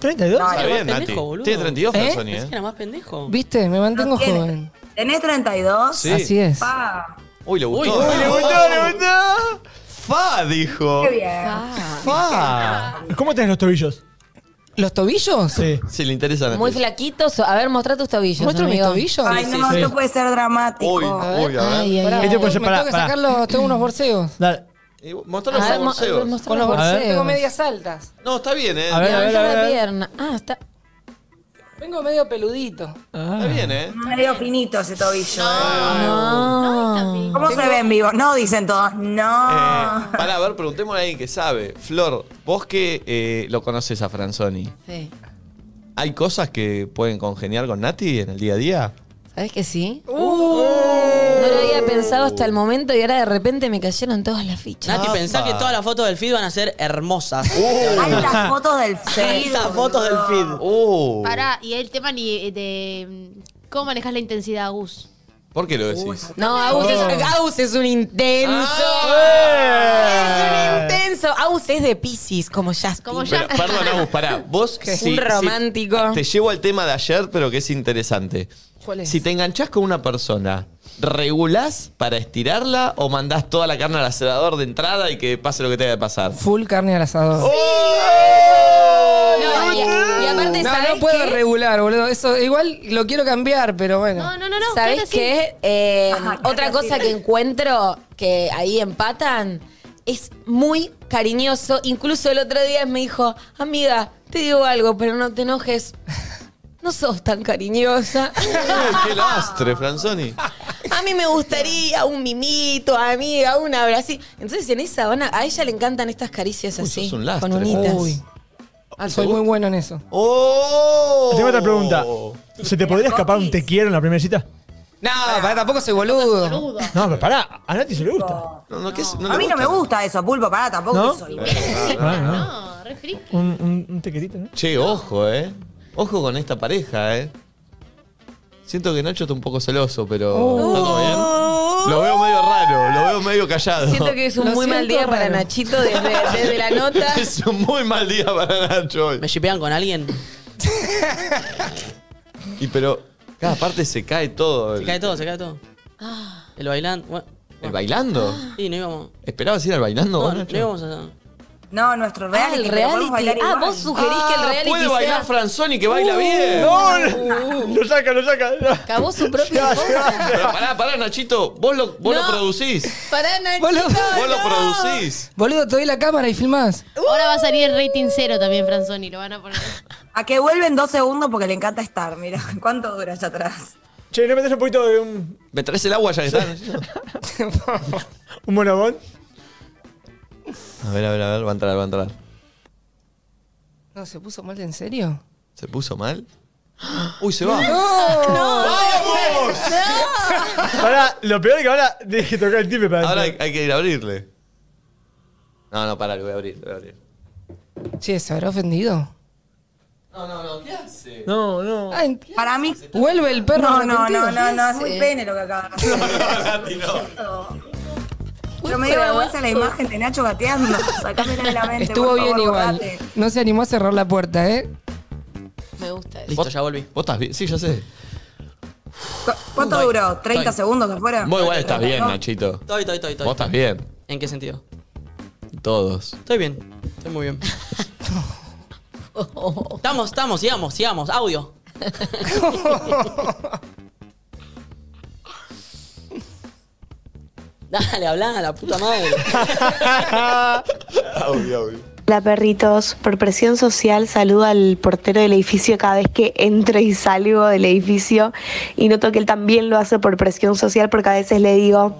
Speaker 6: ¿32?
Speaker 1: Está
Speaker 4: era
Speaker 1: bien,
Speaker 4: más
Speaker 1: Nati.
Speaker 4: pendejo, boludo.
Speaker 1: Tiene 32,
Speaker 9: ¿Eh?
Speaker 1: Franzoni,
Speaker 4: Pensé
Speaker 1: ¿eh?
Speaker 4: que era más pendejo.
Speaker 9: ¿Viste? Me mantengo
Speaker 3: No tiene.
Speaker 9: joven.
Speaker 3: ¿Tenés 32?
Speaker 1: Sí.
Speaker 9: Así es.
Speaker 3: Pa,
Speaker 1: Uy, le gustó.
Speaker 4: Uy, uy, le
Speaker 1: gustó, le gustó. Fa, dijo.
Speaker 3: qué bien.
Speaker 2: Ah.
Speaker 1: Fa.
Speaker 6: ¿Cómo tenés los tobillos?
Speaker 9: ¿Los tobillos?
Speaker 6: Sí.
Speaker 1: Si le interesa a Nati.
Speaker 2: Muy flaquitos. A ver, mostrá tus tobillos.
Speaker 9: ¿Muestro mis
Speaker 2: amigo.
Speaker 9: tobillos?
Speaker 3: Ay, no,
Speaker 6: sí.
Speaker 3: esto puede ser dramático.
Speaker 1: Uy, uy, a ver.
Speaker 2: Ay, ay,
Speaker 9: Pará,
Speaker 2: ay.
Speaker 6: Este puede ser
Speaker 9: me
Speaker 6: para-
Speaker 9: tengo que
Speaker 6: para.
Speaker 9: sacarlos, tengo unos borseos.
Speaker 6: Dale.
Speaker 1: Eh, Mostralo
Speaker 2: A
Speaker 1: los
Speaker 2: ver, mo-
Speaker 1: bolseos.
Speaker 2: mostrá
Speaker 9: Con los
Speaker 2: los
Speaker 9: borseos. Tengo
Speaker 2: borseos.
Speaker 9: medias altas.
Speaker 1: No, está bien, ¿eh?
Speaker 6: A ver, a ver,
Speaker 2: Levantá
Speaker 6: a ver.
Speaker 2: la pierna. Ah, está.
Speaker 9: Vengo medio peludito.
Speaker 1: Está bien, ¿eh?
Speaker 3: Medio finito ese tobillo.
Speaker 2: No.
Speaker 3: ¿eh? ¿Cómo se ve en vivo? No, dicen todos.
Speaker 2: Ah.
Speaker 3: No.
Speaker 1: para, Eh, a ver, preguntémosle a alguien que sabe. Flor, vos que eh, lo conoces a Franzoni,
Speaker 2: Sí.
Speaker 1: ¿hay cosas que pueden congeniar con Nati en el día a día?
Speaker 2: ¿Sabes que sí? No lo había pensado hasta el momento y ahora de repente me cayeron todas las fichas.
Speaker 4: Nati, pensá
Speaker 1: Apa.
Speaker 4: que todas las fotos del feed van a ser hermosas.
Speaker 1: Uh.
Speaker 3: Hay las fotos del
Speaker 4: Hay
Speaker 3: feed.
Speaker 4: las fotos del feed.
Speaker 1: Oh,
Speaker 5: Pará, y el tema ni de mm, cómo manejas la intensidad, Gus.
Speaker 1: ¿Por qué lo decís?
Speaker 2: No, Agus,
Speaker 6: Oh.
Speaker 2: es, Agus es un intenso.
Speaker 1: Ah.
Speaker 6: ¡Eh!
Speaker 2: Es un intenso. Agus es de Pisces, como Justin.
Speaker 5: Como Justin.
Speaker 1: Pero, perdón, Agus, pará. Vos
Speaker 2: Es
Speaker 1: si-
Speaker 2: un
Speaker 1: si-
Speaker 2: romántico.
Speaker 1: te llevo al tema de ayer, pero que es interesante.
Speaker 9: ¿Cuál es?
Speaker 1: Si te enganchás con una persona, ¿regulás para estirarla o mandás toda la carne al acelerador de entrada y que pase lo que tenga que pasar?
Speaker 9: Full carne al asador.
Speaker 1: ¡Oh!
Speaker 2: No, y, y aparte,
Speaker 9: No,
Speaker 2: ¿sabes
Speaker 9: no puedo
Speaker 2: qué?
Speaker 9: regular, boludo. Eso igual lo quiero cambiar, pero bueno.
Speaker 5: No, no, no, no.
Speaker 2: ¿Sabes
Speaker 5: quédate así.
Speaker 2: qué? Eh,
Speaker 3: Ajá,
Speaker 2: otra
Speaker 3: claro,
Speaker 2: cosa
Speaker 3: sí.
Speaker 2: que encuentro que ahí empatan es muy cariñoso. Incluso el otro día me dijo, amiga, te digo algo, pero no te enojes. No sos tan cariñosa.
Speaker 1: ¡Qué lastre, Franzoni!
Speaker 2: A mí me gustaría un mimito, amiga, un abrazo. Entonces en esa van a, a ella le encantan estas caricias
Speaker 1: Uy,
Speaker 2: así.
Speaker 1: sos un lastre.
Speaker 2: Con unitas.
Speaker 9: Uy. Soy muy bueno en eso.
Speaker 1: ¡Oh!
Speaker 6: Tengo otra pregunta. ¿Se te podría escapar un te quiero en la primera cita?
Speaker 9: No, pará, tampoco soy boludo.
Speaker 5: Boludo.
Speaker 6: No, pero pará, a Nati se le gusta.
Speaker 1: No, no, ¿qué es? ¿No le
Speaker 3: A mí no me
Speaker 1: gusta?
Speaker 3: gusta eso, pulpo, pará, tampoco
Speaker 6: ¿No?
Speaker 3: soy.
Speaker 6: Ah, no.
Speaker 5: No, re friki.
Speaker 6: Un, un, un tequerito, ¿no?
Speaker 1: Che, ojo, ¿eh? Ojo con esta pareja, ¿eh? Siento que Nacho está un poco celoso, pero... ¿Está todo bien? Lo veo medio raro, lo veo medio callado.
Speaker 13: Siento que es un muy mal día para Nachito desde, desde la nota.
Speaker 1: Es un muy mal día para Nacho hoy.
Speaker 4: ¿Me shipean con alguien?
Speaker 1: Y pero, cada parte se cae todo.
Speaker 4: Se cae todo, se cae todo. El bailando. Bueno,
Speaker 1: ¿El bailando?
Speaker 4: sí, no íbamos.
Speaker 1: ¿Esperabas ir al bailando
Speaker 4: No,
Speaker 1: vos,
Speaker 4: no
Speaker 1: Nacho?
Speaker 4: íbamos a.
Speaker 3: No, nuestro
Speaker 13: reality, el
Speaker 3: pero podemos
Speaker 13: reality.
Speaker 3: bailar
Speaker 13: Ah,
Speaker 3: igual.
Speaker 13: vos sugerís que el
Speaker 1: Ah,
Speaker 13: reality
Speaker 1: Puede bailar
Speaker 13: sea-
Speaker 1: Franzoni que baila
Speaker 13: Uh,
Speaker 1: bien.
Speaker 13: no,
Speaker 1: Lo saca, lo saca.
Speaker 13: Cavó su propia cosa.
Speaker 1: Pero pará, pará, Nachito. Vos lo, vos lo
Speaker 13: No.
Speaker 1: producís.
Speaker 13: Pará,
Speaker 1: Vos
Speaker 13: Nachito.
Speaker 1: lo producís.
Speaker 9: Boludo, te doy la cámara y filmás.
Speaker 2: Uh.
Speaker 5: Ahora va a salir el rating cero también, Franzoni. Lo van a poner.
Speaker 3: A que vuelven dos segundos porque le encanta estar, mira. ¿Cuánto dura allá atrás?
Speaker 6: Che, ¿no metes un poquito de un,
Speaker 1: ¿Me traes el agua ya que está?
Speaker 6: un monobón?
Speaker 1: A ver, a ver, a ver. Va a entrar, va a entrar.
Speaker 9: No, ¿se puso mal en serio?
Speaker 1: ¿Se puso mal? Uy, se va.
Speaker 6: ¡Vamos! Ahora, lo peor es que ahora tienes que tocar el tipe para
Speaker 1: Ahora hay, hay que ir a abrirle. No, no, pará, lo voy a abrir, lo voy a abrir.
Speaker 9: Che, ¿se habrá ofendido? Ah,
Speaker 1: No, no, no, ¿qué hace?
Speaker 6: No, no.
Speaker 3: Para mí.
Speaker 9: Vuelve el perro.
Speaker 3: No, no,
Speaker 9: arrepentido.
Speaker 3: no, no, no, es
Speaker 13: Sí.
Speaker 3: muy pene lo que acaba de hacer. Yo me dio
Speaker 13: bravo.
Speaker 3: vergüenza la imagen de Nacho gateando. Sacámela de la mente.
Speaker 9: Estuvo
Speaker 3: por
Speaker 9: bien
Speaker 3: favor,
Speaker 9: igual.
Speaker 3: borrate.
Speaker 9: No se animó a cerrar la puerta, ¿eh?
Speaker 13: Me gusta eso.
Speaker 4: Listo, ya volví.
Speaker 1: ¿Vos estás bien? Sí, ya sé.
Speaker 3: ¿Cu- ¿Cuánto
Speaker 4: Estoy,
Speaker 3: duró? ¿30
Speaker 4: estoy.
Speaker 3: segundos que fuera?
Speaker 1: Vos igual estás bien,
Speaker 3: ¿No?
Speaker 1: Nachito.
Speaker 4: Estoy, estoy, estoy, estoy.
Speaker 1: Vos estás bien.
Speaker 4: ¿En qué sentido?
Speaker 1: Todos.
Speaker 4: Estoy bien. Estoy muy bien. Estamos, estamos, sigamos, sigamos. Audio. Dale, hablan a la puta madre.
Speaker 1: Obvio, obvio.
Speaker 8: Hola perritos, por presión social saludo al portero del edificio cada vez que entro y salgo del edificio y noto que él también lo hace por presión social porque a veces le digo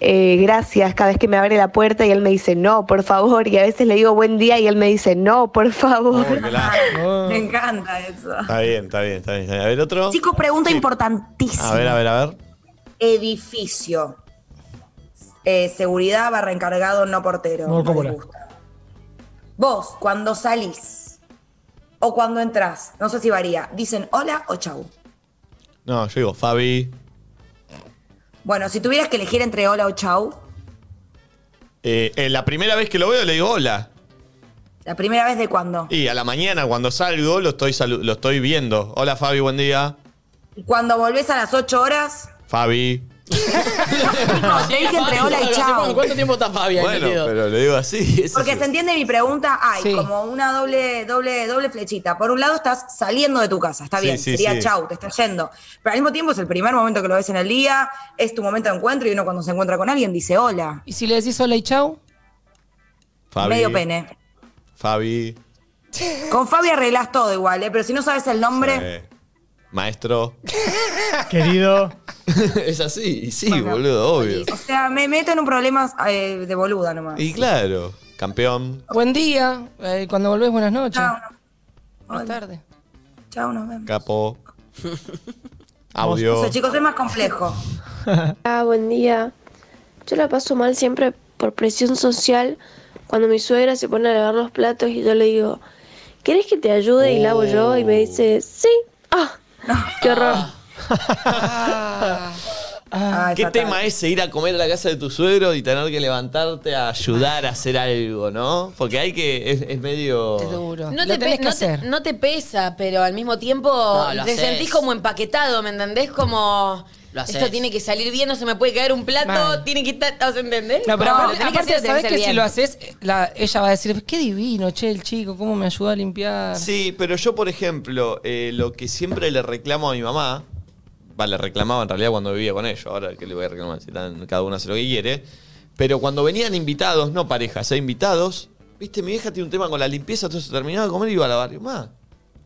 Speaker 8: eh, gracias cada vez que me abre la puerta y él me dice no, por favor y a veces le digo buen día y él me dice no, por favor.
Speaker 4: Ah.
Speaker 3: Me encanta eso.
Speaker 1: Está bien, está bien, está bien. está bien. A ver, otro.
Speaker 3: Chicos, pregunta importantísima.
Speaker 1: A ver, a ver, a ver.
Speaker 3: Edificio. Eh, seguridad barra encargado no portero.
Speaker 6: No,
Speaker 3: No
Speaker 6: cómo
Speaker 3: les
Speaker 6: no.
Speaker 3: gusta. Vos, cuando salís o cuando entrás, no sé si varía, dicen hola o chau.
Speaker 1: No, yo digo, Fabi.
Speaker 3: Bueno, si tuvieras que elegir entre hola o chau,
Speaker 1: Eh, eh, la primera vez que lo veo le digo hola.
Speaker 3: la primera vez de cuando.
Speaker 1: Y a la mañana cuando salgo lo estoy, salu- lo estoy viendo. Hola Fabi, buen día.
Speaker 3: Y cuando volvés a las 8 horas,
Speaker 1: Fabi.
Speaker 3: chicos, te dije entre hola y chau.
Speaker 4: ¿Cuánto tiempo está Fabi ahí
Speaker 1: Bueno,
Speaker 4: metido?
Speaker 1: pero le digo así. eso
Speaker 3: Porque
Speaker 1: sí.
Speaker 3: se entiende mi pregunta, hay
Speaker 9: Sí.
Speaker 3: como una doble, doble, doble flechita. Por un lado estás saliendo de tu casa, está
Speaker 1: Sí,
Speaker 3: bien,
Speaker 1: sí,
Speaker 3: sería
Speaker 1: sí.
Speaker 3: chau, te estás yendo. Pero al mismo tiempo es el primer momento que lo ves en el día, es tu momento de encuentro y uno cuando se encuentra con alguien dice hola.
Speaker 9: ¿Y si le decís hola y chau?
Speaker 1: Fabi,
Speaker 3: Medio pene.
Speaker 1: Fabi.
Speaker 3: Con Fabi arreglás todo igual, ¿eh? pero si no sabes el nombre,
Speaker 1: eh, maestro.
Speaker 6: Querido.
Speaker 1: es así. Y sí, boludo, obvio.
Speaker 3: o sea, me meto en un problema eh, de boluda nomás.
Speaker 1: Y claro, campeón.
Speaker 9: Buen día. Eh, cuando volvés, buenas noches.
Speaker 3: Chau,
Speaker 9: Buenas
Speaker 3: Hola.
Speaker 9: tardes.
Speaker 3: chau, nos vemos.
Speaker 1: Capo.
Speaker 3: O
Speaker 1: Audio.
Speaker 3: sea, chicos, es más complejo.
Speaker 14: Ah, buen día. Yo la paso mal siempre por presión social cuando mi suegra se pone a lavar los platos y yo le digo, ¿querés que te ayude y lavo yo? Y me dice, sí. ¡Ah! ¡Qué horror!
Speaker 12: Ah,
Speaker 3: Ay,
Speaker 1: ¿Qué
Speaker 3: fatal.
Speaker 1: tema es ir a comer a la casa de tu suegro y tener que levantarte a ayudar a hacer algo, no? Porque hay que. Es, es
Speaker 9: Es
Speaker 1: medio.
Speaker 9: duro.
Speaker 2: No
Speaker 9: Lo
Speaker 2: te, pe-
Speaker 9: tenés que
Speaker 2: no te-
Speaker 9: hacer.
Speaker 2: no te pesa, pero al mismo tiempo
Speaker 4: No, lo
Speaker 2: te
Speaker 4: haces.
Speaker 2: sentís como empaquetado, ¿me entendés? Como
Speaker 4: Lo haces.
Speaker 2: esto tiene que salir bien, no se me puede caer un plato,
Speaker 9: Mal.
Speaker 2: tiene que estar, ¿os entendés?
Speaker 9: No, pero
Speaker 2: Como,
Speaker 9: aparte,
Speaker 2: lo tenés que
Speaker 9: aparte,
Speaker 2: hacer, lo tenés
Speaker 9: sabés que
Speaker 2: hacer
Speaker 9: si
Speaker 2: bien.
Speaker 9: lo haces, la- ella va a decir, qué divino, che, el chico, cómo me ayudó a limpiar.
Speaker 1: Sí, pero yo, por ejemplo, eh, lo que siempre le reclamo a mi mamá. Va, le reclamaba en realidad cuando vivía con ellos. Ahora, ¿qué le voy a reclamar? Si están- cada uno hace lo que quiere. Pero cuando venían invitados, no parejas, eh, invitados. Viste, mi vieja tiene un tema con la limpieza, entonces terminaba de comer y iba a lavar. Y, "Ma,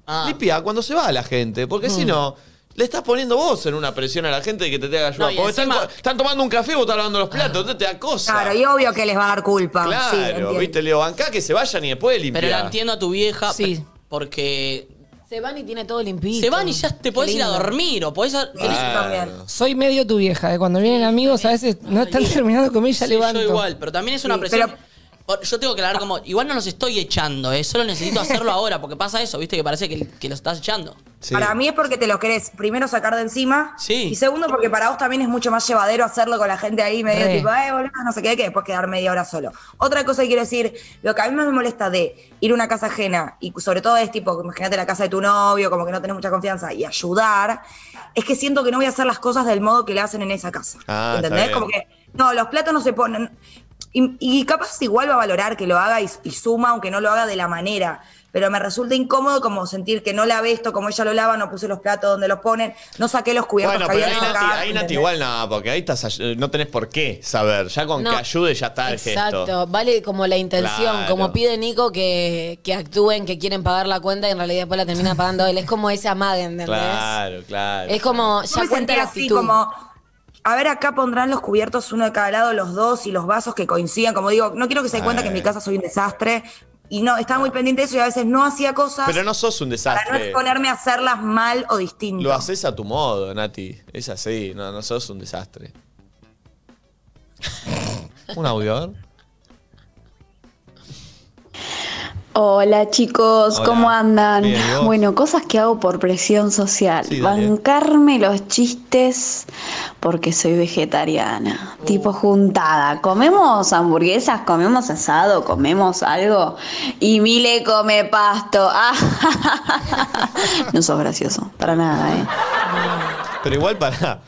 Speaker 4: Ah. Mm.
Speaker 1: Limpia cuando se va la gente, porque si no, le estás poniendo vos en una presión a la gente que te tenga que ayudar.
Speaker 4: No, y
Speaker 1: porque
Speaker 4: encima- Ah.
Speaker 1: están, co- están tomando un café y vos estás lavando los platos, entonces te da cosa.
Speaker 3: Claro, y obvio que les va a dar culpa.
Speaker 1: Claro,
Speaker 3: Sí, entiendo.
Speaker 1: viste, Leo, bancá que se vayan y después limpiar.
Speaker 4: Pero la entiendo a tu vieja
Speaker 9: Sí.
Speaker 4: pe- porque
Speaker 2: Se van y tiene todo limpito.
Speaker 4: se van y ya te podés
Speaker 2: Qué
Speaker 4: ir a
Speaker 2: lindo.
Speaker 4: dormir o podés... a-
Speaker 3: Sí, yo también.
Speaker 9: Soy medio tu vieja, ¿eh? cuando vienen amigos a veces no están terminando de comer y ya
Speaker 4: Sí,
Speaker 9: levanto.
Speaker 4: Yo igual, pero también es una
Speaker 3: Sí,
Speaker 4: presión
Speaker 3: pero-
Speaker 4: Por- Yo tengo que hablar como, igual no los estoy echando, ¿eh? solo necesito hacerlo ahora, porque pasa eso, ¿viste? Que parece que, que los estás echando.
Speaker 3: Para mí es porque te los querés primero sacar de encima. Y segundo, porque para vos también es mucho más llevadero hacerlo con la gente ahí medio
Speaker 4: Re.
Speaker 3: tipo, eh, boludo, no sé qué, que después quedar media hora solo. Otra cosa que quiero decir, lo que a mí más me molesta de ir a una casa ajena, y sobre todo es tipo, imagínate la casa de tu novio, como que no tenés mucha confianza, y ayudar, es que siento que no voy a hacer las cosas del modo que le hacen en esa casa.
Speaker 1: Ah, está
Speaker 3: ¿Entendés?
Speaker 1: bien.
Speaker 3: Como que, no, los platos no se ponen. Y, y capaz igual va a valorar que lo haga y, y suma, aunque no lo haga de la manera. Pero me resulta incómodo como sentir que no lavé esto como ella lo lava, no puse los platos donde los ponen, no saqué los cubiertos
Speaker 1: Bueno,
Speaker 3: que
Speaker 1: pero ahí
Speaker 3: había
Speaker 1: Nati,
Speaker 3: sacado,
Speaker 1: ahí Nati
Speaker 3: ¿entendés?
Speaker 1: igual no, porque ahí estás, ay- no tenés por qué saber. Ya con
Speaker 2: No.
Speaker 1: que ayude ya está el
Speaker 2: Exacto,
Speaker 1: gesto.
Speaker 2: vale como la intención,
Speaker 1: Claro.
Speaker 2: como pide Nico que, que actúen, que quieren pagar la cuenta y en realidad después la termina pagando él. Es como ese amague, ¿entendés?
Speaker 1: Claro, claro.
Speaker 2: Es como,
Speaker 3: Yo
Speaker 2: ya
Speaker 3: me
Speaker 2: cuenta
Speaker 3: sentí
Speaker 2: la
Speaker 3: así
Speaker 2: actitud.
Speaker 3: como, a ver, acá pondrán los cubiertos uno de cada lado, los dos y los vasos que coincidan. Como digo, no quiero que se den cuenta que en mi casa soy un desastre. Y no, estaba muy pendiente de eso y a veces no hacía cosas
Speaker 1: Pero no sos un
Speaker 3: para no
Speaker 1: desastre.
Speaker 3: exponerme a hacerlas mal o distinto.
Speaker 1: Lo haces a tu modo, Nati. Es así, no, no sos un desastre. ¿Un audior?
Speaker 12: Hola chicos,
Speaker 1: Hola.
Speaker 12: ¿cómo andan?
Speaker 1: Bien, ¿y vos?
Speaker 12: bueno, cosas que hago por presión social.
Speaker 1: Sí, dale.
Speaker 12: Bancarme los chistes porque soy vegetariana.
Speaker 1: Oh.
Speaker 12: Tipo juntada. Comemos hamburguesas, comemos asado, comemos algo. Y Mile come pasto. Ah, no sos gracioso, para nada, ¿eh?
Speaker 1: Pero igual para.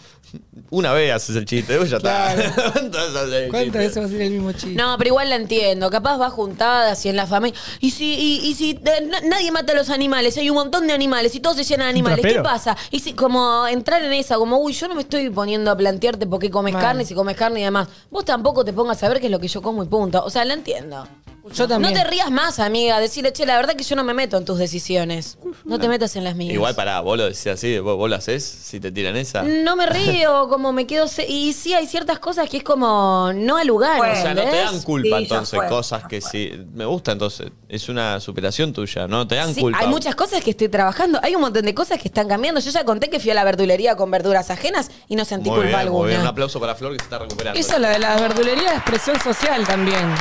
Speaker 1: Una vez haces el chiste, después ya está. ¿Cuántas haces el
Speaker 9: ¿Cuántas
Speaker 1: chiste?
Speaker 9: veces va a ser el mismo chiste?
Speaker 2: No, pero igual la entiendo. Capaz va juntada, si en la familia. Y si, y, y si eh, na- nadie mata a los animales, hay un montón de animales y todos se llenan de animales. ¿Qué
Speaker 9: trapero.
Speaker 2: pasa? Y si, como entrar en esa, como, uy, yo no me estoy poniendo a plantearte por qué comes
Speaker 9: Mal.
Speaker 2: carne, si comes carne y demás. Vos tampoco te pongas a ver qué es lo que yo como y punto. O sea, la entiendo.
Speaker 9: Yo también.
Speaker 2: No te rías más, amiga. Decirle, che, la verdad que yo no me meto en tus decisiones. No te metas en las mías.
Speaker 1: Igual pará, vos lo decís así, vos, vos lo haces si te tiran esa.
Speaker 2: No me río, como me quedo. se- y sí, hay ciertas cosas que es como no al lugar.
Speaker 1: o sea, no te
Speaker 2: ¿entendés?
Speaker 1: dan culpa entonces, cosas que sí. Me gusta entonces, es una superación tuya, ¿no? Te dan
Speaker 2: Sí,
Speaker 1: culpa.
Speaker 2: hay muchas cosas que estoy trabajando, hay un montón de cosas que están cambiando. Yo ya conté que fui a la verdulería con verduras ajenas y no sentí
Speaker 1: Muy
Speaker 2: culpa
Speaker 1: bien, muy
Speaker 2: alguna.
Speaker 1: bien. Un aplauso para Flor que se está recuperando.
Speaker 9: Esa es la de la verdulería de expresión social también.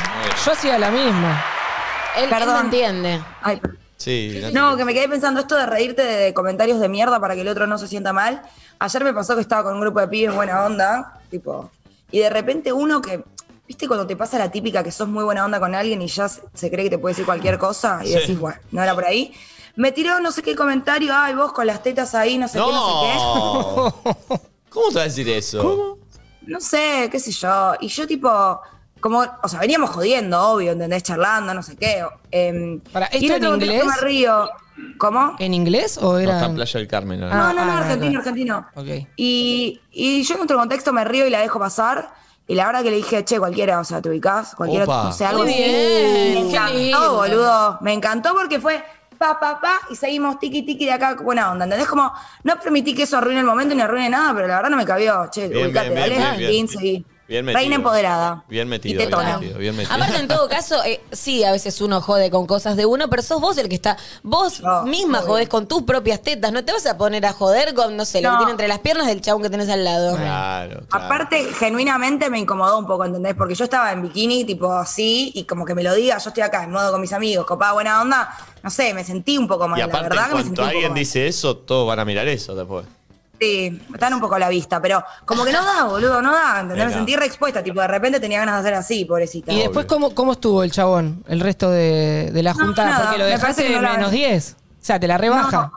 Speaker 9: Yo hacía la misma.
Speaker 2: Él,
Speaker 3: Perdón.
Speaker 2: no entiende.
Speaker 3: Ay,
Speaker 1: Sí, Nati.
Speaker 3: No, que me quedé pensando esto de reírte de, de comentarios de mierda para que el otro no se sienta mal. Ayer me pasó que estaba con un grupo de pibes buena onda, tipo, y de repente uno que, viste, cuando te pasa la típica que sos muy buena onda con alguien y ya se se cree que te puede decir cualquier cosa y
Speaker 1: Sí.
Speaker 3: decís, bueno, no era por ahí. Me tiró no sé qué comentario, ay, vos con las tetas ahí, no sé qué, no sé qué.
Speaker 1: No. ¿Cómo te vas a decir eso? ¿Cómo?
Speaker 3: No sé, qué sé yo. Y yo tipo, como, o sea, veníamos jodiendo, obvio, ¿entendés? Charlando, no sé qué. em,
Speaker 9: Para,
Speaker 3: y
Speaker 9: ¿esto en
Speaker 3: otro motivo que
Speaker 9: inglés?
Speaker 3: me río. ¿Cómo?
Speaker 9: ¿En inglés o
Speaker 1: No, está
Speaker 9: era...?
Speaker 1: en Playa del Carmen. ahora.
Speaker 3: No, no, no,
Speaker 9: Ah,
Speaker 3: argentino, argentino.
Speaker 9: Ok.
Speaker 3: Y, y yo en otro contexto me río y la dejo pasar. Y la verdad que le dije, che, cualquiera, o sea, te ubicás, cualquiera,
Speaker 1: Opa.
Speaker 3: no sé, algo
Speaker 2: Muy
Speaker 3: así.
Speaker 2: bien,
Speaker 3: Me
Speaker 2: qué
Speaker 3: encantó,
Speaker 2: lindo.
Speaker 3: boludo. Me encantó porque fue pa, pa, pa, y seguimos tiki, tiki de acá, buena onda. ¿Entendés? Como, no permití que eso arruine el momento ni arruine nada, pero la verdad no me cabió. Che,
Speaker 1: Bien,
Speaker 3: ubicate,
Speaker 1: bien, bien,
Speaker 3: dale,
Speaker 1: bien,
Speaker 3: bien,
Speaker 1: bien.
Speaker 3: seguí.
Speaker 1: Bien metido.
Speaker 3: Reina empoderada.
Speaker 1: Bien
Speaker 3: Y
Speaker 1: metido, bien
Speaker 3: tetona.
Speaker 1: metido, bien metido.
Speaker 2: Aparte, en todo caso, eh, sí, a veces uno jode con cosas de uno, pero sos vos el que está. Vos misma jodés con tus propias tetas. No te vas a poner a joder con, no sé, lo que
Speaker 3: No.
Speaker 2: tiene entre las piernas del chabón que tenés al lado.
Speaker 1: Claro, claro.
Speaker 3: Aparte, genuinamente me incomodó un poco, ¿entendés? Porque yo estaba en bikini, tipo así, y como que me lo diga, yo estoy acá en modo con mis amigos, copada, buena onda, no sé, me sentí un poco mal,
Speaker 1: y
Speaker 3: la
Speaker 1: aparte,
Speaker 3: verdad
Speaker 1: en
Speaker 3: que me sentí
Speaker 1: cuanto
Speaker 3: un poco
Speaker 1: alguien
Speaker 3: mal.
Speaker 1: dice eso, todos van a mirar eso después.
Speaker 3: Sí, me están un poco a la vista, pero como que no da, boludo, no da, ¿entendés? Me
Speaker 1: Venga.
Speaker 3: sentí re expuesta, tipo, de repente tenía ganas de hacer así, pobrecita.
Speaker 9: Y después, ¿cómo, ¿cómo estuvo el chabón? El resto de, de la
Speaker 3: No,
Speaker 9: juntada.
Speaker 3: nada,
Speaker 9: Porque lo
Speaker 3: me parece
Speaker 9: dejaste
Speaker 3: que no la-
Speaker 9: menos 10. O sea, te la rebaja.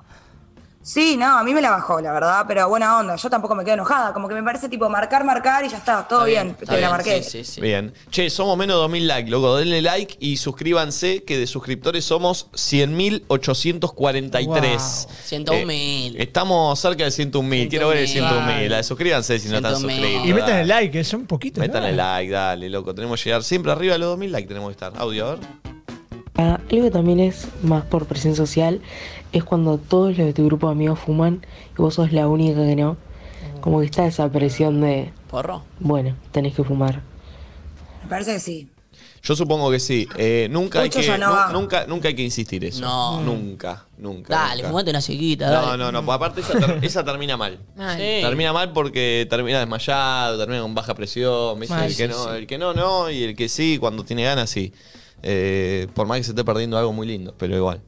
Speaker 3: Sí, no, a mí me la bajó, la verdad, pero buena onda, yo tampoco me quedo enojada, como que me parece tipo marcar, marcar y ya está, todo bien, te
Speaker 1: está
Speaker 3: la
Speaker 1: bien,
Speaker 3: marqué.
Speaker 4: Sí, sí.
Speaker 1: Bien. Che, somos menos de 2.000 likes, loco. Denle like y suscríbanse, que de suscriptores somos 100.843.
Speaker 4: Wow. 101.000.
Speaker 1: Eh, estamos cerca de 101.000. Quiero ver el 101.000. Dale, Suscríbanse si no están
Speaker 4: 101.000.
Speaker 1: suscritos.
Speaker 6: Y metan
Speaker 1: dale.
Speaker 6: el like, que son poquitos.
Speaker 1: Metan
Speaker 6: nada.
Speaker 1: el like, dale, loco. Tenemos que llegar siempre arriba de los 2.000 likes. Tenemos que estar. Audio, a ver.
Speaker 15: Ah, Algo que también es más por presión social es cuando todos los de tu grupo de amigos fuman y vos sos la única que no.
Speaker 5: Oh.
Speaker 15: Como que está esa presión de,
Speaker 4: Porro.
Speaker 15: bueno, tenés que fumar.
Speaker 3: Me parece que sí.
Speaker 1: Yo supongo que sí. Eh, nunca, hay
Speaker 4: Mucho
Speaker 1: que,
Speaker 4: ya no
Speaker 1: nu-
Speaker 4: va.
Speaker 1: nunca, nunca hay que insistir eso.
Speaker 4: No.
Speaker 1: Nunca, nunca.
Speaker 4: Dale,
Speaker 1: nunca.
Speaker 4: fumate una chiquita.
Speaker 1: No, no, no. porque Aparte, esa, ter- esa termina mal. Termina mal porque termina desmayado, termina con baja presión. ¿viste?
Speaker 4: Mal,
Speaker 1: el, que
Speaker 4: sí,
Speaker 1: no,
Speaker 4: sí.
Speaker 1: el que no, no. Y el que sí, cuando tiene ganas, sí. Eh, por más que se esté perdiendo algo muy lindo, pero igual.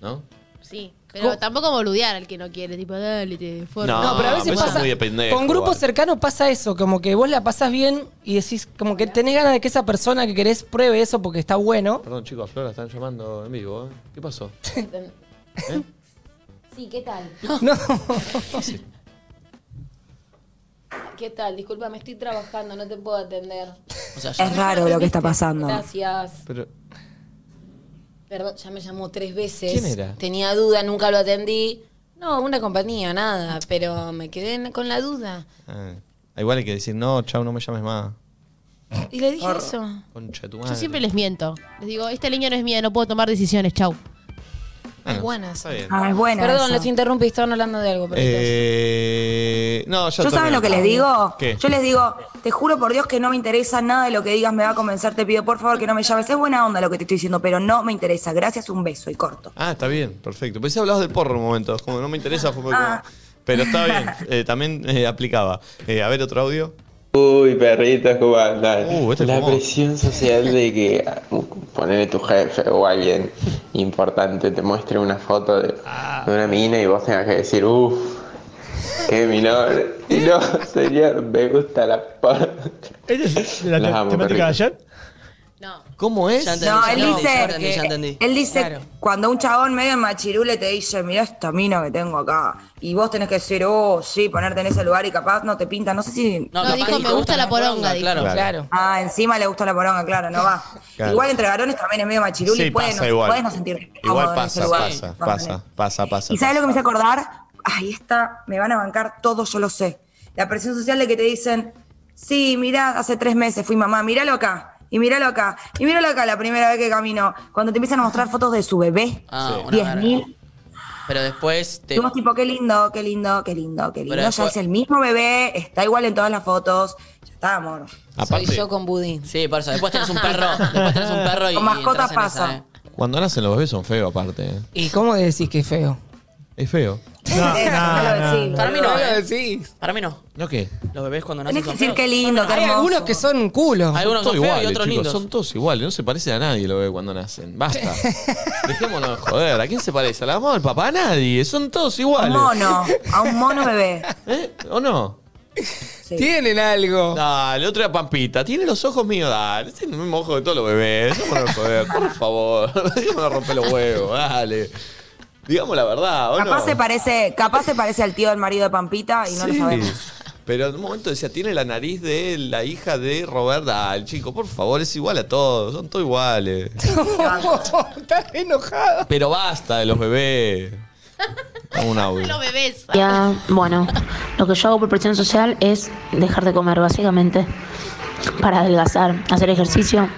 Speaker 1: ¿No?
Speaker 5: Sí. Pero tampoco boludear al que no quiere, tipo, dale, te forro.
Speaker 1: No,
Speaker 9: No, pero a veces
Speaker 1: pero Ah, eso es
Speaker 9: pasa.
Speaker 1: muy de pendejo,
Speaker 9: con grupos
Speaker 1: vale.
Speaker 9: cercanos pasa eso, como que vos la pasás bien y decís, como que tenés ganas de que esa persona que querés pruebe eso porque está bueno.
Speaker 1: Perdón, chicos, a Flora están llamando en vivo. ¿eh? ¿Qué pasó? ¿Eh?
Speaker 2: Sí, ¿qué tal?
Speaker 9: No.
Speaker 2: ¿Qué tal? Disculpame, estoy trabajando, no te puedo atender.
Speaker 3: Es raro lo que está pasando.
Speaker 2: Gracias.
Speaker 1: Pero,
Speaker 2: Perdón, ya me llamó tres veces.
Speaker 3: ¿Quién era?
Speaker 2: Tenía duda, nunca lo atendí. No, una compañía, nada, pero me quedé en- con la duda.
Speaker 1: ah, igual hay que decir, no, chau, no me llames más.
Speaker 2: Y le dije eso.
Speaker 1: Concha de tu madre.
Speaker 5: Yo siempre les miento. Les digo, esta línea no es mía, no puedo tomar decisiones, chau.
Speaker 1: Bueno,
Speaker 2: buenas.
Speaker 1: Está bien.
Speaker 3: Ah, es buena
Speaker 2: Perdón,
Speaker 3: esa.
Speaker 2: los interrumpí, estaban hablando de algo. Pero
Speaker 1: Eh, no, ya
Speaker 3: ¿Yo
Speaker 1: terminó.
Speaker 3: saben lo que les digo?
Speaker 1: ¿Qué?
Speaker 3: Yo les digo, te juro por Dios que no me interesa nada de lo que digas, me va a convencer, te pido por favor que no me llames. Es buena onda lo que te estoy diciendo, pero no me interesa. Gracias, un beso y corto.
Speaker 1: Ah, está bien, perfecto. Pensé que hablabas del porro un momento, como no me interesa, fue como-
Speaker 3: Ah.
Speaker 1: Pero está bien, eh, también eh, aplicaba. Eh, a ver, otro audio.
Speaker 16: Uy, perritos, ¿cómo andan?
Speaker 1: Uh, este
Speaker 16: la
Speaker 1: fumó.
Speaker 16: presión social de que ponerle tu jefe o alguien importante te muestre una foto de, de una mina y vos tengas que decir, uff, qué minor. Y no, señor, me gusta la porra.
Speaker 6: ¿Esta es la
Speaker 16: Las
Speaker 6: te-
Speaker 16: amo,
Speaker 6: temática de
Speaker 16: perrito.
Speaker 6: ayer?
Speaker 1: ¿Cómo es?
Speaker 3: No, él dice,
Speaker 4: entendí, ya entendí.
Speaker 3: él dice
Speaker 4: Claro.
Speaker 3: cuando un chabón medio en machirule te dice, mirá esta mina que tengo acá, y vos tenés que decir, oh, sí, ponerte en ese lugar y capaz no te pinta, no sé si...
Speaker 5: No, capaz dijo, dijo, "Me gusta gusta la la poronga", poronga, dijo. claro. Claro.
Speaker 3: Ah, encima le gusta la poronga, claro, no va.
Speaker 1: Claro.
Speaker 3: Igual entre varones también es medio machirule
Speaker 1: Sí,
Speaker 3: y puedes
Speaker 1: pasa
Speaker 3: no,
Speaker 1: igual.
Speaker 3: puedes no sentirte cómodo
Speaker 1: Igual
Speaker 3: en ese
Speaker 1: pasa,
Speaker 3: lugar.
Speaker 1: pasa, pasa, pasa, pasa.
Speaker 3: ¿Y sabes lo que me hice
Speaker 1: pasa.
Speaker 3: acordar? Ay, esta me van a bancar todo, yo lo sé. La presión social de que te dicen, sí, mirá, hace tres meses fui mamá, míralo acá, y míralo acá, y míralo acá la primera vez que camino. Cuando te empiezan a mostrar fotos de su bebé,
Speaker 4: Ah, una
Speaker 3: 10.000.
Speaker 4: Pero después te.
Speaker 3: Y vos tipo, qué lindo, qué lindo, qué lindo, qué lindo.
Speaker 4: Pero
Speaker 3: ya
Speaker 4: después-
Speaker 3: es el mismo bebé, está igual en todas las fotos. Ya está, amor.
Speaker 1: Aparte,
Speaker 2: con budín.
Speaker 4: Sí, por eso. Después tenés un perro. después tenés un perro y.
Speaker 3: Con mascota
Speaker 4: entras en
Speaker 3: pasa.
Speaker 4: esa, ¿eh?
Speaker 1: cuando nacen los bebés son feos, aparte. ¿eh?
Speaker 9: ¿Y cómo decís que es feo?
Speaker 1: Es feo.
Speaker 4: Para mí no.
Speaker 9: No lo
Speaker 4: ¿eh? Para mí no.
Speaker 1: ¿No qué?
Speaker 4: Los bebés cuando nacen.
Speaker 9: Tenés
Speaker 4: son
Speaker 9: que decir
Speaker 4: feos.
Speaker 9: qué lindo,
Speaker 4: No,
Speaker 9: qué
Speaker 4: no, hay
Speaker 9: hermoso.
Speaker 4: algunos
Speaker 9: que son culos.
Speaker 4: Algunos
Speaker 1: todos
Speaker 4: son feos y
Speaker 1: iguales,
Speaker 4: otros
Speaker 1: chicos,
Speaker 4: lindos.
Speaker 1: Son todos iguales, no se parece a nadie los bebés cuando nacen. Basta. Dejémonos de joder. ¿A quién se parece? ¿A la mamá, al papá? A nadie. Son todos
Speaker 3: A un
Speaker 1: iguales.
Speaker 3: mono, a un mono bebé.
Speaker 1: ¿O no?
Speaker 9: Tienen algo.
Speaker 1: Dale, otra Pampita. Tiene los ojos míos. Dale, tiene el mismo ojo de todos los bebés. Dejémonos de joder, por favor. Dejémonos de romper los huevos. Dale. Digamos la verdad, ¿o
Speaker 3: Capaz
Speaker 1: no?
Speaker 3: se parece, capaz se parece al tío del marido de Pampita y no lo
Speaker 1: Sí.
Speaker 3: sabemos.
Speaker 1: Pero en un momento decía, tiene la nariz de la hija de Robert Dahl, chico, por favor, es igual a todos, son todos iguales.
Speaker 9: Estás enojado.
Speaker 1: Pero basta de los bebés. Vamos a un audio.
Speaker 5: bebés.
Speaker 17: Ya, bueno, lo que yo hago por presión social es dejar de comer, básicamente, para adelgazar, hacer ejercicio.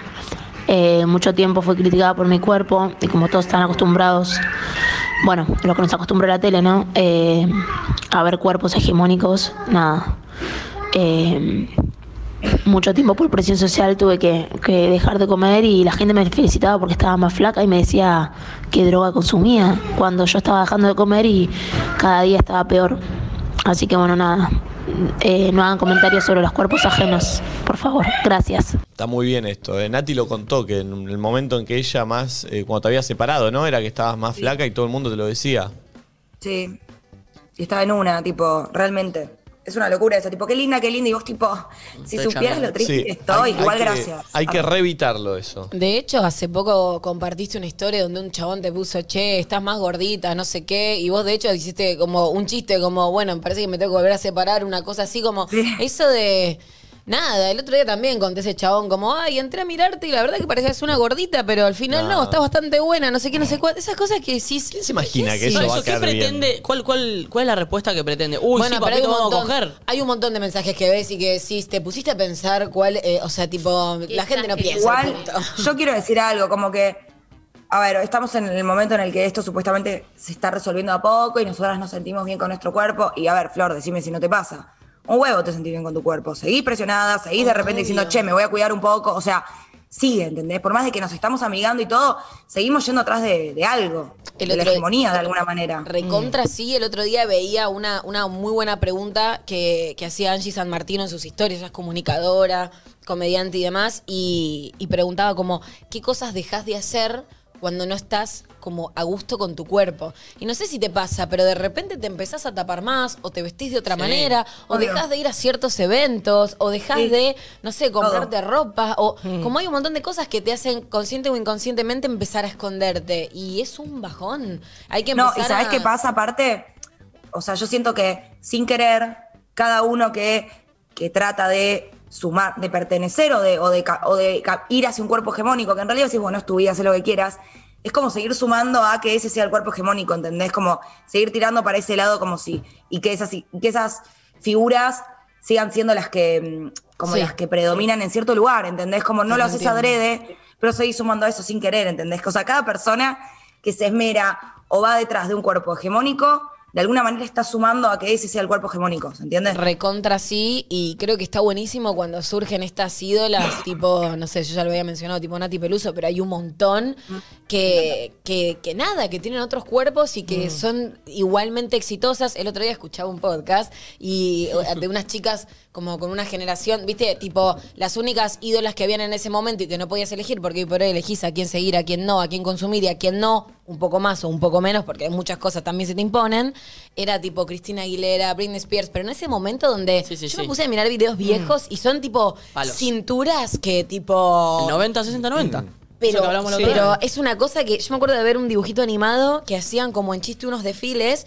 Speaker 17: Eh, mucho tiempo fui criticada por mi cuerpo y como todos están acostumbrados, bueno, lo que nos acostumbra la tele, ¿no? Eh, a ver cuerpos hegemónicos, nada. Eh, mucho tiempo por presión social tuve que, que dejar de comer y la gente me felicitaba porque estaba más flaca y me decía qué droga consumía cuando yo estaba dejando de comer y cada día estaba peor. Así que bueno, nada, Eh, no hagan comentarios sobre los cuerpos ajenos, por favor. Gracias.
Speaker 1: Está muy bien esto. eh. Nati lo contó que en el momento en que ella más, eh, cuando te había separado, ¿no? Era que estabas más flaca y todo el mundo te lo decía.
Speaker 3: Sí. Y estaba en una, tipo, realmente. Es una locura eso, tipo, qué linda, qué linda. Y vos, tipo, si
Speaker 1: Estoy
Speaker 3: supieras
Speaker 1: chamando.
Speaker 3: lo triste
Speaker 1: Sí,
Speaker 3: que estoy,
Speaker 1: hay-
Speaker 3: igual
Speaker 1: hay que-
Speaker 3: gracias.
Speaker 1: Hay que reevitarlo eso.
Speaker 2: De hecho, hace poco compartiste una historia donde un chabón te puso, che, estás más gordita, no sé qué, y vos de hecho hiciste como un chiste, como, bueno, me parece que me tengo que volver a separar, una cosa así, como eso de... Nada, el otro día también conté ese chabón como, ay, entré a mirarte y la verdad que parecías una gordita, pero al final no,
Speaker 1: No.
Speaker 2: estás bastante buena, no sé qué, no sé cuál. Esas cosas que decís... ¿Quién
Speaker 1: Ah. se imagina que eso va a
Speaker 4: ¿Qué
Speaker 1: caer bien?
Speaker 4: pretende? ¿Cuál, cuál, ¿Cuál es la respuesta que pretende? Uy, sí,
Speaker 2: pero hay
Speaker 4: papito,
Speaker 2: un
Speaker 4: vamos a
Speaker 2: montón-
Speaker 4: coger.
Speaker 2: Hay un montón de mensajes que ves y que decís, te pusiste a pensar cuál, eh, o sea, tipo, la gente no piensa.
Speaker 3: Igual,
Speaker 2: punto.
Speaker 3: yo quiero decir algo, como que, a ver, estamos en el momento en el que esto supuestamente se está resolviendo a poco y nosotras nos sentimos bien con nuestro cuerpo. Y a ver, Flor, decime si no te pasa. Un huevo te sentís bien con tu cuerpo. Seguís presionada, seguís de repente diciendo, che, me voy a cuidar un poco. O sea, sigue, ¿entendés? Por más de que nos estamos amigando y todo, seguimos yendo atrás de, de algo,
Speaker 2: El
Speaker 3: de la
Speaker 2: otro-
Speaker 3: hegemonía de alguna manera.
Speaker 2: Recontra sí, el otro día veía una, una muy buena pregunta que, que hacía Angie San Martino en sus historias, ella es comunicadora, comediante y demás, y, y preguntaba como, ¿qué cosas dejas de hacer cuando no estás como a gusto con tu cuerpo? Y no sé si te pasa, pero de repente te empezás a tapar más, o te vestís de otra
Speaker 13: Sí.
Speaker 2: manera, o
Speaker 13: Obvio.
Speaker 2: dejas de ir a ciertos eventos, o dejas
Speaker 13: Sí.
Speaker 2: de, no sé, comprarte
Speaker 13: Todo.
Speaker 2: ropa, o como hay un montón de cosas que te hacen consciente o inconscientemente empezar a esconderte, y es un bajón. Hay que
Speaker 3: No,
Speaker 2: empezar
Speaker 3: y ¿sabes
Speaker 2: a-
Speaker 3: qué pasa aparte? O sea, yo siento que sin querer, cada uno que, que trata de sumar, de pertenecer o de, o de, ca- o de ca- ir hacia un cuerpo hegemónico, que en realidad decís, bueno, es tu vida, haz lo que quieras, es como seguir sumando a que ese sea el cuerpo hegemónico, ¿entendés? Como seguir tirando para ese lado como si, y que esas, y que esas figuras sigan siendo las que, mm, como
Speaker 13: Sí.
Speaker 3: las que predominan en cierto lugar, ¿entendés? Como
Speaker 13: Sí,
Speaker 3: no lo
Speaker 13: lo
Speaker 3: haces
Speaker 13: entiendo.
Speaker 3: adrede, pero seguís sumando a eso sin querer, ¿entendés? O sea, cada persona que se esmera o va detrás de un cuerpo hegemónico, de alguna manera está sumando a que ese sea el cuerpo hegemónico, ¿se entiende?
Speaker 2: Recontra sí, y creo que está buenísimo cuando surgen estas ídolas, tipo, no sé, yo ya lo había mencionado, tipo Nati Peluso, pero hay un montón que, que, que nada, que tienen otros cuerpos y
Speaker 4: Mm.
Speaker 2: que son igualmente exitosas. El otro día escuchaba un podcast y de unas chicas como con una generación, viste, tipo, las únicas ídolas que habían en ese momento y que no podías elegir, porque hoy por hoy elegís a quién seguir, a quién no, a quién consumir y a quién no, un poco más o un poco menos, porque muchas cosas también se te imponen, era tipo Cristina Aguilera, Britney Spears, pero en ese momento donde yo me
Speaker 4: sí. Mm.
Speaker 2: puse a mirar videos viejos y son tipo
Speaker 4: Palos.
Speaker 2: cinturas que tipo...
Speaker 4: 90, 60, 90. Eso
Speaker 2: Pero,
Speaker 4: que hablamos la
Speaker 2: sí.
Speaker 4: otra
Speaker 2: pero
Speaker 4: vez.
Speaker 2: es una cosa que yo me acuerdo de ver un dibujito animado que hacían como en chiste unos desfiles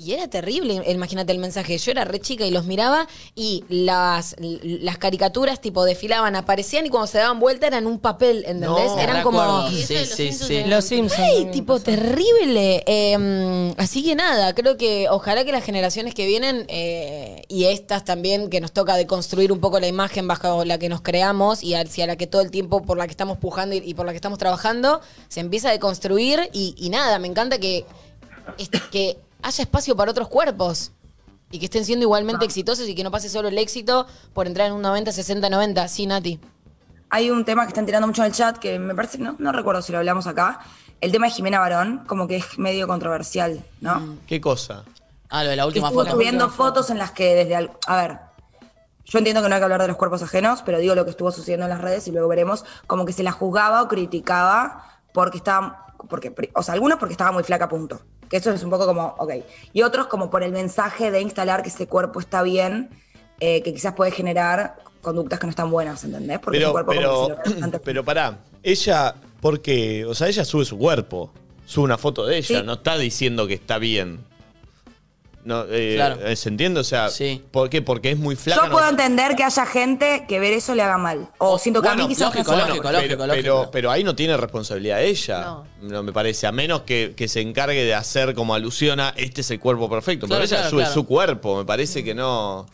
Speaker 2: y era terrible, imagínate el mensaje. Yo era re chica y los miraba y las, las caricaturas tipo desfilaban, aparecían y cuando se daban vuelta eran un papel, ¿entendés?
Speaker 4: No,
Speaker 2: eran
Speaker 4: de
Speaker 2: como...
Speaker 4: acuerdo. Sí, sí, sí.
Speaker 9: Los Simpsons.
Speaker 2: Ay, tipo terrible. Eh, así que nada, creo que ojalá que las generaciones que vienen eh, y estas también, que nos toca deconstruir un poco la imagen bajo la que nos creamos y hacia la que todo el tiempo por la que estamos pujando y, y por la que estamos trabajando, se empieza a deconstruir y, y nada, me encanta que, es- que haya espacio para otros cuerpos. Y que estén siendo igualmente exitosos y que no pase solo el éxito por entrar en un 90, 60, 90. Sí, Nati.
Speaker 3: Hay un tema que están tirando mucho en el chat que me parece, no, no recuerdo si lo hablamos acá, el tema de Jimena Barón, como que es medio controversial, ¿no?
Speaker 1: ¿Qué cosa?
Speaker 4: Ah, lo de la
Speaker 3: que
Speaker 4: última
Speaker 3: estuvo
Speaker 4: foto.
Speaker 3: subiendo fotos en las que desde al- a ver yo entiendo que no hay que hablar de los cuerpos ajenos pero digo lo que estuvo sucediendo en las redes y luego veremos como que se la juzgaba o criticaba porque estaba porque pri- o sea algunos porque estaba muy flaca punto que eso es un poco como ok y otros como por el mensaje de instalar que ese cuerpo está bien eh, que quizás puede generar conductas que no están buenas ¿entendés? porque es un
Speaker 1: Pero,
Speaker 3: cuerpo como que se
Speaker 1: pero,
Speaker 3: lo-
Speaker 1: pero pará, ella, porque, o sea, ella sube su cuerpo, sube una foto de ella,
Speaker 3: Sí.
Speaker 1: no está diciendo que está bien. No, eh,
Speaker 4: Claro.
Speaker 1: eh, ¿Se entiende? O sea, ¿por qué? Porque es muy flaca.
Speaker 3: yo
Speaker 1: no-
Speaker 3: puedo entender que haya gente que ver eso le haga mal o siento que a mí
Speaker 1: Bueno,
Speaker 3: quizás
Speaker 1: lógico,
Speaker 3: me-
Speaker 1: lógico, lógico, pero, pero- pero ahí no tiene responsabilidad ella, no. me parece, a menos que, que se encargue de hacer como alusión a este es el cuerpo perfecto.
Speaker 3: Claro,
Speaker 1: pero ella
Speaker 3: claro,
Speaker 1: sube
Speaker 3: claro.
Speaker 1: su cuerpo, me parece que no.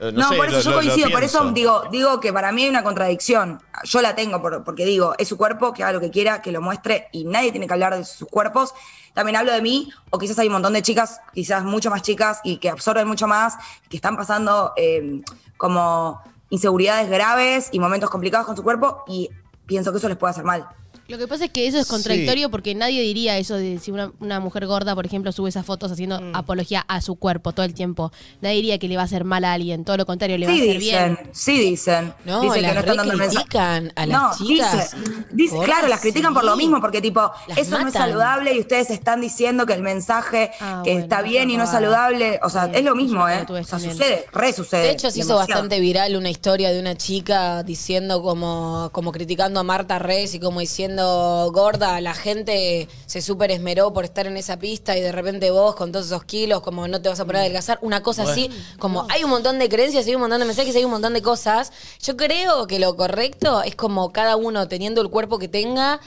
Speaker 1: eh,
Speaker 3: No,
Speaker 1: sé,
Speaker 3: por eso
Speaker 1: lo-
Speaker 3: yo
Speaker 1: lo- lo
Speaker 3: coincido, por eso
Speaker 1: pienso.
Speaker 3: digo, digo que para mí hay una contradicción. Yo la tengo por- porque digo, es su cuerpo, que haga lo que quiera, que lo muestre y nadie tiene que hablar de sus cuerpos. También hablo de mí, o quizás hay un montón de chicas, quizás mucho más chicas y que absorben mucho más, que están pasando eh, como inseguridades graves y momentos complicados con su cuerpo y pienso que eso les puede hacer mal.
Speaker 5: Lo que pasa es que eso es
Speaker 3: Sí.
Speaker 5: contradictorio porque nadie diría eso de si una, una mujer gorda, por ejemplo, sube esas fotos haciendo
Speaker 3: Mm.
Speaker 5: apología a su cuerpo todo el tiempo. Nadie diría que le va a hacer mal a alguien, todo lo contrario, le va a
Speaker 3: Sí
Speaker 5: hacer
Speaker 3: dicen,
Speaker 5: bien.
Speaker 3: sí dicen.
Speaker 5: No,
Speaker 3: dicen
Speaker 5: las
Speaker 3: el mensaje.
Speaker 2: recritican a las
Speaker 3: no,
Speaker 2: chicas.
Speaker 3: Dicen, dicen-
Speaker 2: Gordas,
Speaker 3: claro, las critican por lo
Speaker 2: sí.
Speaker 3: mismo, porque tipo,
Speaker 2: Las
Speaker 3: eso no es
Speaker 2: matan. Ah,
Speaker 3: saludable y ustedes están diciendo que el mensaje que está bien y no es
Speaker 2: robada.
Speaker 3: saludable, o sea, es lo mismo, ¿eh? O sea,
Speaker 2: también.
Speaker 3: sucede, re sucede.
Speaker 2: De hecho, se hizo
Speaker 3: demasiado.
Speaker 2: bastante viral una historia de una chica diciendo como, como criticando a Marta Reyes y como diciendo, gorda, la gente se súper esmeró por estar en esa pista y de repente vos con todos esos kilos, como no te vas a
Speaker 3: Mm.
Speaker 2: poder adelgazar, una cosa
Speaker 13: Bueno.
Speaker 2: así, como hay un montón de creencias, hay un montón de mensajes, hay un montón de cosas. Yo creo que lo correcto es como cada uno teniendo el cuerpo que tenga,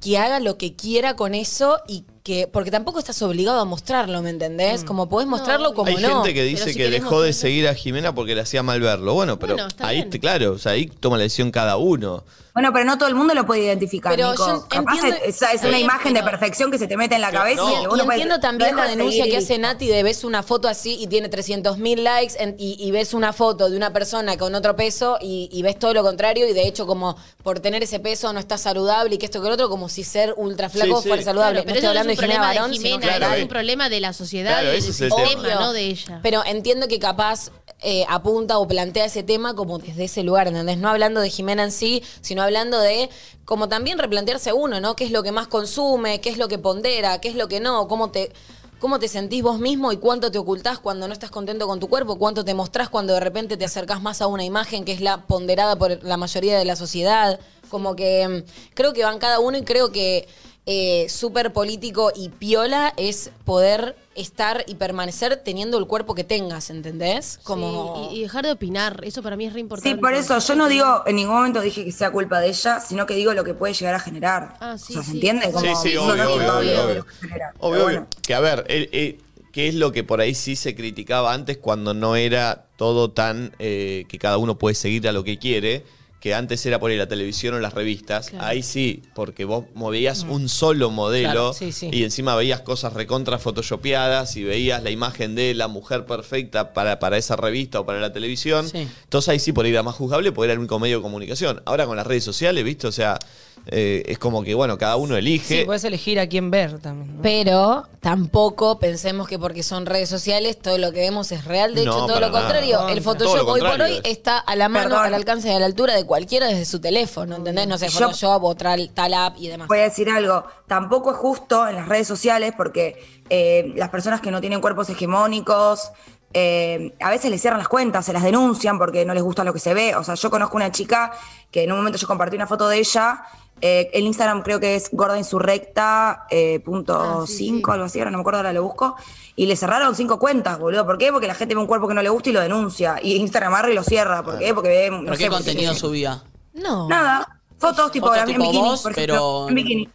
Speaker 2: que haga lo que quiera con eso y que que. Porque tampoco estás obligado a mostrarlo, ¿me
Speaker 3: Mm.
Speaker 2: entendés? Como podés mostrarlo como
Speaker 1: Hay
Speaker 2: no.
Speaker 1: gente que dice que dejó de seguir a Jimena porque le hacía mal verlo. Bueno, pero
Speaker 2: Bueno, está
Speaker 1: ahí,
Speaker 2: bien.
Speaker 1: te- claro, o sea, ahí toma la decisión cada uno.
Speaker 3: Bueno, pero no todo el mundo lo puede identificar,
Speaker 2: Pero
Speaker 3: Nico.
Speaker 2: yo
Speaker 3: Capaz
Speaker 2: entiendo-
Speaker 3: es, es- es una
Speaker 2: Sí,
Speaker 3: imagen de
Speaker 2: pero-
Speaker 3: perfección que se te mete en la
Speaker 2: Claro,
Speaker 3: cabeza.
Speaker 2: no.
Speaker 3: y
Speaker 2: Y,
Speaker 3: uno puede-
Speaker 2: entiendo también
Speaker 3: deja
Speaker 2: la
Speaker 3: de
Speaker 2: denuncia
Speaker 3: seguir
Speaker 2: que
Speaker 3: y
Speaker 2: hace Nati de ves una foto así y tiene 300.000 likes en- y, y ves una foto de una persona con otro peso y, y ves todo lo contrario y de hecho como por tener ese peso no está saludable y que esto que lo otro como si ser ultra flaco
Speaker 1: Sí, sí.
Speaker 2: fuera saludable.
Speaker 1: Claro,
Speaker 2: no
Speaker 1: pero
Speaker 2: estoy
Speaker 1: eso no es
Speaker 2: hablando
Speaker 1: un
Speaker 2: de Jimena
Speaker 1: problema de
Speaker 2: Barón, sino
Speaker 1: Jimena, Claro,
Speaker 2: que-
Speaker 1: es eh.
Speaker 5: un problema de la sociedad
Speaker 1: Claro,
Speaker 5: y del
Speaker 1: ese es el
Speaker 5: sistema,
Speaker 1: tema.
Speaker 5: no de ella.
Speaker 2: Pero entiendo que capaz eh, apunta o plantea ese tema como desde ese lugar, ¿entendés? No hablando de Jimena en sí, sino hablando de como también replantearse uno, ¿no? ¿Qué es lo que más consume? ¿Qué es lo que pondera? ¿Qué es lo que no? ¿Cómo te, cómo te sentís vos mismo y cuánto te ocultás cuando no estás contento con tu cuerpo? ¿Cuánto te mostrás cuando de repente te acercás más a una imagen que es la ponderada por la mayoría de la sociedad? Como que mm, creo que van cada uno y creo que eh, súper político y piola es poder estar y permanecer teniendo el cuerpo que tengas, ¿entendés? Como...
Speaker 5: Sí, y, y dejar de opinar, eso para mí es re importante.
Speaker 3: Sí, por eso yo no digo, en ningún momento dije que sea culpa de ella, sino que digo lo que puede llegar a generar.
Speaker 5: Ah, sí,
Speaker 3: o sea, ¿se
Speaker 5: sí.
Speaker 3: entiende? Como-
Speaker 1: Sí, sí,
Speaker 3: eso
Speaker 1: obvio,
Speaker 3: no es
Speaker 1: obvio,
Speaker 3: culpa de
Speaker 1: obvio,
Speaker 3: ella,
Speaker 1: obvio.
Speaker 3: lo que genera.
Speaker 1: Obvio,
Speaker 3: Pero
Speaker 1: obvio.
Speaker 3: bueno.
Speaker 1: Que a ver, eh, eh, ¿qué es lo que por ahí sí se criticaba antes cuando no era todo tan eh, que cada uno puede seguir a lo que quiere? Que antes era por ahí la televisión o las revistas.
Speaker 9: Claro. Mm.
Speaker 1: Ahí sí, porque vos movías un solo modelo
Speaker 9: Claro, sí, sí.
Speaker 1: y encima veías cosas recontra photoshopeadas y veías la imagen de la mujer perfecta para, para esa revista o para la televisión. Entonces ahí sí por ahí era más juzgable porque era el único medio de comunicación. Ahora con las redes sociales, ¿viste? O sea, eh, es como que, bueno, cada uno elige.
Speaker 9: Sí, puedes elegir a quién ver también. ¿no?
Speaker 2: Pero tampoco pensemos que porque son redes sociales todo lo que vemos es real. De
Speaker 9: No,
Speaker 2: hecho, todo
Speaker 9: para
Speaker 2: lo
Speaker 9: nada.
Speaker 2: contrario.
Speaker 9: Todo
Speaker 2: El
Speaker 9: lo
Speaker 2: Photoshop hoy por
Speaker 9: contrario
Speaker 2: hoy
Speaker 9: es.
Speaker 2: está a la mano,
Speaker 3: Perdón.
Speaker 2: al alcance y a la altura de cualquiera desde su teléfono, ¿entendés? No sé,
Speaker 3: Yo-
Speaker 2: Photoshop o tal, tal app y demás.
Speaker 3: Voy a decir algo, tampoco es justo en las redes sociales porque eh, las personas que no tienen cuerpos hegemónicos, eh, a veces les cierran las cuentas, se las denuncian porque no les gusta lo que se ve. O sea, yo conozco una chica que en un momento yo compartí una foto de ella, eh, el Instagram creo que es gorda insurrecta, eh, punto
Speaker 2: Ah,
Speaker 3: cinco, algo así, ahora no me acuerdo, ahora lo busco, y le cerraron cinco cuentas, boludo. ¿Por qué? Porque la gente ve un cuerpo que no le gusta y lo denuncia. Y Instagram agarra y lo cierra, ¿por qué? Porque ve... no
Speaker 4: ¿Pero
Speaker 3: sé,
Speaker 4: qué
Speaker 3: porque-
Speaker 4: contenido subía?
Speaker 2: No.
Speaker 3: Nada. Fotos tipo,
Speaker 4: Fotos
Speaker 3: en
Speaker 4: tipo
Speaker 3: bikini,
Speaker 4: vos,
Speaker 3: por ejemplo,
Speaker 4: pero-
Speaker 3: En bikini,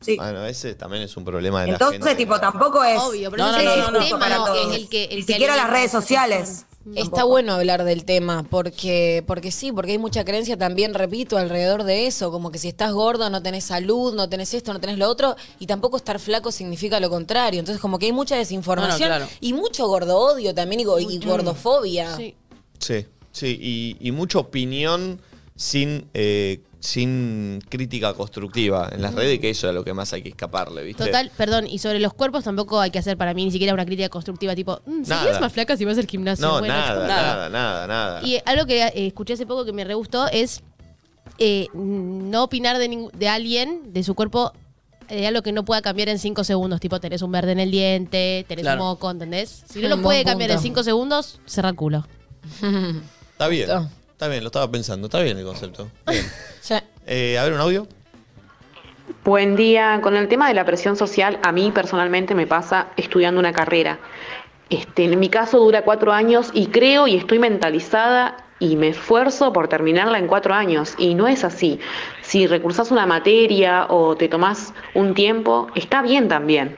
Speaker 3: sí.
Speaker 1: Bueno, ese también es un problema de la
Speaker 3: Entonces,
Speaker 1: gente.
Speaker 3: tipo, tampoco es.
Speaker 5: Obvio,
Speaker 2: pero No, no, no, no, no.
Speaker 3: justo para
Speaker 2: no,
Speaker 3: todos.
Speaker 2: es el que- el
Speaker 3: Ni
Speaker 2: que
Speaker 3: siquiera las
Speaker 2: alimenta
Speaker 3: redes
Speaker 2: esa
Speaker 3: sociales.
Speaker 2: Está bueno hablar del tema porque porque sí, porque hay mucha creencia también, repito, alrededor de eso, como que si estás gordo no tenés salud, no tenés esto, no tenés lo otro y tampoco estar flaco significa lo contrario. Entonces como que hay mucha desinformación
Speaker 1: No, no, claro.
Speaker 2: y mucho gordo odio también y, go- y gordofobia.
Speaker 1: Sí, sí, y, y mucha opinión sin, eh, sin crítica constructiva en
Speaker 3: Mm.
Speaker 1: las redes, que eso es lo que más hay que escaparle, ¿viste?
Speaker 5: Total, perdón, y sobre los cuerpos tampoco hay que hacer para mí ni siquiera una crítica constructiva tipo, mm,
Speaker 1: Nada.
Speaker 5: serías más flaca si vas al gimnasio.
Speaker 1: No,
Speaker 5: Bueno,
Speaker 1: nada,
Speaker 5: chau.
Speaker 1: nada, nada, nada.
Speaker 5: Y eh, algo que eh, escuché hace poco que me re gustó es eh, no opinar de, ningú- de alguien, de su cuerpo, eh, de algo que no pueda cambiar en cinco segundos. Tipo, tenés un verde en el diente, tenés
Speaker 1: Claro.
Speaker 5: un moco, ¿entendés? Si no
Speaker 2: Mm,
Speaker 5: lo
Speaker 2: buen
Speaker 5: puede cambiar en
Speaker 2: punto.
Speaker 5: cinco segundos, cerra el culo.
Speaker 1: Está bien,
Speaker 5: Justo.
Speaker 1: está bien, lo estaba pensando, está bien el concepto. Bien.
Speaker 2: Sí.
Speaker 1: Eh, a ver, un audio.
Speaker 15: Buen día. Con el tema de la presión social, a mí personalmente me pasa estudiando una carrera. Este, en mi caso dura cuatro años y creo y estoy mentalizada y me esfuerzo por terminarla en cuatro años. Y no es así. Si recursas una materia o te tomás un tiempo, está bien también.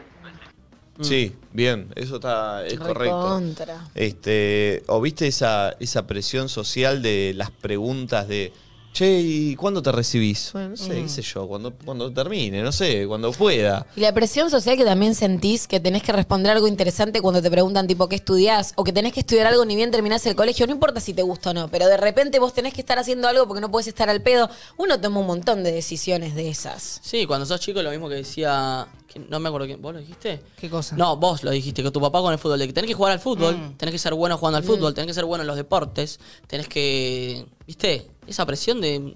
Speaker 2: Mm.
Speaker 1: Sí, bien, eso está es correcto.
Speaker 2: Recontra.
Speaker 1: Este, o viste esa, esa presión social de las preguntas de Che, ¿y cuándo te recibís? Bueno, no
Speaker 2: Mm.
Speaker 1: sé, qué sé yo, cuando, cuando termine, no sé, cuando pueda.
Speaker 2: Y la presión social que también sentís que tenés que responder algo interesante cuando te preguntan tipo qué estudiás o que tenés que estudiar algo ni bien terminás el colegio, no importa si te gusta o no, pero de repente vos tenés que estar haciendo algo porque no puedes estar al pedo. Uno toma un montón de decisiones de esas.
Speaker 4: Sí, cuando sos chico lo mismo que decía. que no me acuerdo quién. ¿Vos lo dijiste?
Speaker 9: ¿Qué cosa?
Speaker 4: No, vos lo dijiste, que tu papá con el fútbol, de que tenés que jugar al fútbol,
Speaker 9: Mm.
Speaker 4: tenés que ser bueno jugando al fútbol, tenés que ser bueno en los deportes, tenés que. ¿Viste? Esa presión de. En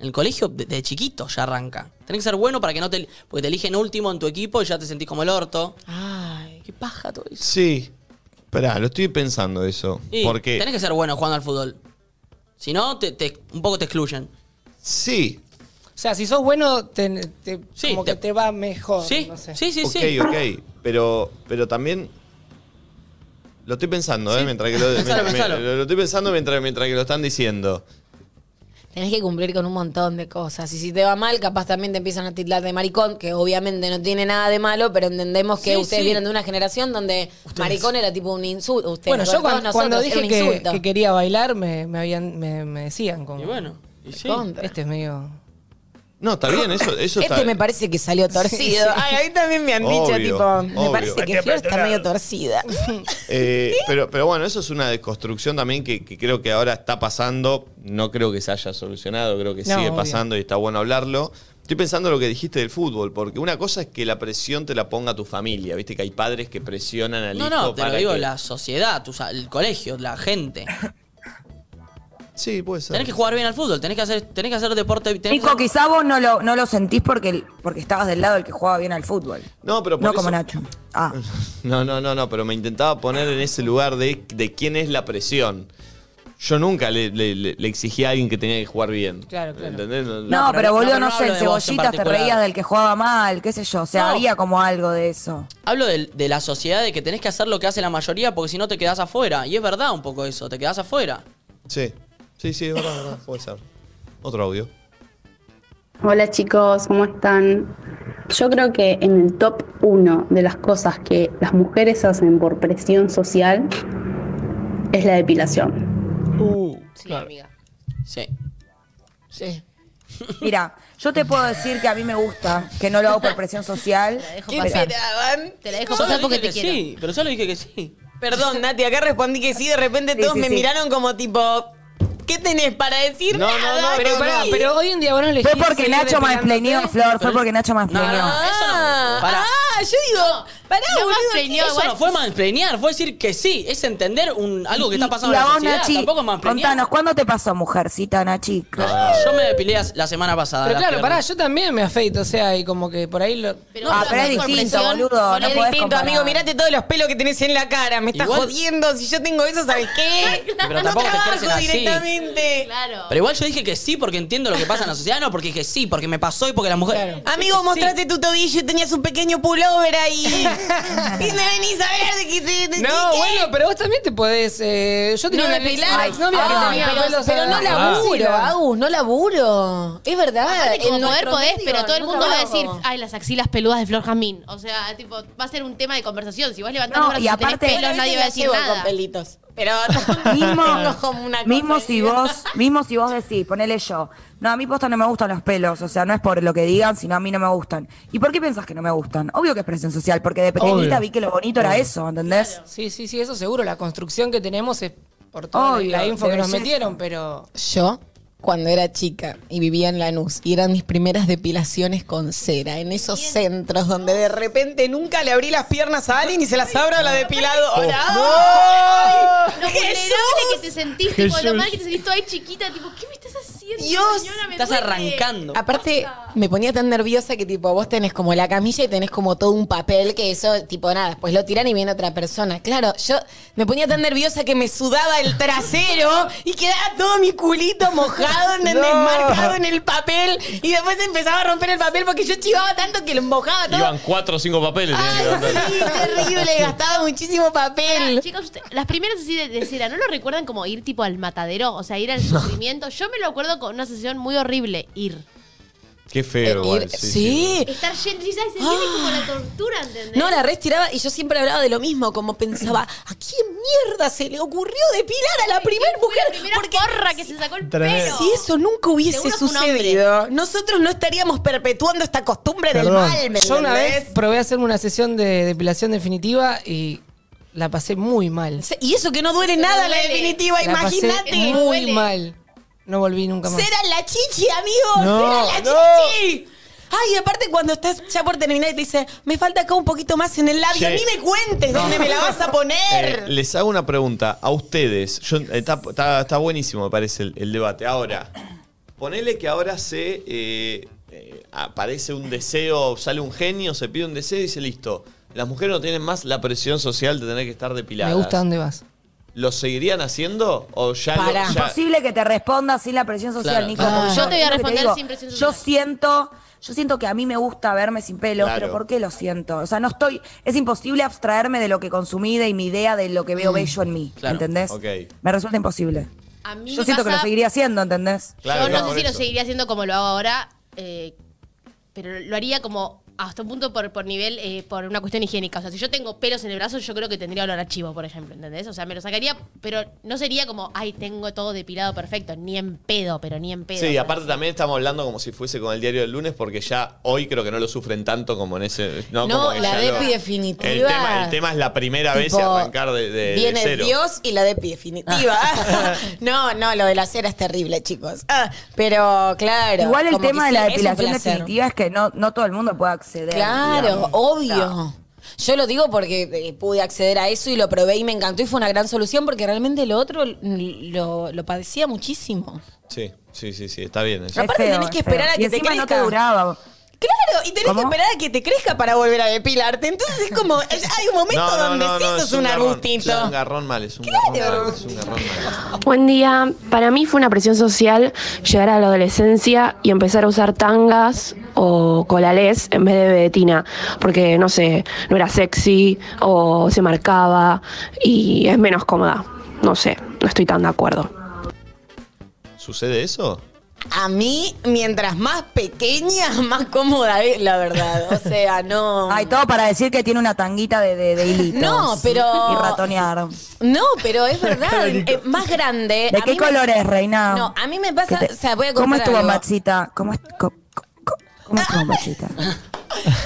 Speaker 4: el colegio de, de chiquito ya arranca. Tenés que ser bueno para que no te. Porque te eligen último en tu equipo y ya te sentís como el orto.
Speaker 2: Ay,
Speaker 4: qué paja todo eso.
Speaker 1: Sí. Esperá, lo estoy pensando eso.
Speaker 4: Y
Speaker 1: porque
Speaker 4: tenés que ser bueno jugando al fútbol. Si no, te, te- un poco te excluyen.
Speaker 1: Sí.
Speaker 9: O sea, si sos bueno, te, te- como que te va mejor.
Speaker 4: Sí,
Speaker 9: no sé.
Speaker 4: sí, sí,
Speaker 1: ok,
Speaker 4: sí.
Speaker 1: ok. Pero, pero también. Lo estoy pensando, ¿eh? Mientras que lo,
Speaker 4: Pensalo,
Speaker 1: mientras-
Speaker 4: pensalo.
Speaker 1: mientras- lo- lo estoy pensando mientras, mientras que lo están diciendo.
Speaker 2: tenés que cumplir con un montón de cosas. Y si te va mal, capaz también te empiezan a tildar de maricón, que obviamente no tiene nada de malo, pero entendemos que
Speaker 9: Sí,
Speaker 2: ustedes
Speaker 9: sí.
Speaker 2: vienen de una generación donde maricón era tipo un insulto. Ustedes,
Speaker 9: Bueno, yo
Speaker 2: todos
Speaker 9: cuando,
Speaker 2: nosotros,
Speaker 9: cuando
Speaker 2: era
Speaker 9: dije
Speaker 2: un
Speaker 9: que,
Speaker 2: insulto.
Speaker 9: que quería bailar, me, me habían, me, me decían como.
Speaker 4: Y bueno, y sí.
Speaker 9: Contra. Este es medio.
Speaker 1: No, está bien, eso, eso está
Speaker 2: Este me parece que salió torcido.
Speaker 9: Sí, sí.
Speaker 2: Ay, a mí también me han dicho,
Speaker 1: Obvio,
Speaker 2: tipo, me
Speaker 1: obvio.
Speaker 2: parece que Flor está medio torcida.
Speaker 1: Eh, pero, pero bueno, eso es una desconstrucción también que, que creo que ahora está pasando. No creo que se haya solucionado, creo que
Speaker 6: No,
Speaker 1: sigue
Speaker 6: obvio.
Speaker 1: pasando y está bueno hablarlo. Estoy pensando lo que dijiste del fútbol, porque una cosa es que la presión te la ponga tu familia. Viste que hay padres que presionan al
Speaker 4: No,
Speaker 1: hijo
Speaker 4: no, te lo
Speaker 1: para
Speaker 4: digo,
Speaker 1: que-
Speaker 4: la sociedad, tus- el colegio, la gente.
Speaker 1: Sí, puede ser.
Speaker 4: Tenés que jugar bien al fútbol, tenés que hacer, tenés que hacer deporte. tenés que
Speaker 3: Nico,
Speaker 4: hacer-
Speaker 3: quizá vos no lo, no lo sentís porque, porque estabas del lado del que jugaba bien al fútbol.
Speaker 1: No, pero por
Speaker 3: No
Speaker 1: eso-
Speaker 3: como Nacho. Ah.
Speaker 1: No, no, no, no, pero me intentaba poner en ese lugar de, de quién es la presión. Yo nunca le, le- le- le exigí a alguien que tenía que jugar bien.
Speaker 3: Claro, claro.
Speaker 1: ¿Entendés?
Speaker 3: No, pero, boludo, no, sé, en
Speaker 4: hablo de vos en
Speaker 3: cebollitas te
Speaker 4: particular.
Speaker 3: reías del que jugaba mal, qué sé yo. O sea,
Speaker 4: No.
Speaker 3: había como algo de eso.
Speaker 4: Hablo del- de, la sociedad, de que tenés que hacer lo que hace la mayoría porque si no te quedás afuera. Y es verdad un poco eso, te quedás afuera.
Speaker 1: Sí, sí, sí, es verdad, es verdad, puede ser. Otro audio.
Speaker 18: Hola chicos, ¿cómo están? Yo creo que en el top uno de las cosas que las mujeres hacen por presión social es la depilación.
Speaker 1: Uh.
Speaker 5: Sí,
Speaker 4: amiga. Sí.
Speaker 2: Sí.
Speaker 3: Mira, yo te puedo decir que a mí me gusta, que no lo hago por presión social.
Speaker 5: ¿Qué
Speaker 3: pasar.
Speaker 5: esperaban? Te la dejo pasar
Speaker 4: Solo dije
Speaker 5: porque te
Speaker 4: que
Speaker 5: quiero.
Speaker 4: sí, pero solo dije que sí.
Speaker 13: Perdón, Nati, acá respondí que sí, de repente
Speaker 4: Sí,
Speaker 13: todos
Speaker 4: sí,
Speaker 13: me
Speaker 4: sí.
Speaker 13: miraron como tipo, ¿qué tenés para decir?
Speaker 4: No, no,
Speaker 13: Nada,
Speaker 4: no,
Speaker 13: que
Speaker 9: Pero, pará,
Speaker 13: sí.
Speaker 9: pero hoy en día vos no elegís
Speaker 3: Fue porque
Speaker 9: seguir
Speaker 3: Nacho
Speaker 9: depilándote.
Speaker 3: mansplainió, Flor, fue porque Nacho mansplainió.
Speaker 13: Ah, ah, yo digo, pará,
Speaker 5: No
Speaker 13: boludo,
Speaker 5: mansplainió,
Speaker 13: ¿qué-
Speaker 2: ¿eh?
Speaker 4: Eso no fue mansplainear, fue decir que sí, es entender un, algo que está pasando
Speaker 3: y
Speaker 4: en
Speaker 3: a
Speaker 4: la
Speaker 3: vos,
Speaker 4: sociedad,
Speaker 3: Nachi,
Speaker 4: tampoco es Ah. mansplainear.
Speaker 3: contanos, ¿cuándo te pasó, mujercita, Nachi?
Speaker 4: Yo me depilé as- la semana pasada.
Speaker 9: Pero
Speaker 4: las
Speaker 9: claro, pará,
Speaker 4: piernas.
Speaker 9: yo también me afeito, o sea, y como que por ahí lo.
Speaker 3: ah, pero es distinto, boludo. No
Speaker 13: es
Speaker 3: podés
Speaker 13: distinto,
Speaker 3: comparar.
Speaker 13: amigo. Mirate todos los pelos que tenés en la cara. Me estás
Speaker 4: Igual-
Speaker 13: jodiendo. Si yo tengo eso, ¿sabes qué?
Speaker 4: Pero
Speaker 13: no
Speaker 4: tampoco te
Speaker 13: trabajo
Speaker 4: crecen así.
Speaker 13: directamente.
Speaker 5: Claro.
Speaker 4: Pero igual yo dije que sí porque entiendo lo que pasa en la sociedad, no porque dije sí, porque me pasó y porque la mujer.
Speaker 13: Amigo, mostraste tu tobillo y tenías un pequeño pullover ahí. y me venís a hablar de que te. de-
Speaker 9: No,
Speaker 13: ¿qué?
Speaker 9: bueno, pero vos también te podés. eh, yo tenía
Speaker 13: No,
Speaker 9: una
Speaker 13: depilar.
Speaker 9: ex- exnovia que
Speaker 2: Ah,
Speaker 9: tenía
Speaker 2: pero,
Speaker 9: pelos
Speaker 2: pero
Speaker 9: a-
Speaker 2: no laburo, Agus, no laburo. Es verdad.
Speaker 5: Aparte, como poder
Speaker 2: en nuestro
Speaker 5: podés,
Speaker 2: medio
Speaker 5: pero todo el
Speaker 2: no
Speaker 5: mundo va a
Speaker 2: trabajo.
Speaker 5: decir, ay, las axilas peludas de Flor Jamín. O sea, tipo, va a ser un tema de conversación. Si vas levantando
Speaker 3: No,
Speaker 5: brazos
Speaker 3: y
Speaker 5: y tenés
Speaker 3: aparte-
Speaker 5: pelos, nadie va a decir
Speaker 2: Llevo
Speaker 5: nada.
Speaker 2: con pelitos. Pero
Speaker 3: Mismo,
Speaker 2: tengo como una cosa
Speaker 3: mismo
Speaker 2: ahí.
Speaker 3: si vos, mismo si vos decís, ponele yo. No, a mí posta no me gustan los pelos, o sea, no es por lo que digan, sino a mí no me gustan. ¿Y por qué pensás que no me gustan? Obvio que es presión social, porque de pequeñita
Speaker 9: Obvio.
Speaker 3: vi que lo bonito era eso, ¿entendés?
Speaker 9: Sí, sí, sí, eso seguro. La construcción que tenemos es por toda
Speaker 3: Obvio,
Speaker 9: la info
Speaker 3: de
Speaker 9: que nos
Speaker 3: belleza.
Speaker 9: metieron, pero.
Speaker 2: Yo, cuando era chica y vivía en Lanús, y eran mis primeras depilaciones con cera, en esos centros donde de repente...
Speaker 13: repente nunca le abrí las piernas a alguien y se las abro a la depiladora.
Speaker 5: ¡Oh! Ay, Lo
Speaker 13: ¡Ay!
Speaker 5: vulnerable que te sentís, tipo, lo
Speaker 2: Jesús.
Speaker 5: mal que te sentís toda ahí chiquita, tipo, ¿qué me estás haciendo?
Speaker 13: Dios,
Speaker 5: señora? Me Ah,
Speaker 4: estás
Speaker 5: duele.
Speaker 4: arrancando.
Speaker 2: Aparte, me ponía tan nerviosa que tipo, vos tenés como la camilla y tenés como todo un papel que eso, tipo, nada, después lo tiran y viene otra persona. Claro, yo me ponía tan nerviosa que me sudaba el trasero y quedaba todo mi culito mojado, ¿entendés?
Speaker 13: No.
Speaker 2: Marcado en el papel y después empezaba a romper el papel porque yo chivaba tanto que lo mojaba todo.
Speaker 1: Iban cuatro o cinco papeles. tenían que levantar.
Speaker 2: Sí, terrible, gastaba muchísimo
Speaker 5: Pará,
Speaker 2: papel.
Speaker 5: chicos, usted- las primeras así de, de cera, ¿no lo recuerdan como ir tipo al matadero? O sea, ir al sufrimiento. Yo me lo acuerdo con una sesión muy horrible, ir.
Speaker 1: Qué feo, igual, sí, sí.
Speaker 5: Estar yendo, sí, ¿sabes? Se siente como la tortura, ¿entendés?
Speaker 2: No, la restiraba y yo siempre hablaba de lo mismo, como pensaba, ¿a quién mierda se le ocurrió depilar a la primera mujer?
Speaker 5: primera
Speaker 2: Porque
Speaker 5: porra que se sacó el pelo.
Speaker 2: Si eso nunca hubiese
Speaker 5: Seguro fue un hombre.
Speaker 2: sucedido, nosotros no estaríamos perpetuando esta costumbre del
Speaker 9: Perdón.
Speaker 2: mal, ¿me
Speaker 9: Yo una
Speaker 2: entendés?
Speaker 9: vez probé hacerme una sesión de depilación definitiva y la pasé muy mal.
Speaker 2: Se- Y eso que no duele nada la
Speaker 13: duele.
Speaker 2: definitiva,
Speaker 9: La pasé
Speaker 2: imagínate.
Speaker 9: Muy mal. No volví nunca más.
Speaker 2: Será la chichi, amigo.
Speaker 9: No,
Speaker 2: Será la chichi. Ay, aparte cuando estás ya por terminar y te dice, me falta acá un poquito más en el labio,
Speaker 1: Che.
Speaker 2: ni me cuentes dónde me la vas a
Speaker 1: Eh,
Speaker 2: poner.
Speaker 1: les hago una pregunta a ustedes. Yo- eh, está, está- está buenísimo, me parece, el, el debate. Ahora, ponele que ahora se eh, eh, aparece un deseo, sale un genio, se pide un deseo y dice, listo, las mujeres no tienen más la presión social de tener que estar
Speaker 9: Me
Speaker 1: depiladas.
Speaker 9: gusta dónde vas.
Speaker 1: ¿Lo seguirían haciendo o ya lo-
Speaker 3: Imposible
Speaker 1: ya-
Speaker 3: que te responda sin la presión social,
Speaker 1: Claro.
Speaker 3: Nico.
Speaker 1: Ah.
Speaker 3: porque
Speaker 5: Yo te voy a
Speaker 3: es lo que
Speaker 5: responder
Speaker 3: digo,
Speaker 5: sin presión
Speaker 3: Yo
Speaker 5: social.
Speaker 3: siento, yo siento que a mí me gusta verme sin pelo,
Speaker 1: Claro.
Speaker 3: pero ¿por qué lo siento? O sea, no estoy, es imposible
Speaker 5: Mm.
Speaker 3: abstraerme de lo que consumí, de mi idea, de lo que veo bello en mí,
Speaker 1: Claro.
Speaker 3: ¿entendés?
Speaker 1: Ok.
Speaker 3: Me resulta imposible.
Speaker 5: A mí
Speaker 3: Yo
Speaker 5: me
Speaker 3: siento que
Speaker 5: pasa-
Speaker 3: lo seguiría haciendo, ¿entendés?
Speaker 5: yo no, sé si lo seguiría haciendo como lo hago ahora, eh, pero lo haría como hasta un punto por, por nivel, eh, por una cuestión higiénica. O sea, si yo tengo pelos en el brazo, yo creo que tendría olor a chivo, por ejemplo, ¿entendés? O sea, me lo sacaría, pero no sería como, ay, tengo todo depilado perfecto, ni en pedo, pero ni en pedo.
Speaker 1: Sí, aparte también estamos hablando como si fuese con el diario del lunes, porque ya hoy creo que no lo sufren tanto como en ese. No,
Speaker 2: No,
Speaker 1: como que
Speaker 2: la
Speaker 1: ya lo-
Speaker 2: depi definitiva.
Speaker 1: El tema, el tema es la primera vez y
Speaker 2: Tipo,
Speaker 1: arrancar de, de- de
Speaker 2: Viene
Speaker 1: cero.
Speaker 13: Dios y la depi definitiva. no, no, lo de la cera es terrible, chicos. Ah, pero claro.
Speaker 3: Igual el
Speaker 13: como
Speaker 3: tema
Speaker 13: que
Speaker 3: de
Speaker 13: sí,
Speaker 3: la
Speaker 13: es un
Speaker 3: depilación
Speaker 13: placer.
Speaker 3: definitiva es que no, no todo el mundo puede acceder.
Speaker 13: Claro,
Speaker 3: digamos.
Speaker 13: obvio.
Speaker 3: No.
Speaker 2: Yo lo digo porque eh, pude acceder a eso y lo probé y me encantó y fue una gran solución porque realmente lo otro l- lo, lo padecía muchísimo.
Speaker 1: Sí, sí, sí, sí, está bien. eso.
Speaker 13: Aparte
Speaker 2: Es feo,
Speaker 13: tenés que
Speaker 2: es feo.
Speaker 13: esperar a
Speaker 2: Y
Speaker 13: que te
Speaker 2: encima
Speaker 13: crezca.
Speaker 2: no te duraba.
Speaker 13: Claro, y tenés que esperar a que te crezca para volver a depilarte. Entonces es como, hay un momento
Speaker 1: No, no,
Speaker 13: donde
Speaker 1: no,
Speaker 13: sí
Speaker 1: no,
Speaker 13: sos
Speaker 1: es
Speaker 13: un,
Speaker 1: garrón,
Speaker 13: arbustito.
Speaker 1: Es un garrón mal, es un garrón mal. Es un garrón mal.
Speaker 7: Buen día. Para mí fue una presión social llegar a la adolescencia y empezar a usar tangas o colales en vez de betina, porque no sé, no era sexy o se marcaba y es menos cómoda. No sé, no estoy tan de acuerdo.
Speaker 1: ¿Sucede eso?
Speaker 13: A mí, mientras más pequeña, más cómoda es, la verdad. O sea, no.
Speaker 3: Hay todo para decir que tiene una tanguita de, de, de hilitos.
Speaker 2: No, pero-
Speaker 3: Y ratonear.
Speaker 2: No, pero es verdad, eh, más grande.
Speaker 3: ¿De
Speaker 2: a
Speaker 3: qué
Speaker 2: mí me-
Speaker 3: color es, Reina?
Speaker 2: No, a mí me pasa,
Speaker 3: ¿Qué te-
Speaker 2: o sea, voy a contar
Speaker 3: ¿Cómo es tu
Speaker 2: algo.
Speaker 3: bombachita? ¿Cómo es, co- co- co- cómo es tu bombachita?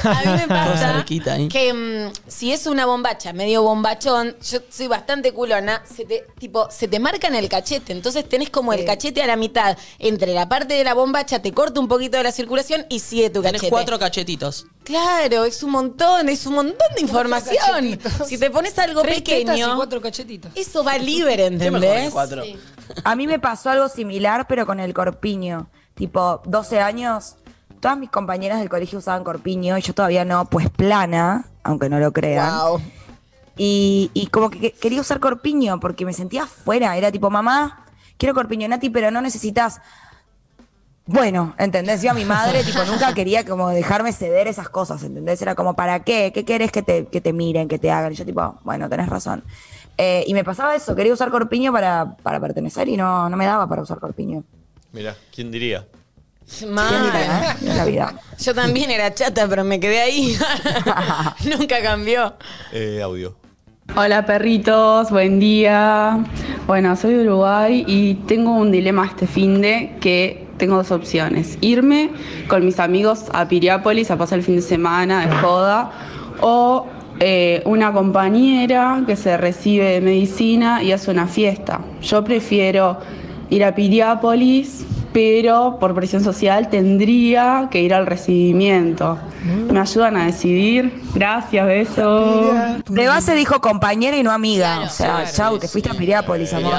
Speaker 2: A mí me
Speaker 4: Cosa
Speaker 2: pasa
Speaker 4: loquita ahí.
Speaker 2: que mm, si es una bombacha, medio bombachón, yo soy bastante culona, se te, tipo, se te marca en el cachete, entonces tenés como el cachete a la mitad, entre la parte de la bombacha, te corta un poquito de la circulación y sigue tu
Speaker 4: Tenés
Speaker 2: cachete.
Speaker 4: cuatro cachetitos.
Speaker 2: Claro, es un montón, es un montón de información. Si te pones algo
Speaker 9: Tres tetas y
Speaker 2: pequeño,
Speaker 9: cuatro cachetitos.
Speaker 2: eso va libre, ¿entendés? Sí.
Speaker 3: A mí me pasó algo similar, pero con el corpiño. Tipo, 12 años, todas mis compañeras del colegio usaban corpiño y yo todavía no, pues plana, aunque no lo crean. Y, y como que que quería usar corpiño porque me sentía afuera. Era tipo, mamá, quiero corpiño Nati, pero no necesitas. Bueno, ¿entendés? Yo a mi madre, tipo, nunca quería como dejarme ceder esas cosas, ¿entendés? Era como, ¿para qué? ¿Qué querés que te, que te miren, que te hagan? Y yo tipo, bueno, tenés razón. Eh, y me pasaba eso, quería usar corpiño para, para pertenecer y no, no me daba para usar corpiño.
Speaker 1: Mirá, ¿quién diría?
Speaker 2: Mal.
Speaker 3: La vida.
Speaker 2: Yo también era chata, pero me quedé ahí. Nunca cambió.
Speaker 1: Eh, audio.
Speaker 19: Hola perritos, buen día. Bueno, soy de Uruguay y tengo un dilema este fin de que tengo dos opciones. Irme con mis amigos a Piriápolis a pasar el fin de semana de joda o eh, una compañera que se recibe de medicina y hace una fiesta. Yo prefiero ir a Piriápolis, pero por presión social tendría que ir al recibimiento. ¿Me ayudan a decidir? Gracias, besos.
Speaker 3: De base dijo compañera y no amiga. o sea, chau, te fuiste a Piriápolis, amor.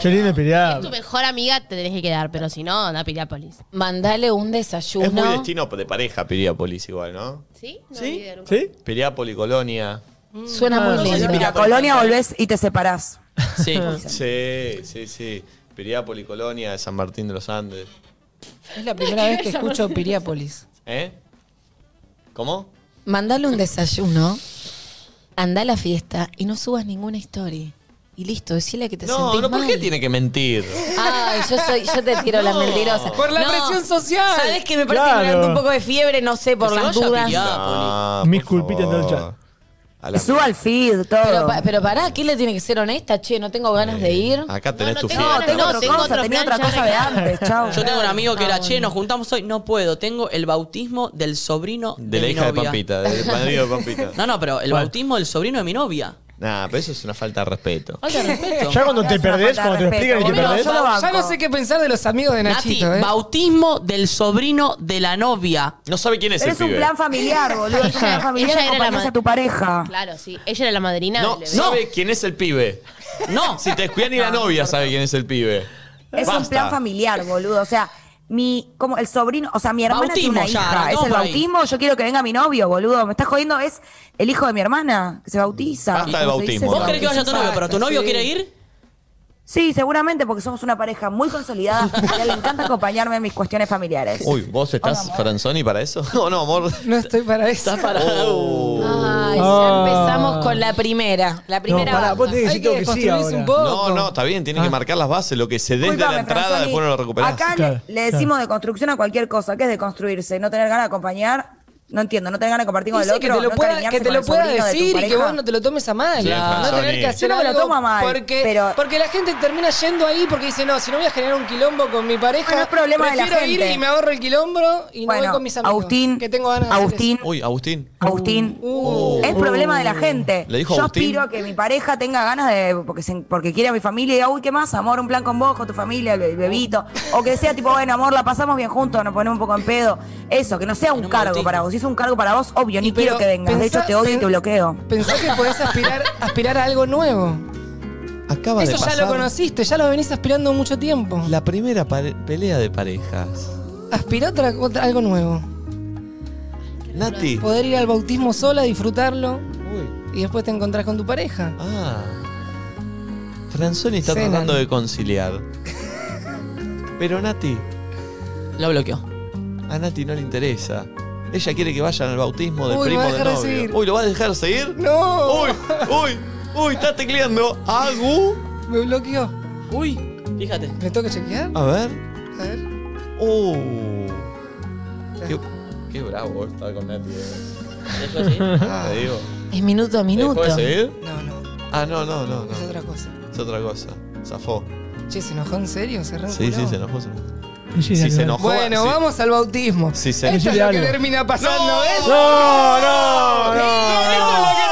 Speaker 6: Qué lindo pelear.
Speaker 5: Tu mejor amiga te tenés que quedar, pero si no, anda a Piriápolis.
Speaker 2: Mandale un desayuno.
Speaker 1: Es muy destino de pareja, Piriápolis igual, ¿no?
Speaker 5: ¿Sí?
Speaker 1: ¿Sí? Mm. ¿Sí? Piriápolis, Colonia.
Speaker 2: Suena
Speaker 1: muy
Speaker 3: no sé,
Speaker 1: lindo.
Speaker 3: si A Colonia volvés y te separás.
Speaker 1: Sí. sí, sí, sí. Piriápolis, Colonia, de San Martín de los Andes.
Speaker 9: Es la primera vez que escucho Piriápolis.
Speaker 1: ¿Eh? ¿Cómo?
Speaker 2: Mandale un desayuno, anda a la fiesta y no subas ninguna story. Y listo, decile que te
Speaker 1: No,
Speaker 2: sentís
Speaker 1: no, ¿por
Speaker 2: mal.
Speaker 1: qué tiene que mentir?
Speaker 2: Ay, yo soy, yo te tiro la
Speaker 1: No.
Speaker 2: mentirosa.
Speaker 1: Por
Speaker 9: la
Speaker 2: presión social. Sabes que me parece
Speaker 1: Claro.
Speaker 2: que me levantó un poco de fiebre, no sé, por
Speaker 1: Que se
Speaker 2: las
Speaker 1: vaya a
Speaker 2: dudas.
Speaker 1: Piriápolis.
Speaker 6: Mis culpitas en todo el
Speaker 1: Ah, favor.
Speaker 6: chat.
Speaker 1: A la-
Speaker 3: Suba al feed, todo.
Speaker 2: Pero, pa- pero pará, ¿qué le tiene que ser honesta? Che, no tengo ganas de ir.
Speaker 1: Acá tenés tu
Speaker 2: tengo-
Speaker 1: fiesta.
Speaker 2: tengo
Speaker 3: otra cosa, tenía otra cosa de antes, chau.
Speaker 4: Yo tengo un amigo que era, che, nos juntamos hoy, no puedo, tengo el bautismo del sobrino de,
Speaker 1: De la
Speaker 4: mi
Speaker 1: hija de
Speaker 4: novia.
Speaker 1: Pampita, del marido de Pampita.
Speaker 4: No, no, pero el
Speaker 1: ¿Cuál?
Speaker 4: bautismo del sobrino de mi novia.
Speaker 1: Nah, pero eso es una falta de respeto.
Speaker 4: Falta de respeto.
Speaker 6: Ya cuando te perdés, cuando te lo explican y te
Speaker 4: Boludo,
Speaker 6: perdés.
Speaker 4: yo lo banco.
Speaker 9: Ya no sé qué pensar de los amigos de
Speaker 4: Nati,
Speaker 9: Nachito, ¿eh?
Speaker 4: bautismo del sobrino de la novia.
Speaker 1: No sabe quién
Speaker 3: Pero es un plan familiar, boludo. Es un plan familiar
Speaker 5: ella era la
Speaker 3: acompañás
Speaker 5: madre.
Speaker 3: a tu pareja.
Speaker 5: Claro, sí. Ella era la madrina.
Speaker 1: No,
Speaker 5: del bebé.
Speaker 1: sabe quién es el pibe.
Speaker 4: No.
Speaker 1: Si te descuidan ni la novia sabe quién es el pibe.
Speaker 3: Es un
Speaker 1: Basta.
Speaker 3: plan familiar, boludo. O sea, mi, como el sobrino, o sea, mi hermana tiene una
Speaker 4: Bautismo, ya,
Speaker 3: hija. Es
Speaker 4: arrancamos
Speaker 3: el
Speaker 4: por ahí.
Speaker 3: bautismo, yo quiero que venga mi novio, boludo. Me estás jodiendo, es el hijo de mi hermana que se bautiza.
Speaker 1: Basta de
Speaker 3: Como se dice,
Speaker 1: bautismo.
Speaker 3: se
Speaker 1: Vos querés que
Speaker 4: vaya tu
Speaker 3: bautiza.
Speaker 4: novio, pero tu novio
Speaker 3: Sí.
Speaker 4: quiere ir.
Speaker 3: Sí, seguramente, porque somos una pareja muy consolidada. familiar, Le encanta acompañarme en mis cuestiones familiares.
Speaker 1: Uy, ¿vos estás Franzoni para eso? No, no, amor.
Speaker 9: No estoy para eso.
Speaker 4: Está para.
Speaker 1: Oh.
Speaker 2: Ay, ya empezamos con la primera. La primera.
Speaker 6: pará,
Speaker 2: banda.
Speaker 6: vos tenés que decir Hay que que sí desconstruirse ahora. un poco.
Speaker 1: No, no, está bien, tiene que marcar las bases, lo que se des de la
Speaker 3: Disculpame,
Speaker 1: entrada,
Speaker 3: Franzoni,
Speaker 1: después no lo recuperás.
Speaker 3: Acá le- le decimos de construcción a cualquier cosa, que es de construirse, no tener ganas de acompañar, no entiendo, no tener ganas de compartir con el
Speaker 9: Dice
Speaker 3: otro,
Speaker 9: que te lo
Speaker 3: no
Speaker 9: pueda,
Speaker 3: encariñarse
Speaker 9: que te
Speaker 3: con
Speaker 9: lo
Speaker 3: el
Speaker 9: pueda
Speaker 3: sobrino de tu
Speaker 9: decir y que
Speaker 3: pareja.
Speaker 9: vos no te lo tomes a mal.
Speaker 3: Sí,
Speaker 9: no
Speaker 3: Franzoni.
Speaker 9: tener que hacer
Speaker 3: Yo no me lo
Speaker 9: algo
Speaker 3: tomo a mal,
Speaker 9: Porque,
Speaker 3: pero-
Speaker 9: porque la gente termina yendo ahí porque dice, no, si no voy a generar un quilombo con mi pareja,
Speaker 3: Bueno, Ah, es problema de la
Speaker 9: prefiero
Speaker 3: gente.
Speaker 9: ir y me ahorro el quilombo y no
Speaker 3: Bueno,
Speaker 9: voy con mis amigos.
Speaker 3: Agustín,
Speaker 9: que tengo ganas de hacer
Speaker 3: Agustín,
Speaker 1: Uy, Agustín.
Speaker 3: Agustín, es problema de la gente.
Speaker 1: Le dijo
Speaker 3: Yo
Speaker 1: Agustín.
Speaker 3: aspiro a que mi pareja tenga ganas de, porque, se- porque quiere a mi familia y diga, uy, ¿qué más? Amor, un plan con vos, con tu familia, el be- bebito. O que sea tipo, bueno, amor, la pasamos bien juntos, nos ponemos un poco en pedo. Eso, que no sea un cargo para vos. Si es un cargo para vos, obvio, ni
Speaker 9: pero
Speaker 3: quiero que vengas. De
Speaker 9: pensá-
Speaker 3: hecho, te odio y te bloqueo.
Speaker 9: eso. Pensá que podés aspirar, aspirar a algo nuevo.
Speaker 1: Acaba de
Speaker 9: Eso ya lo
Speaker 1: pasar
Speaker 9: conociste, ya lo venís aspirando mucho tiempo.
Speaker 1: La primera pare- pelea de parejas.
Speaker 9: Aspirá otra, otra- algo nuevo.
Speaker 1: Nati.
Speaker 9: Poder ir al bautismo sola, disfrutarlo. Y después te encontrás con tu pareja.
Speaker 1: Ah. Franzoni está
Speaker 9: Cenan.
Speaker 1: tratando de conciliar. Pero Nati.
Speaker 4: La bloqueó.
Speaker 1: A Nati no le interesa. Ella quiere que vayan al bautismo del
Speaker 4: Uy, me
Speaker 1: primo
Speaker 4: va a
Speaker 1: de
Speaker 4: dejar de
Speaker 1: novio.
Speaker 4: seguir.
Speaker 1: Uy, ¿lo vas a dejar seguir?
Speaker 9: ¡No!
Speaker 1: ¡Uy! ¡Uy! ¡Uy! Está tecleando. ¡Agu!
Speaker 9: Me bloqueó.
Speaker 4: Uy, fíjate.
Speaker 9: ¿Me toca chequear?
Speaker 1: A ver.
Speaker 9: A ver.
Speaker 1: ¡Uh! Qué, qué bravo está con Nati. eh.
Speaker 4: ¿Dejó de seguir?
Speaker 1: Te digo.
Speaker 2: Es minuto a minuto.
Speaker 1: ¿Dejó de seguir?
Speaker 9: No, no,
Speaker 1: Ah, no, no, no. no.
Speaker 9: es otra cosa.
Speaker 1: Es otra cosa. Zafó.
Speaker 9: Che, ¿se enojó en serio? ¿Se
Speaker 1: Sí, sí,
Speaker 9: reenculó?
Speaker 1: se enojó. se enojó. Si se enojó.
Speaker 9: Bueno,
Speaker 1: si-
Speaker 9: vamos al bautismo.
Speaker 1: Si
Speaker 9: Esto
Speaker 1: se
Speaker 9: es
Speaker 1: Decile
Speaker 9: lo que
Speaker 1: algo.
Speaker 9: termina pasando, ¿ves?
Speaker 1: No, no,
Speaker 9: Esto
Speaker 1: no,
Speaker 9: es lo que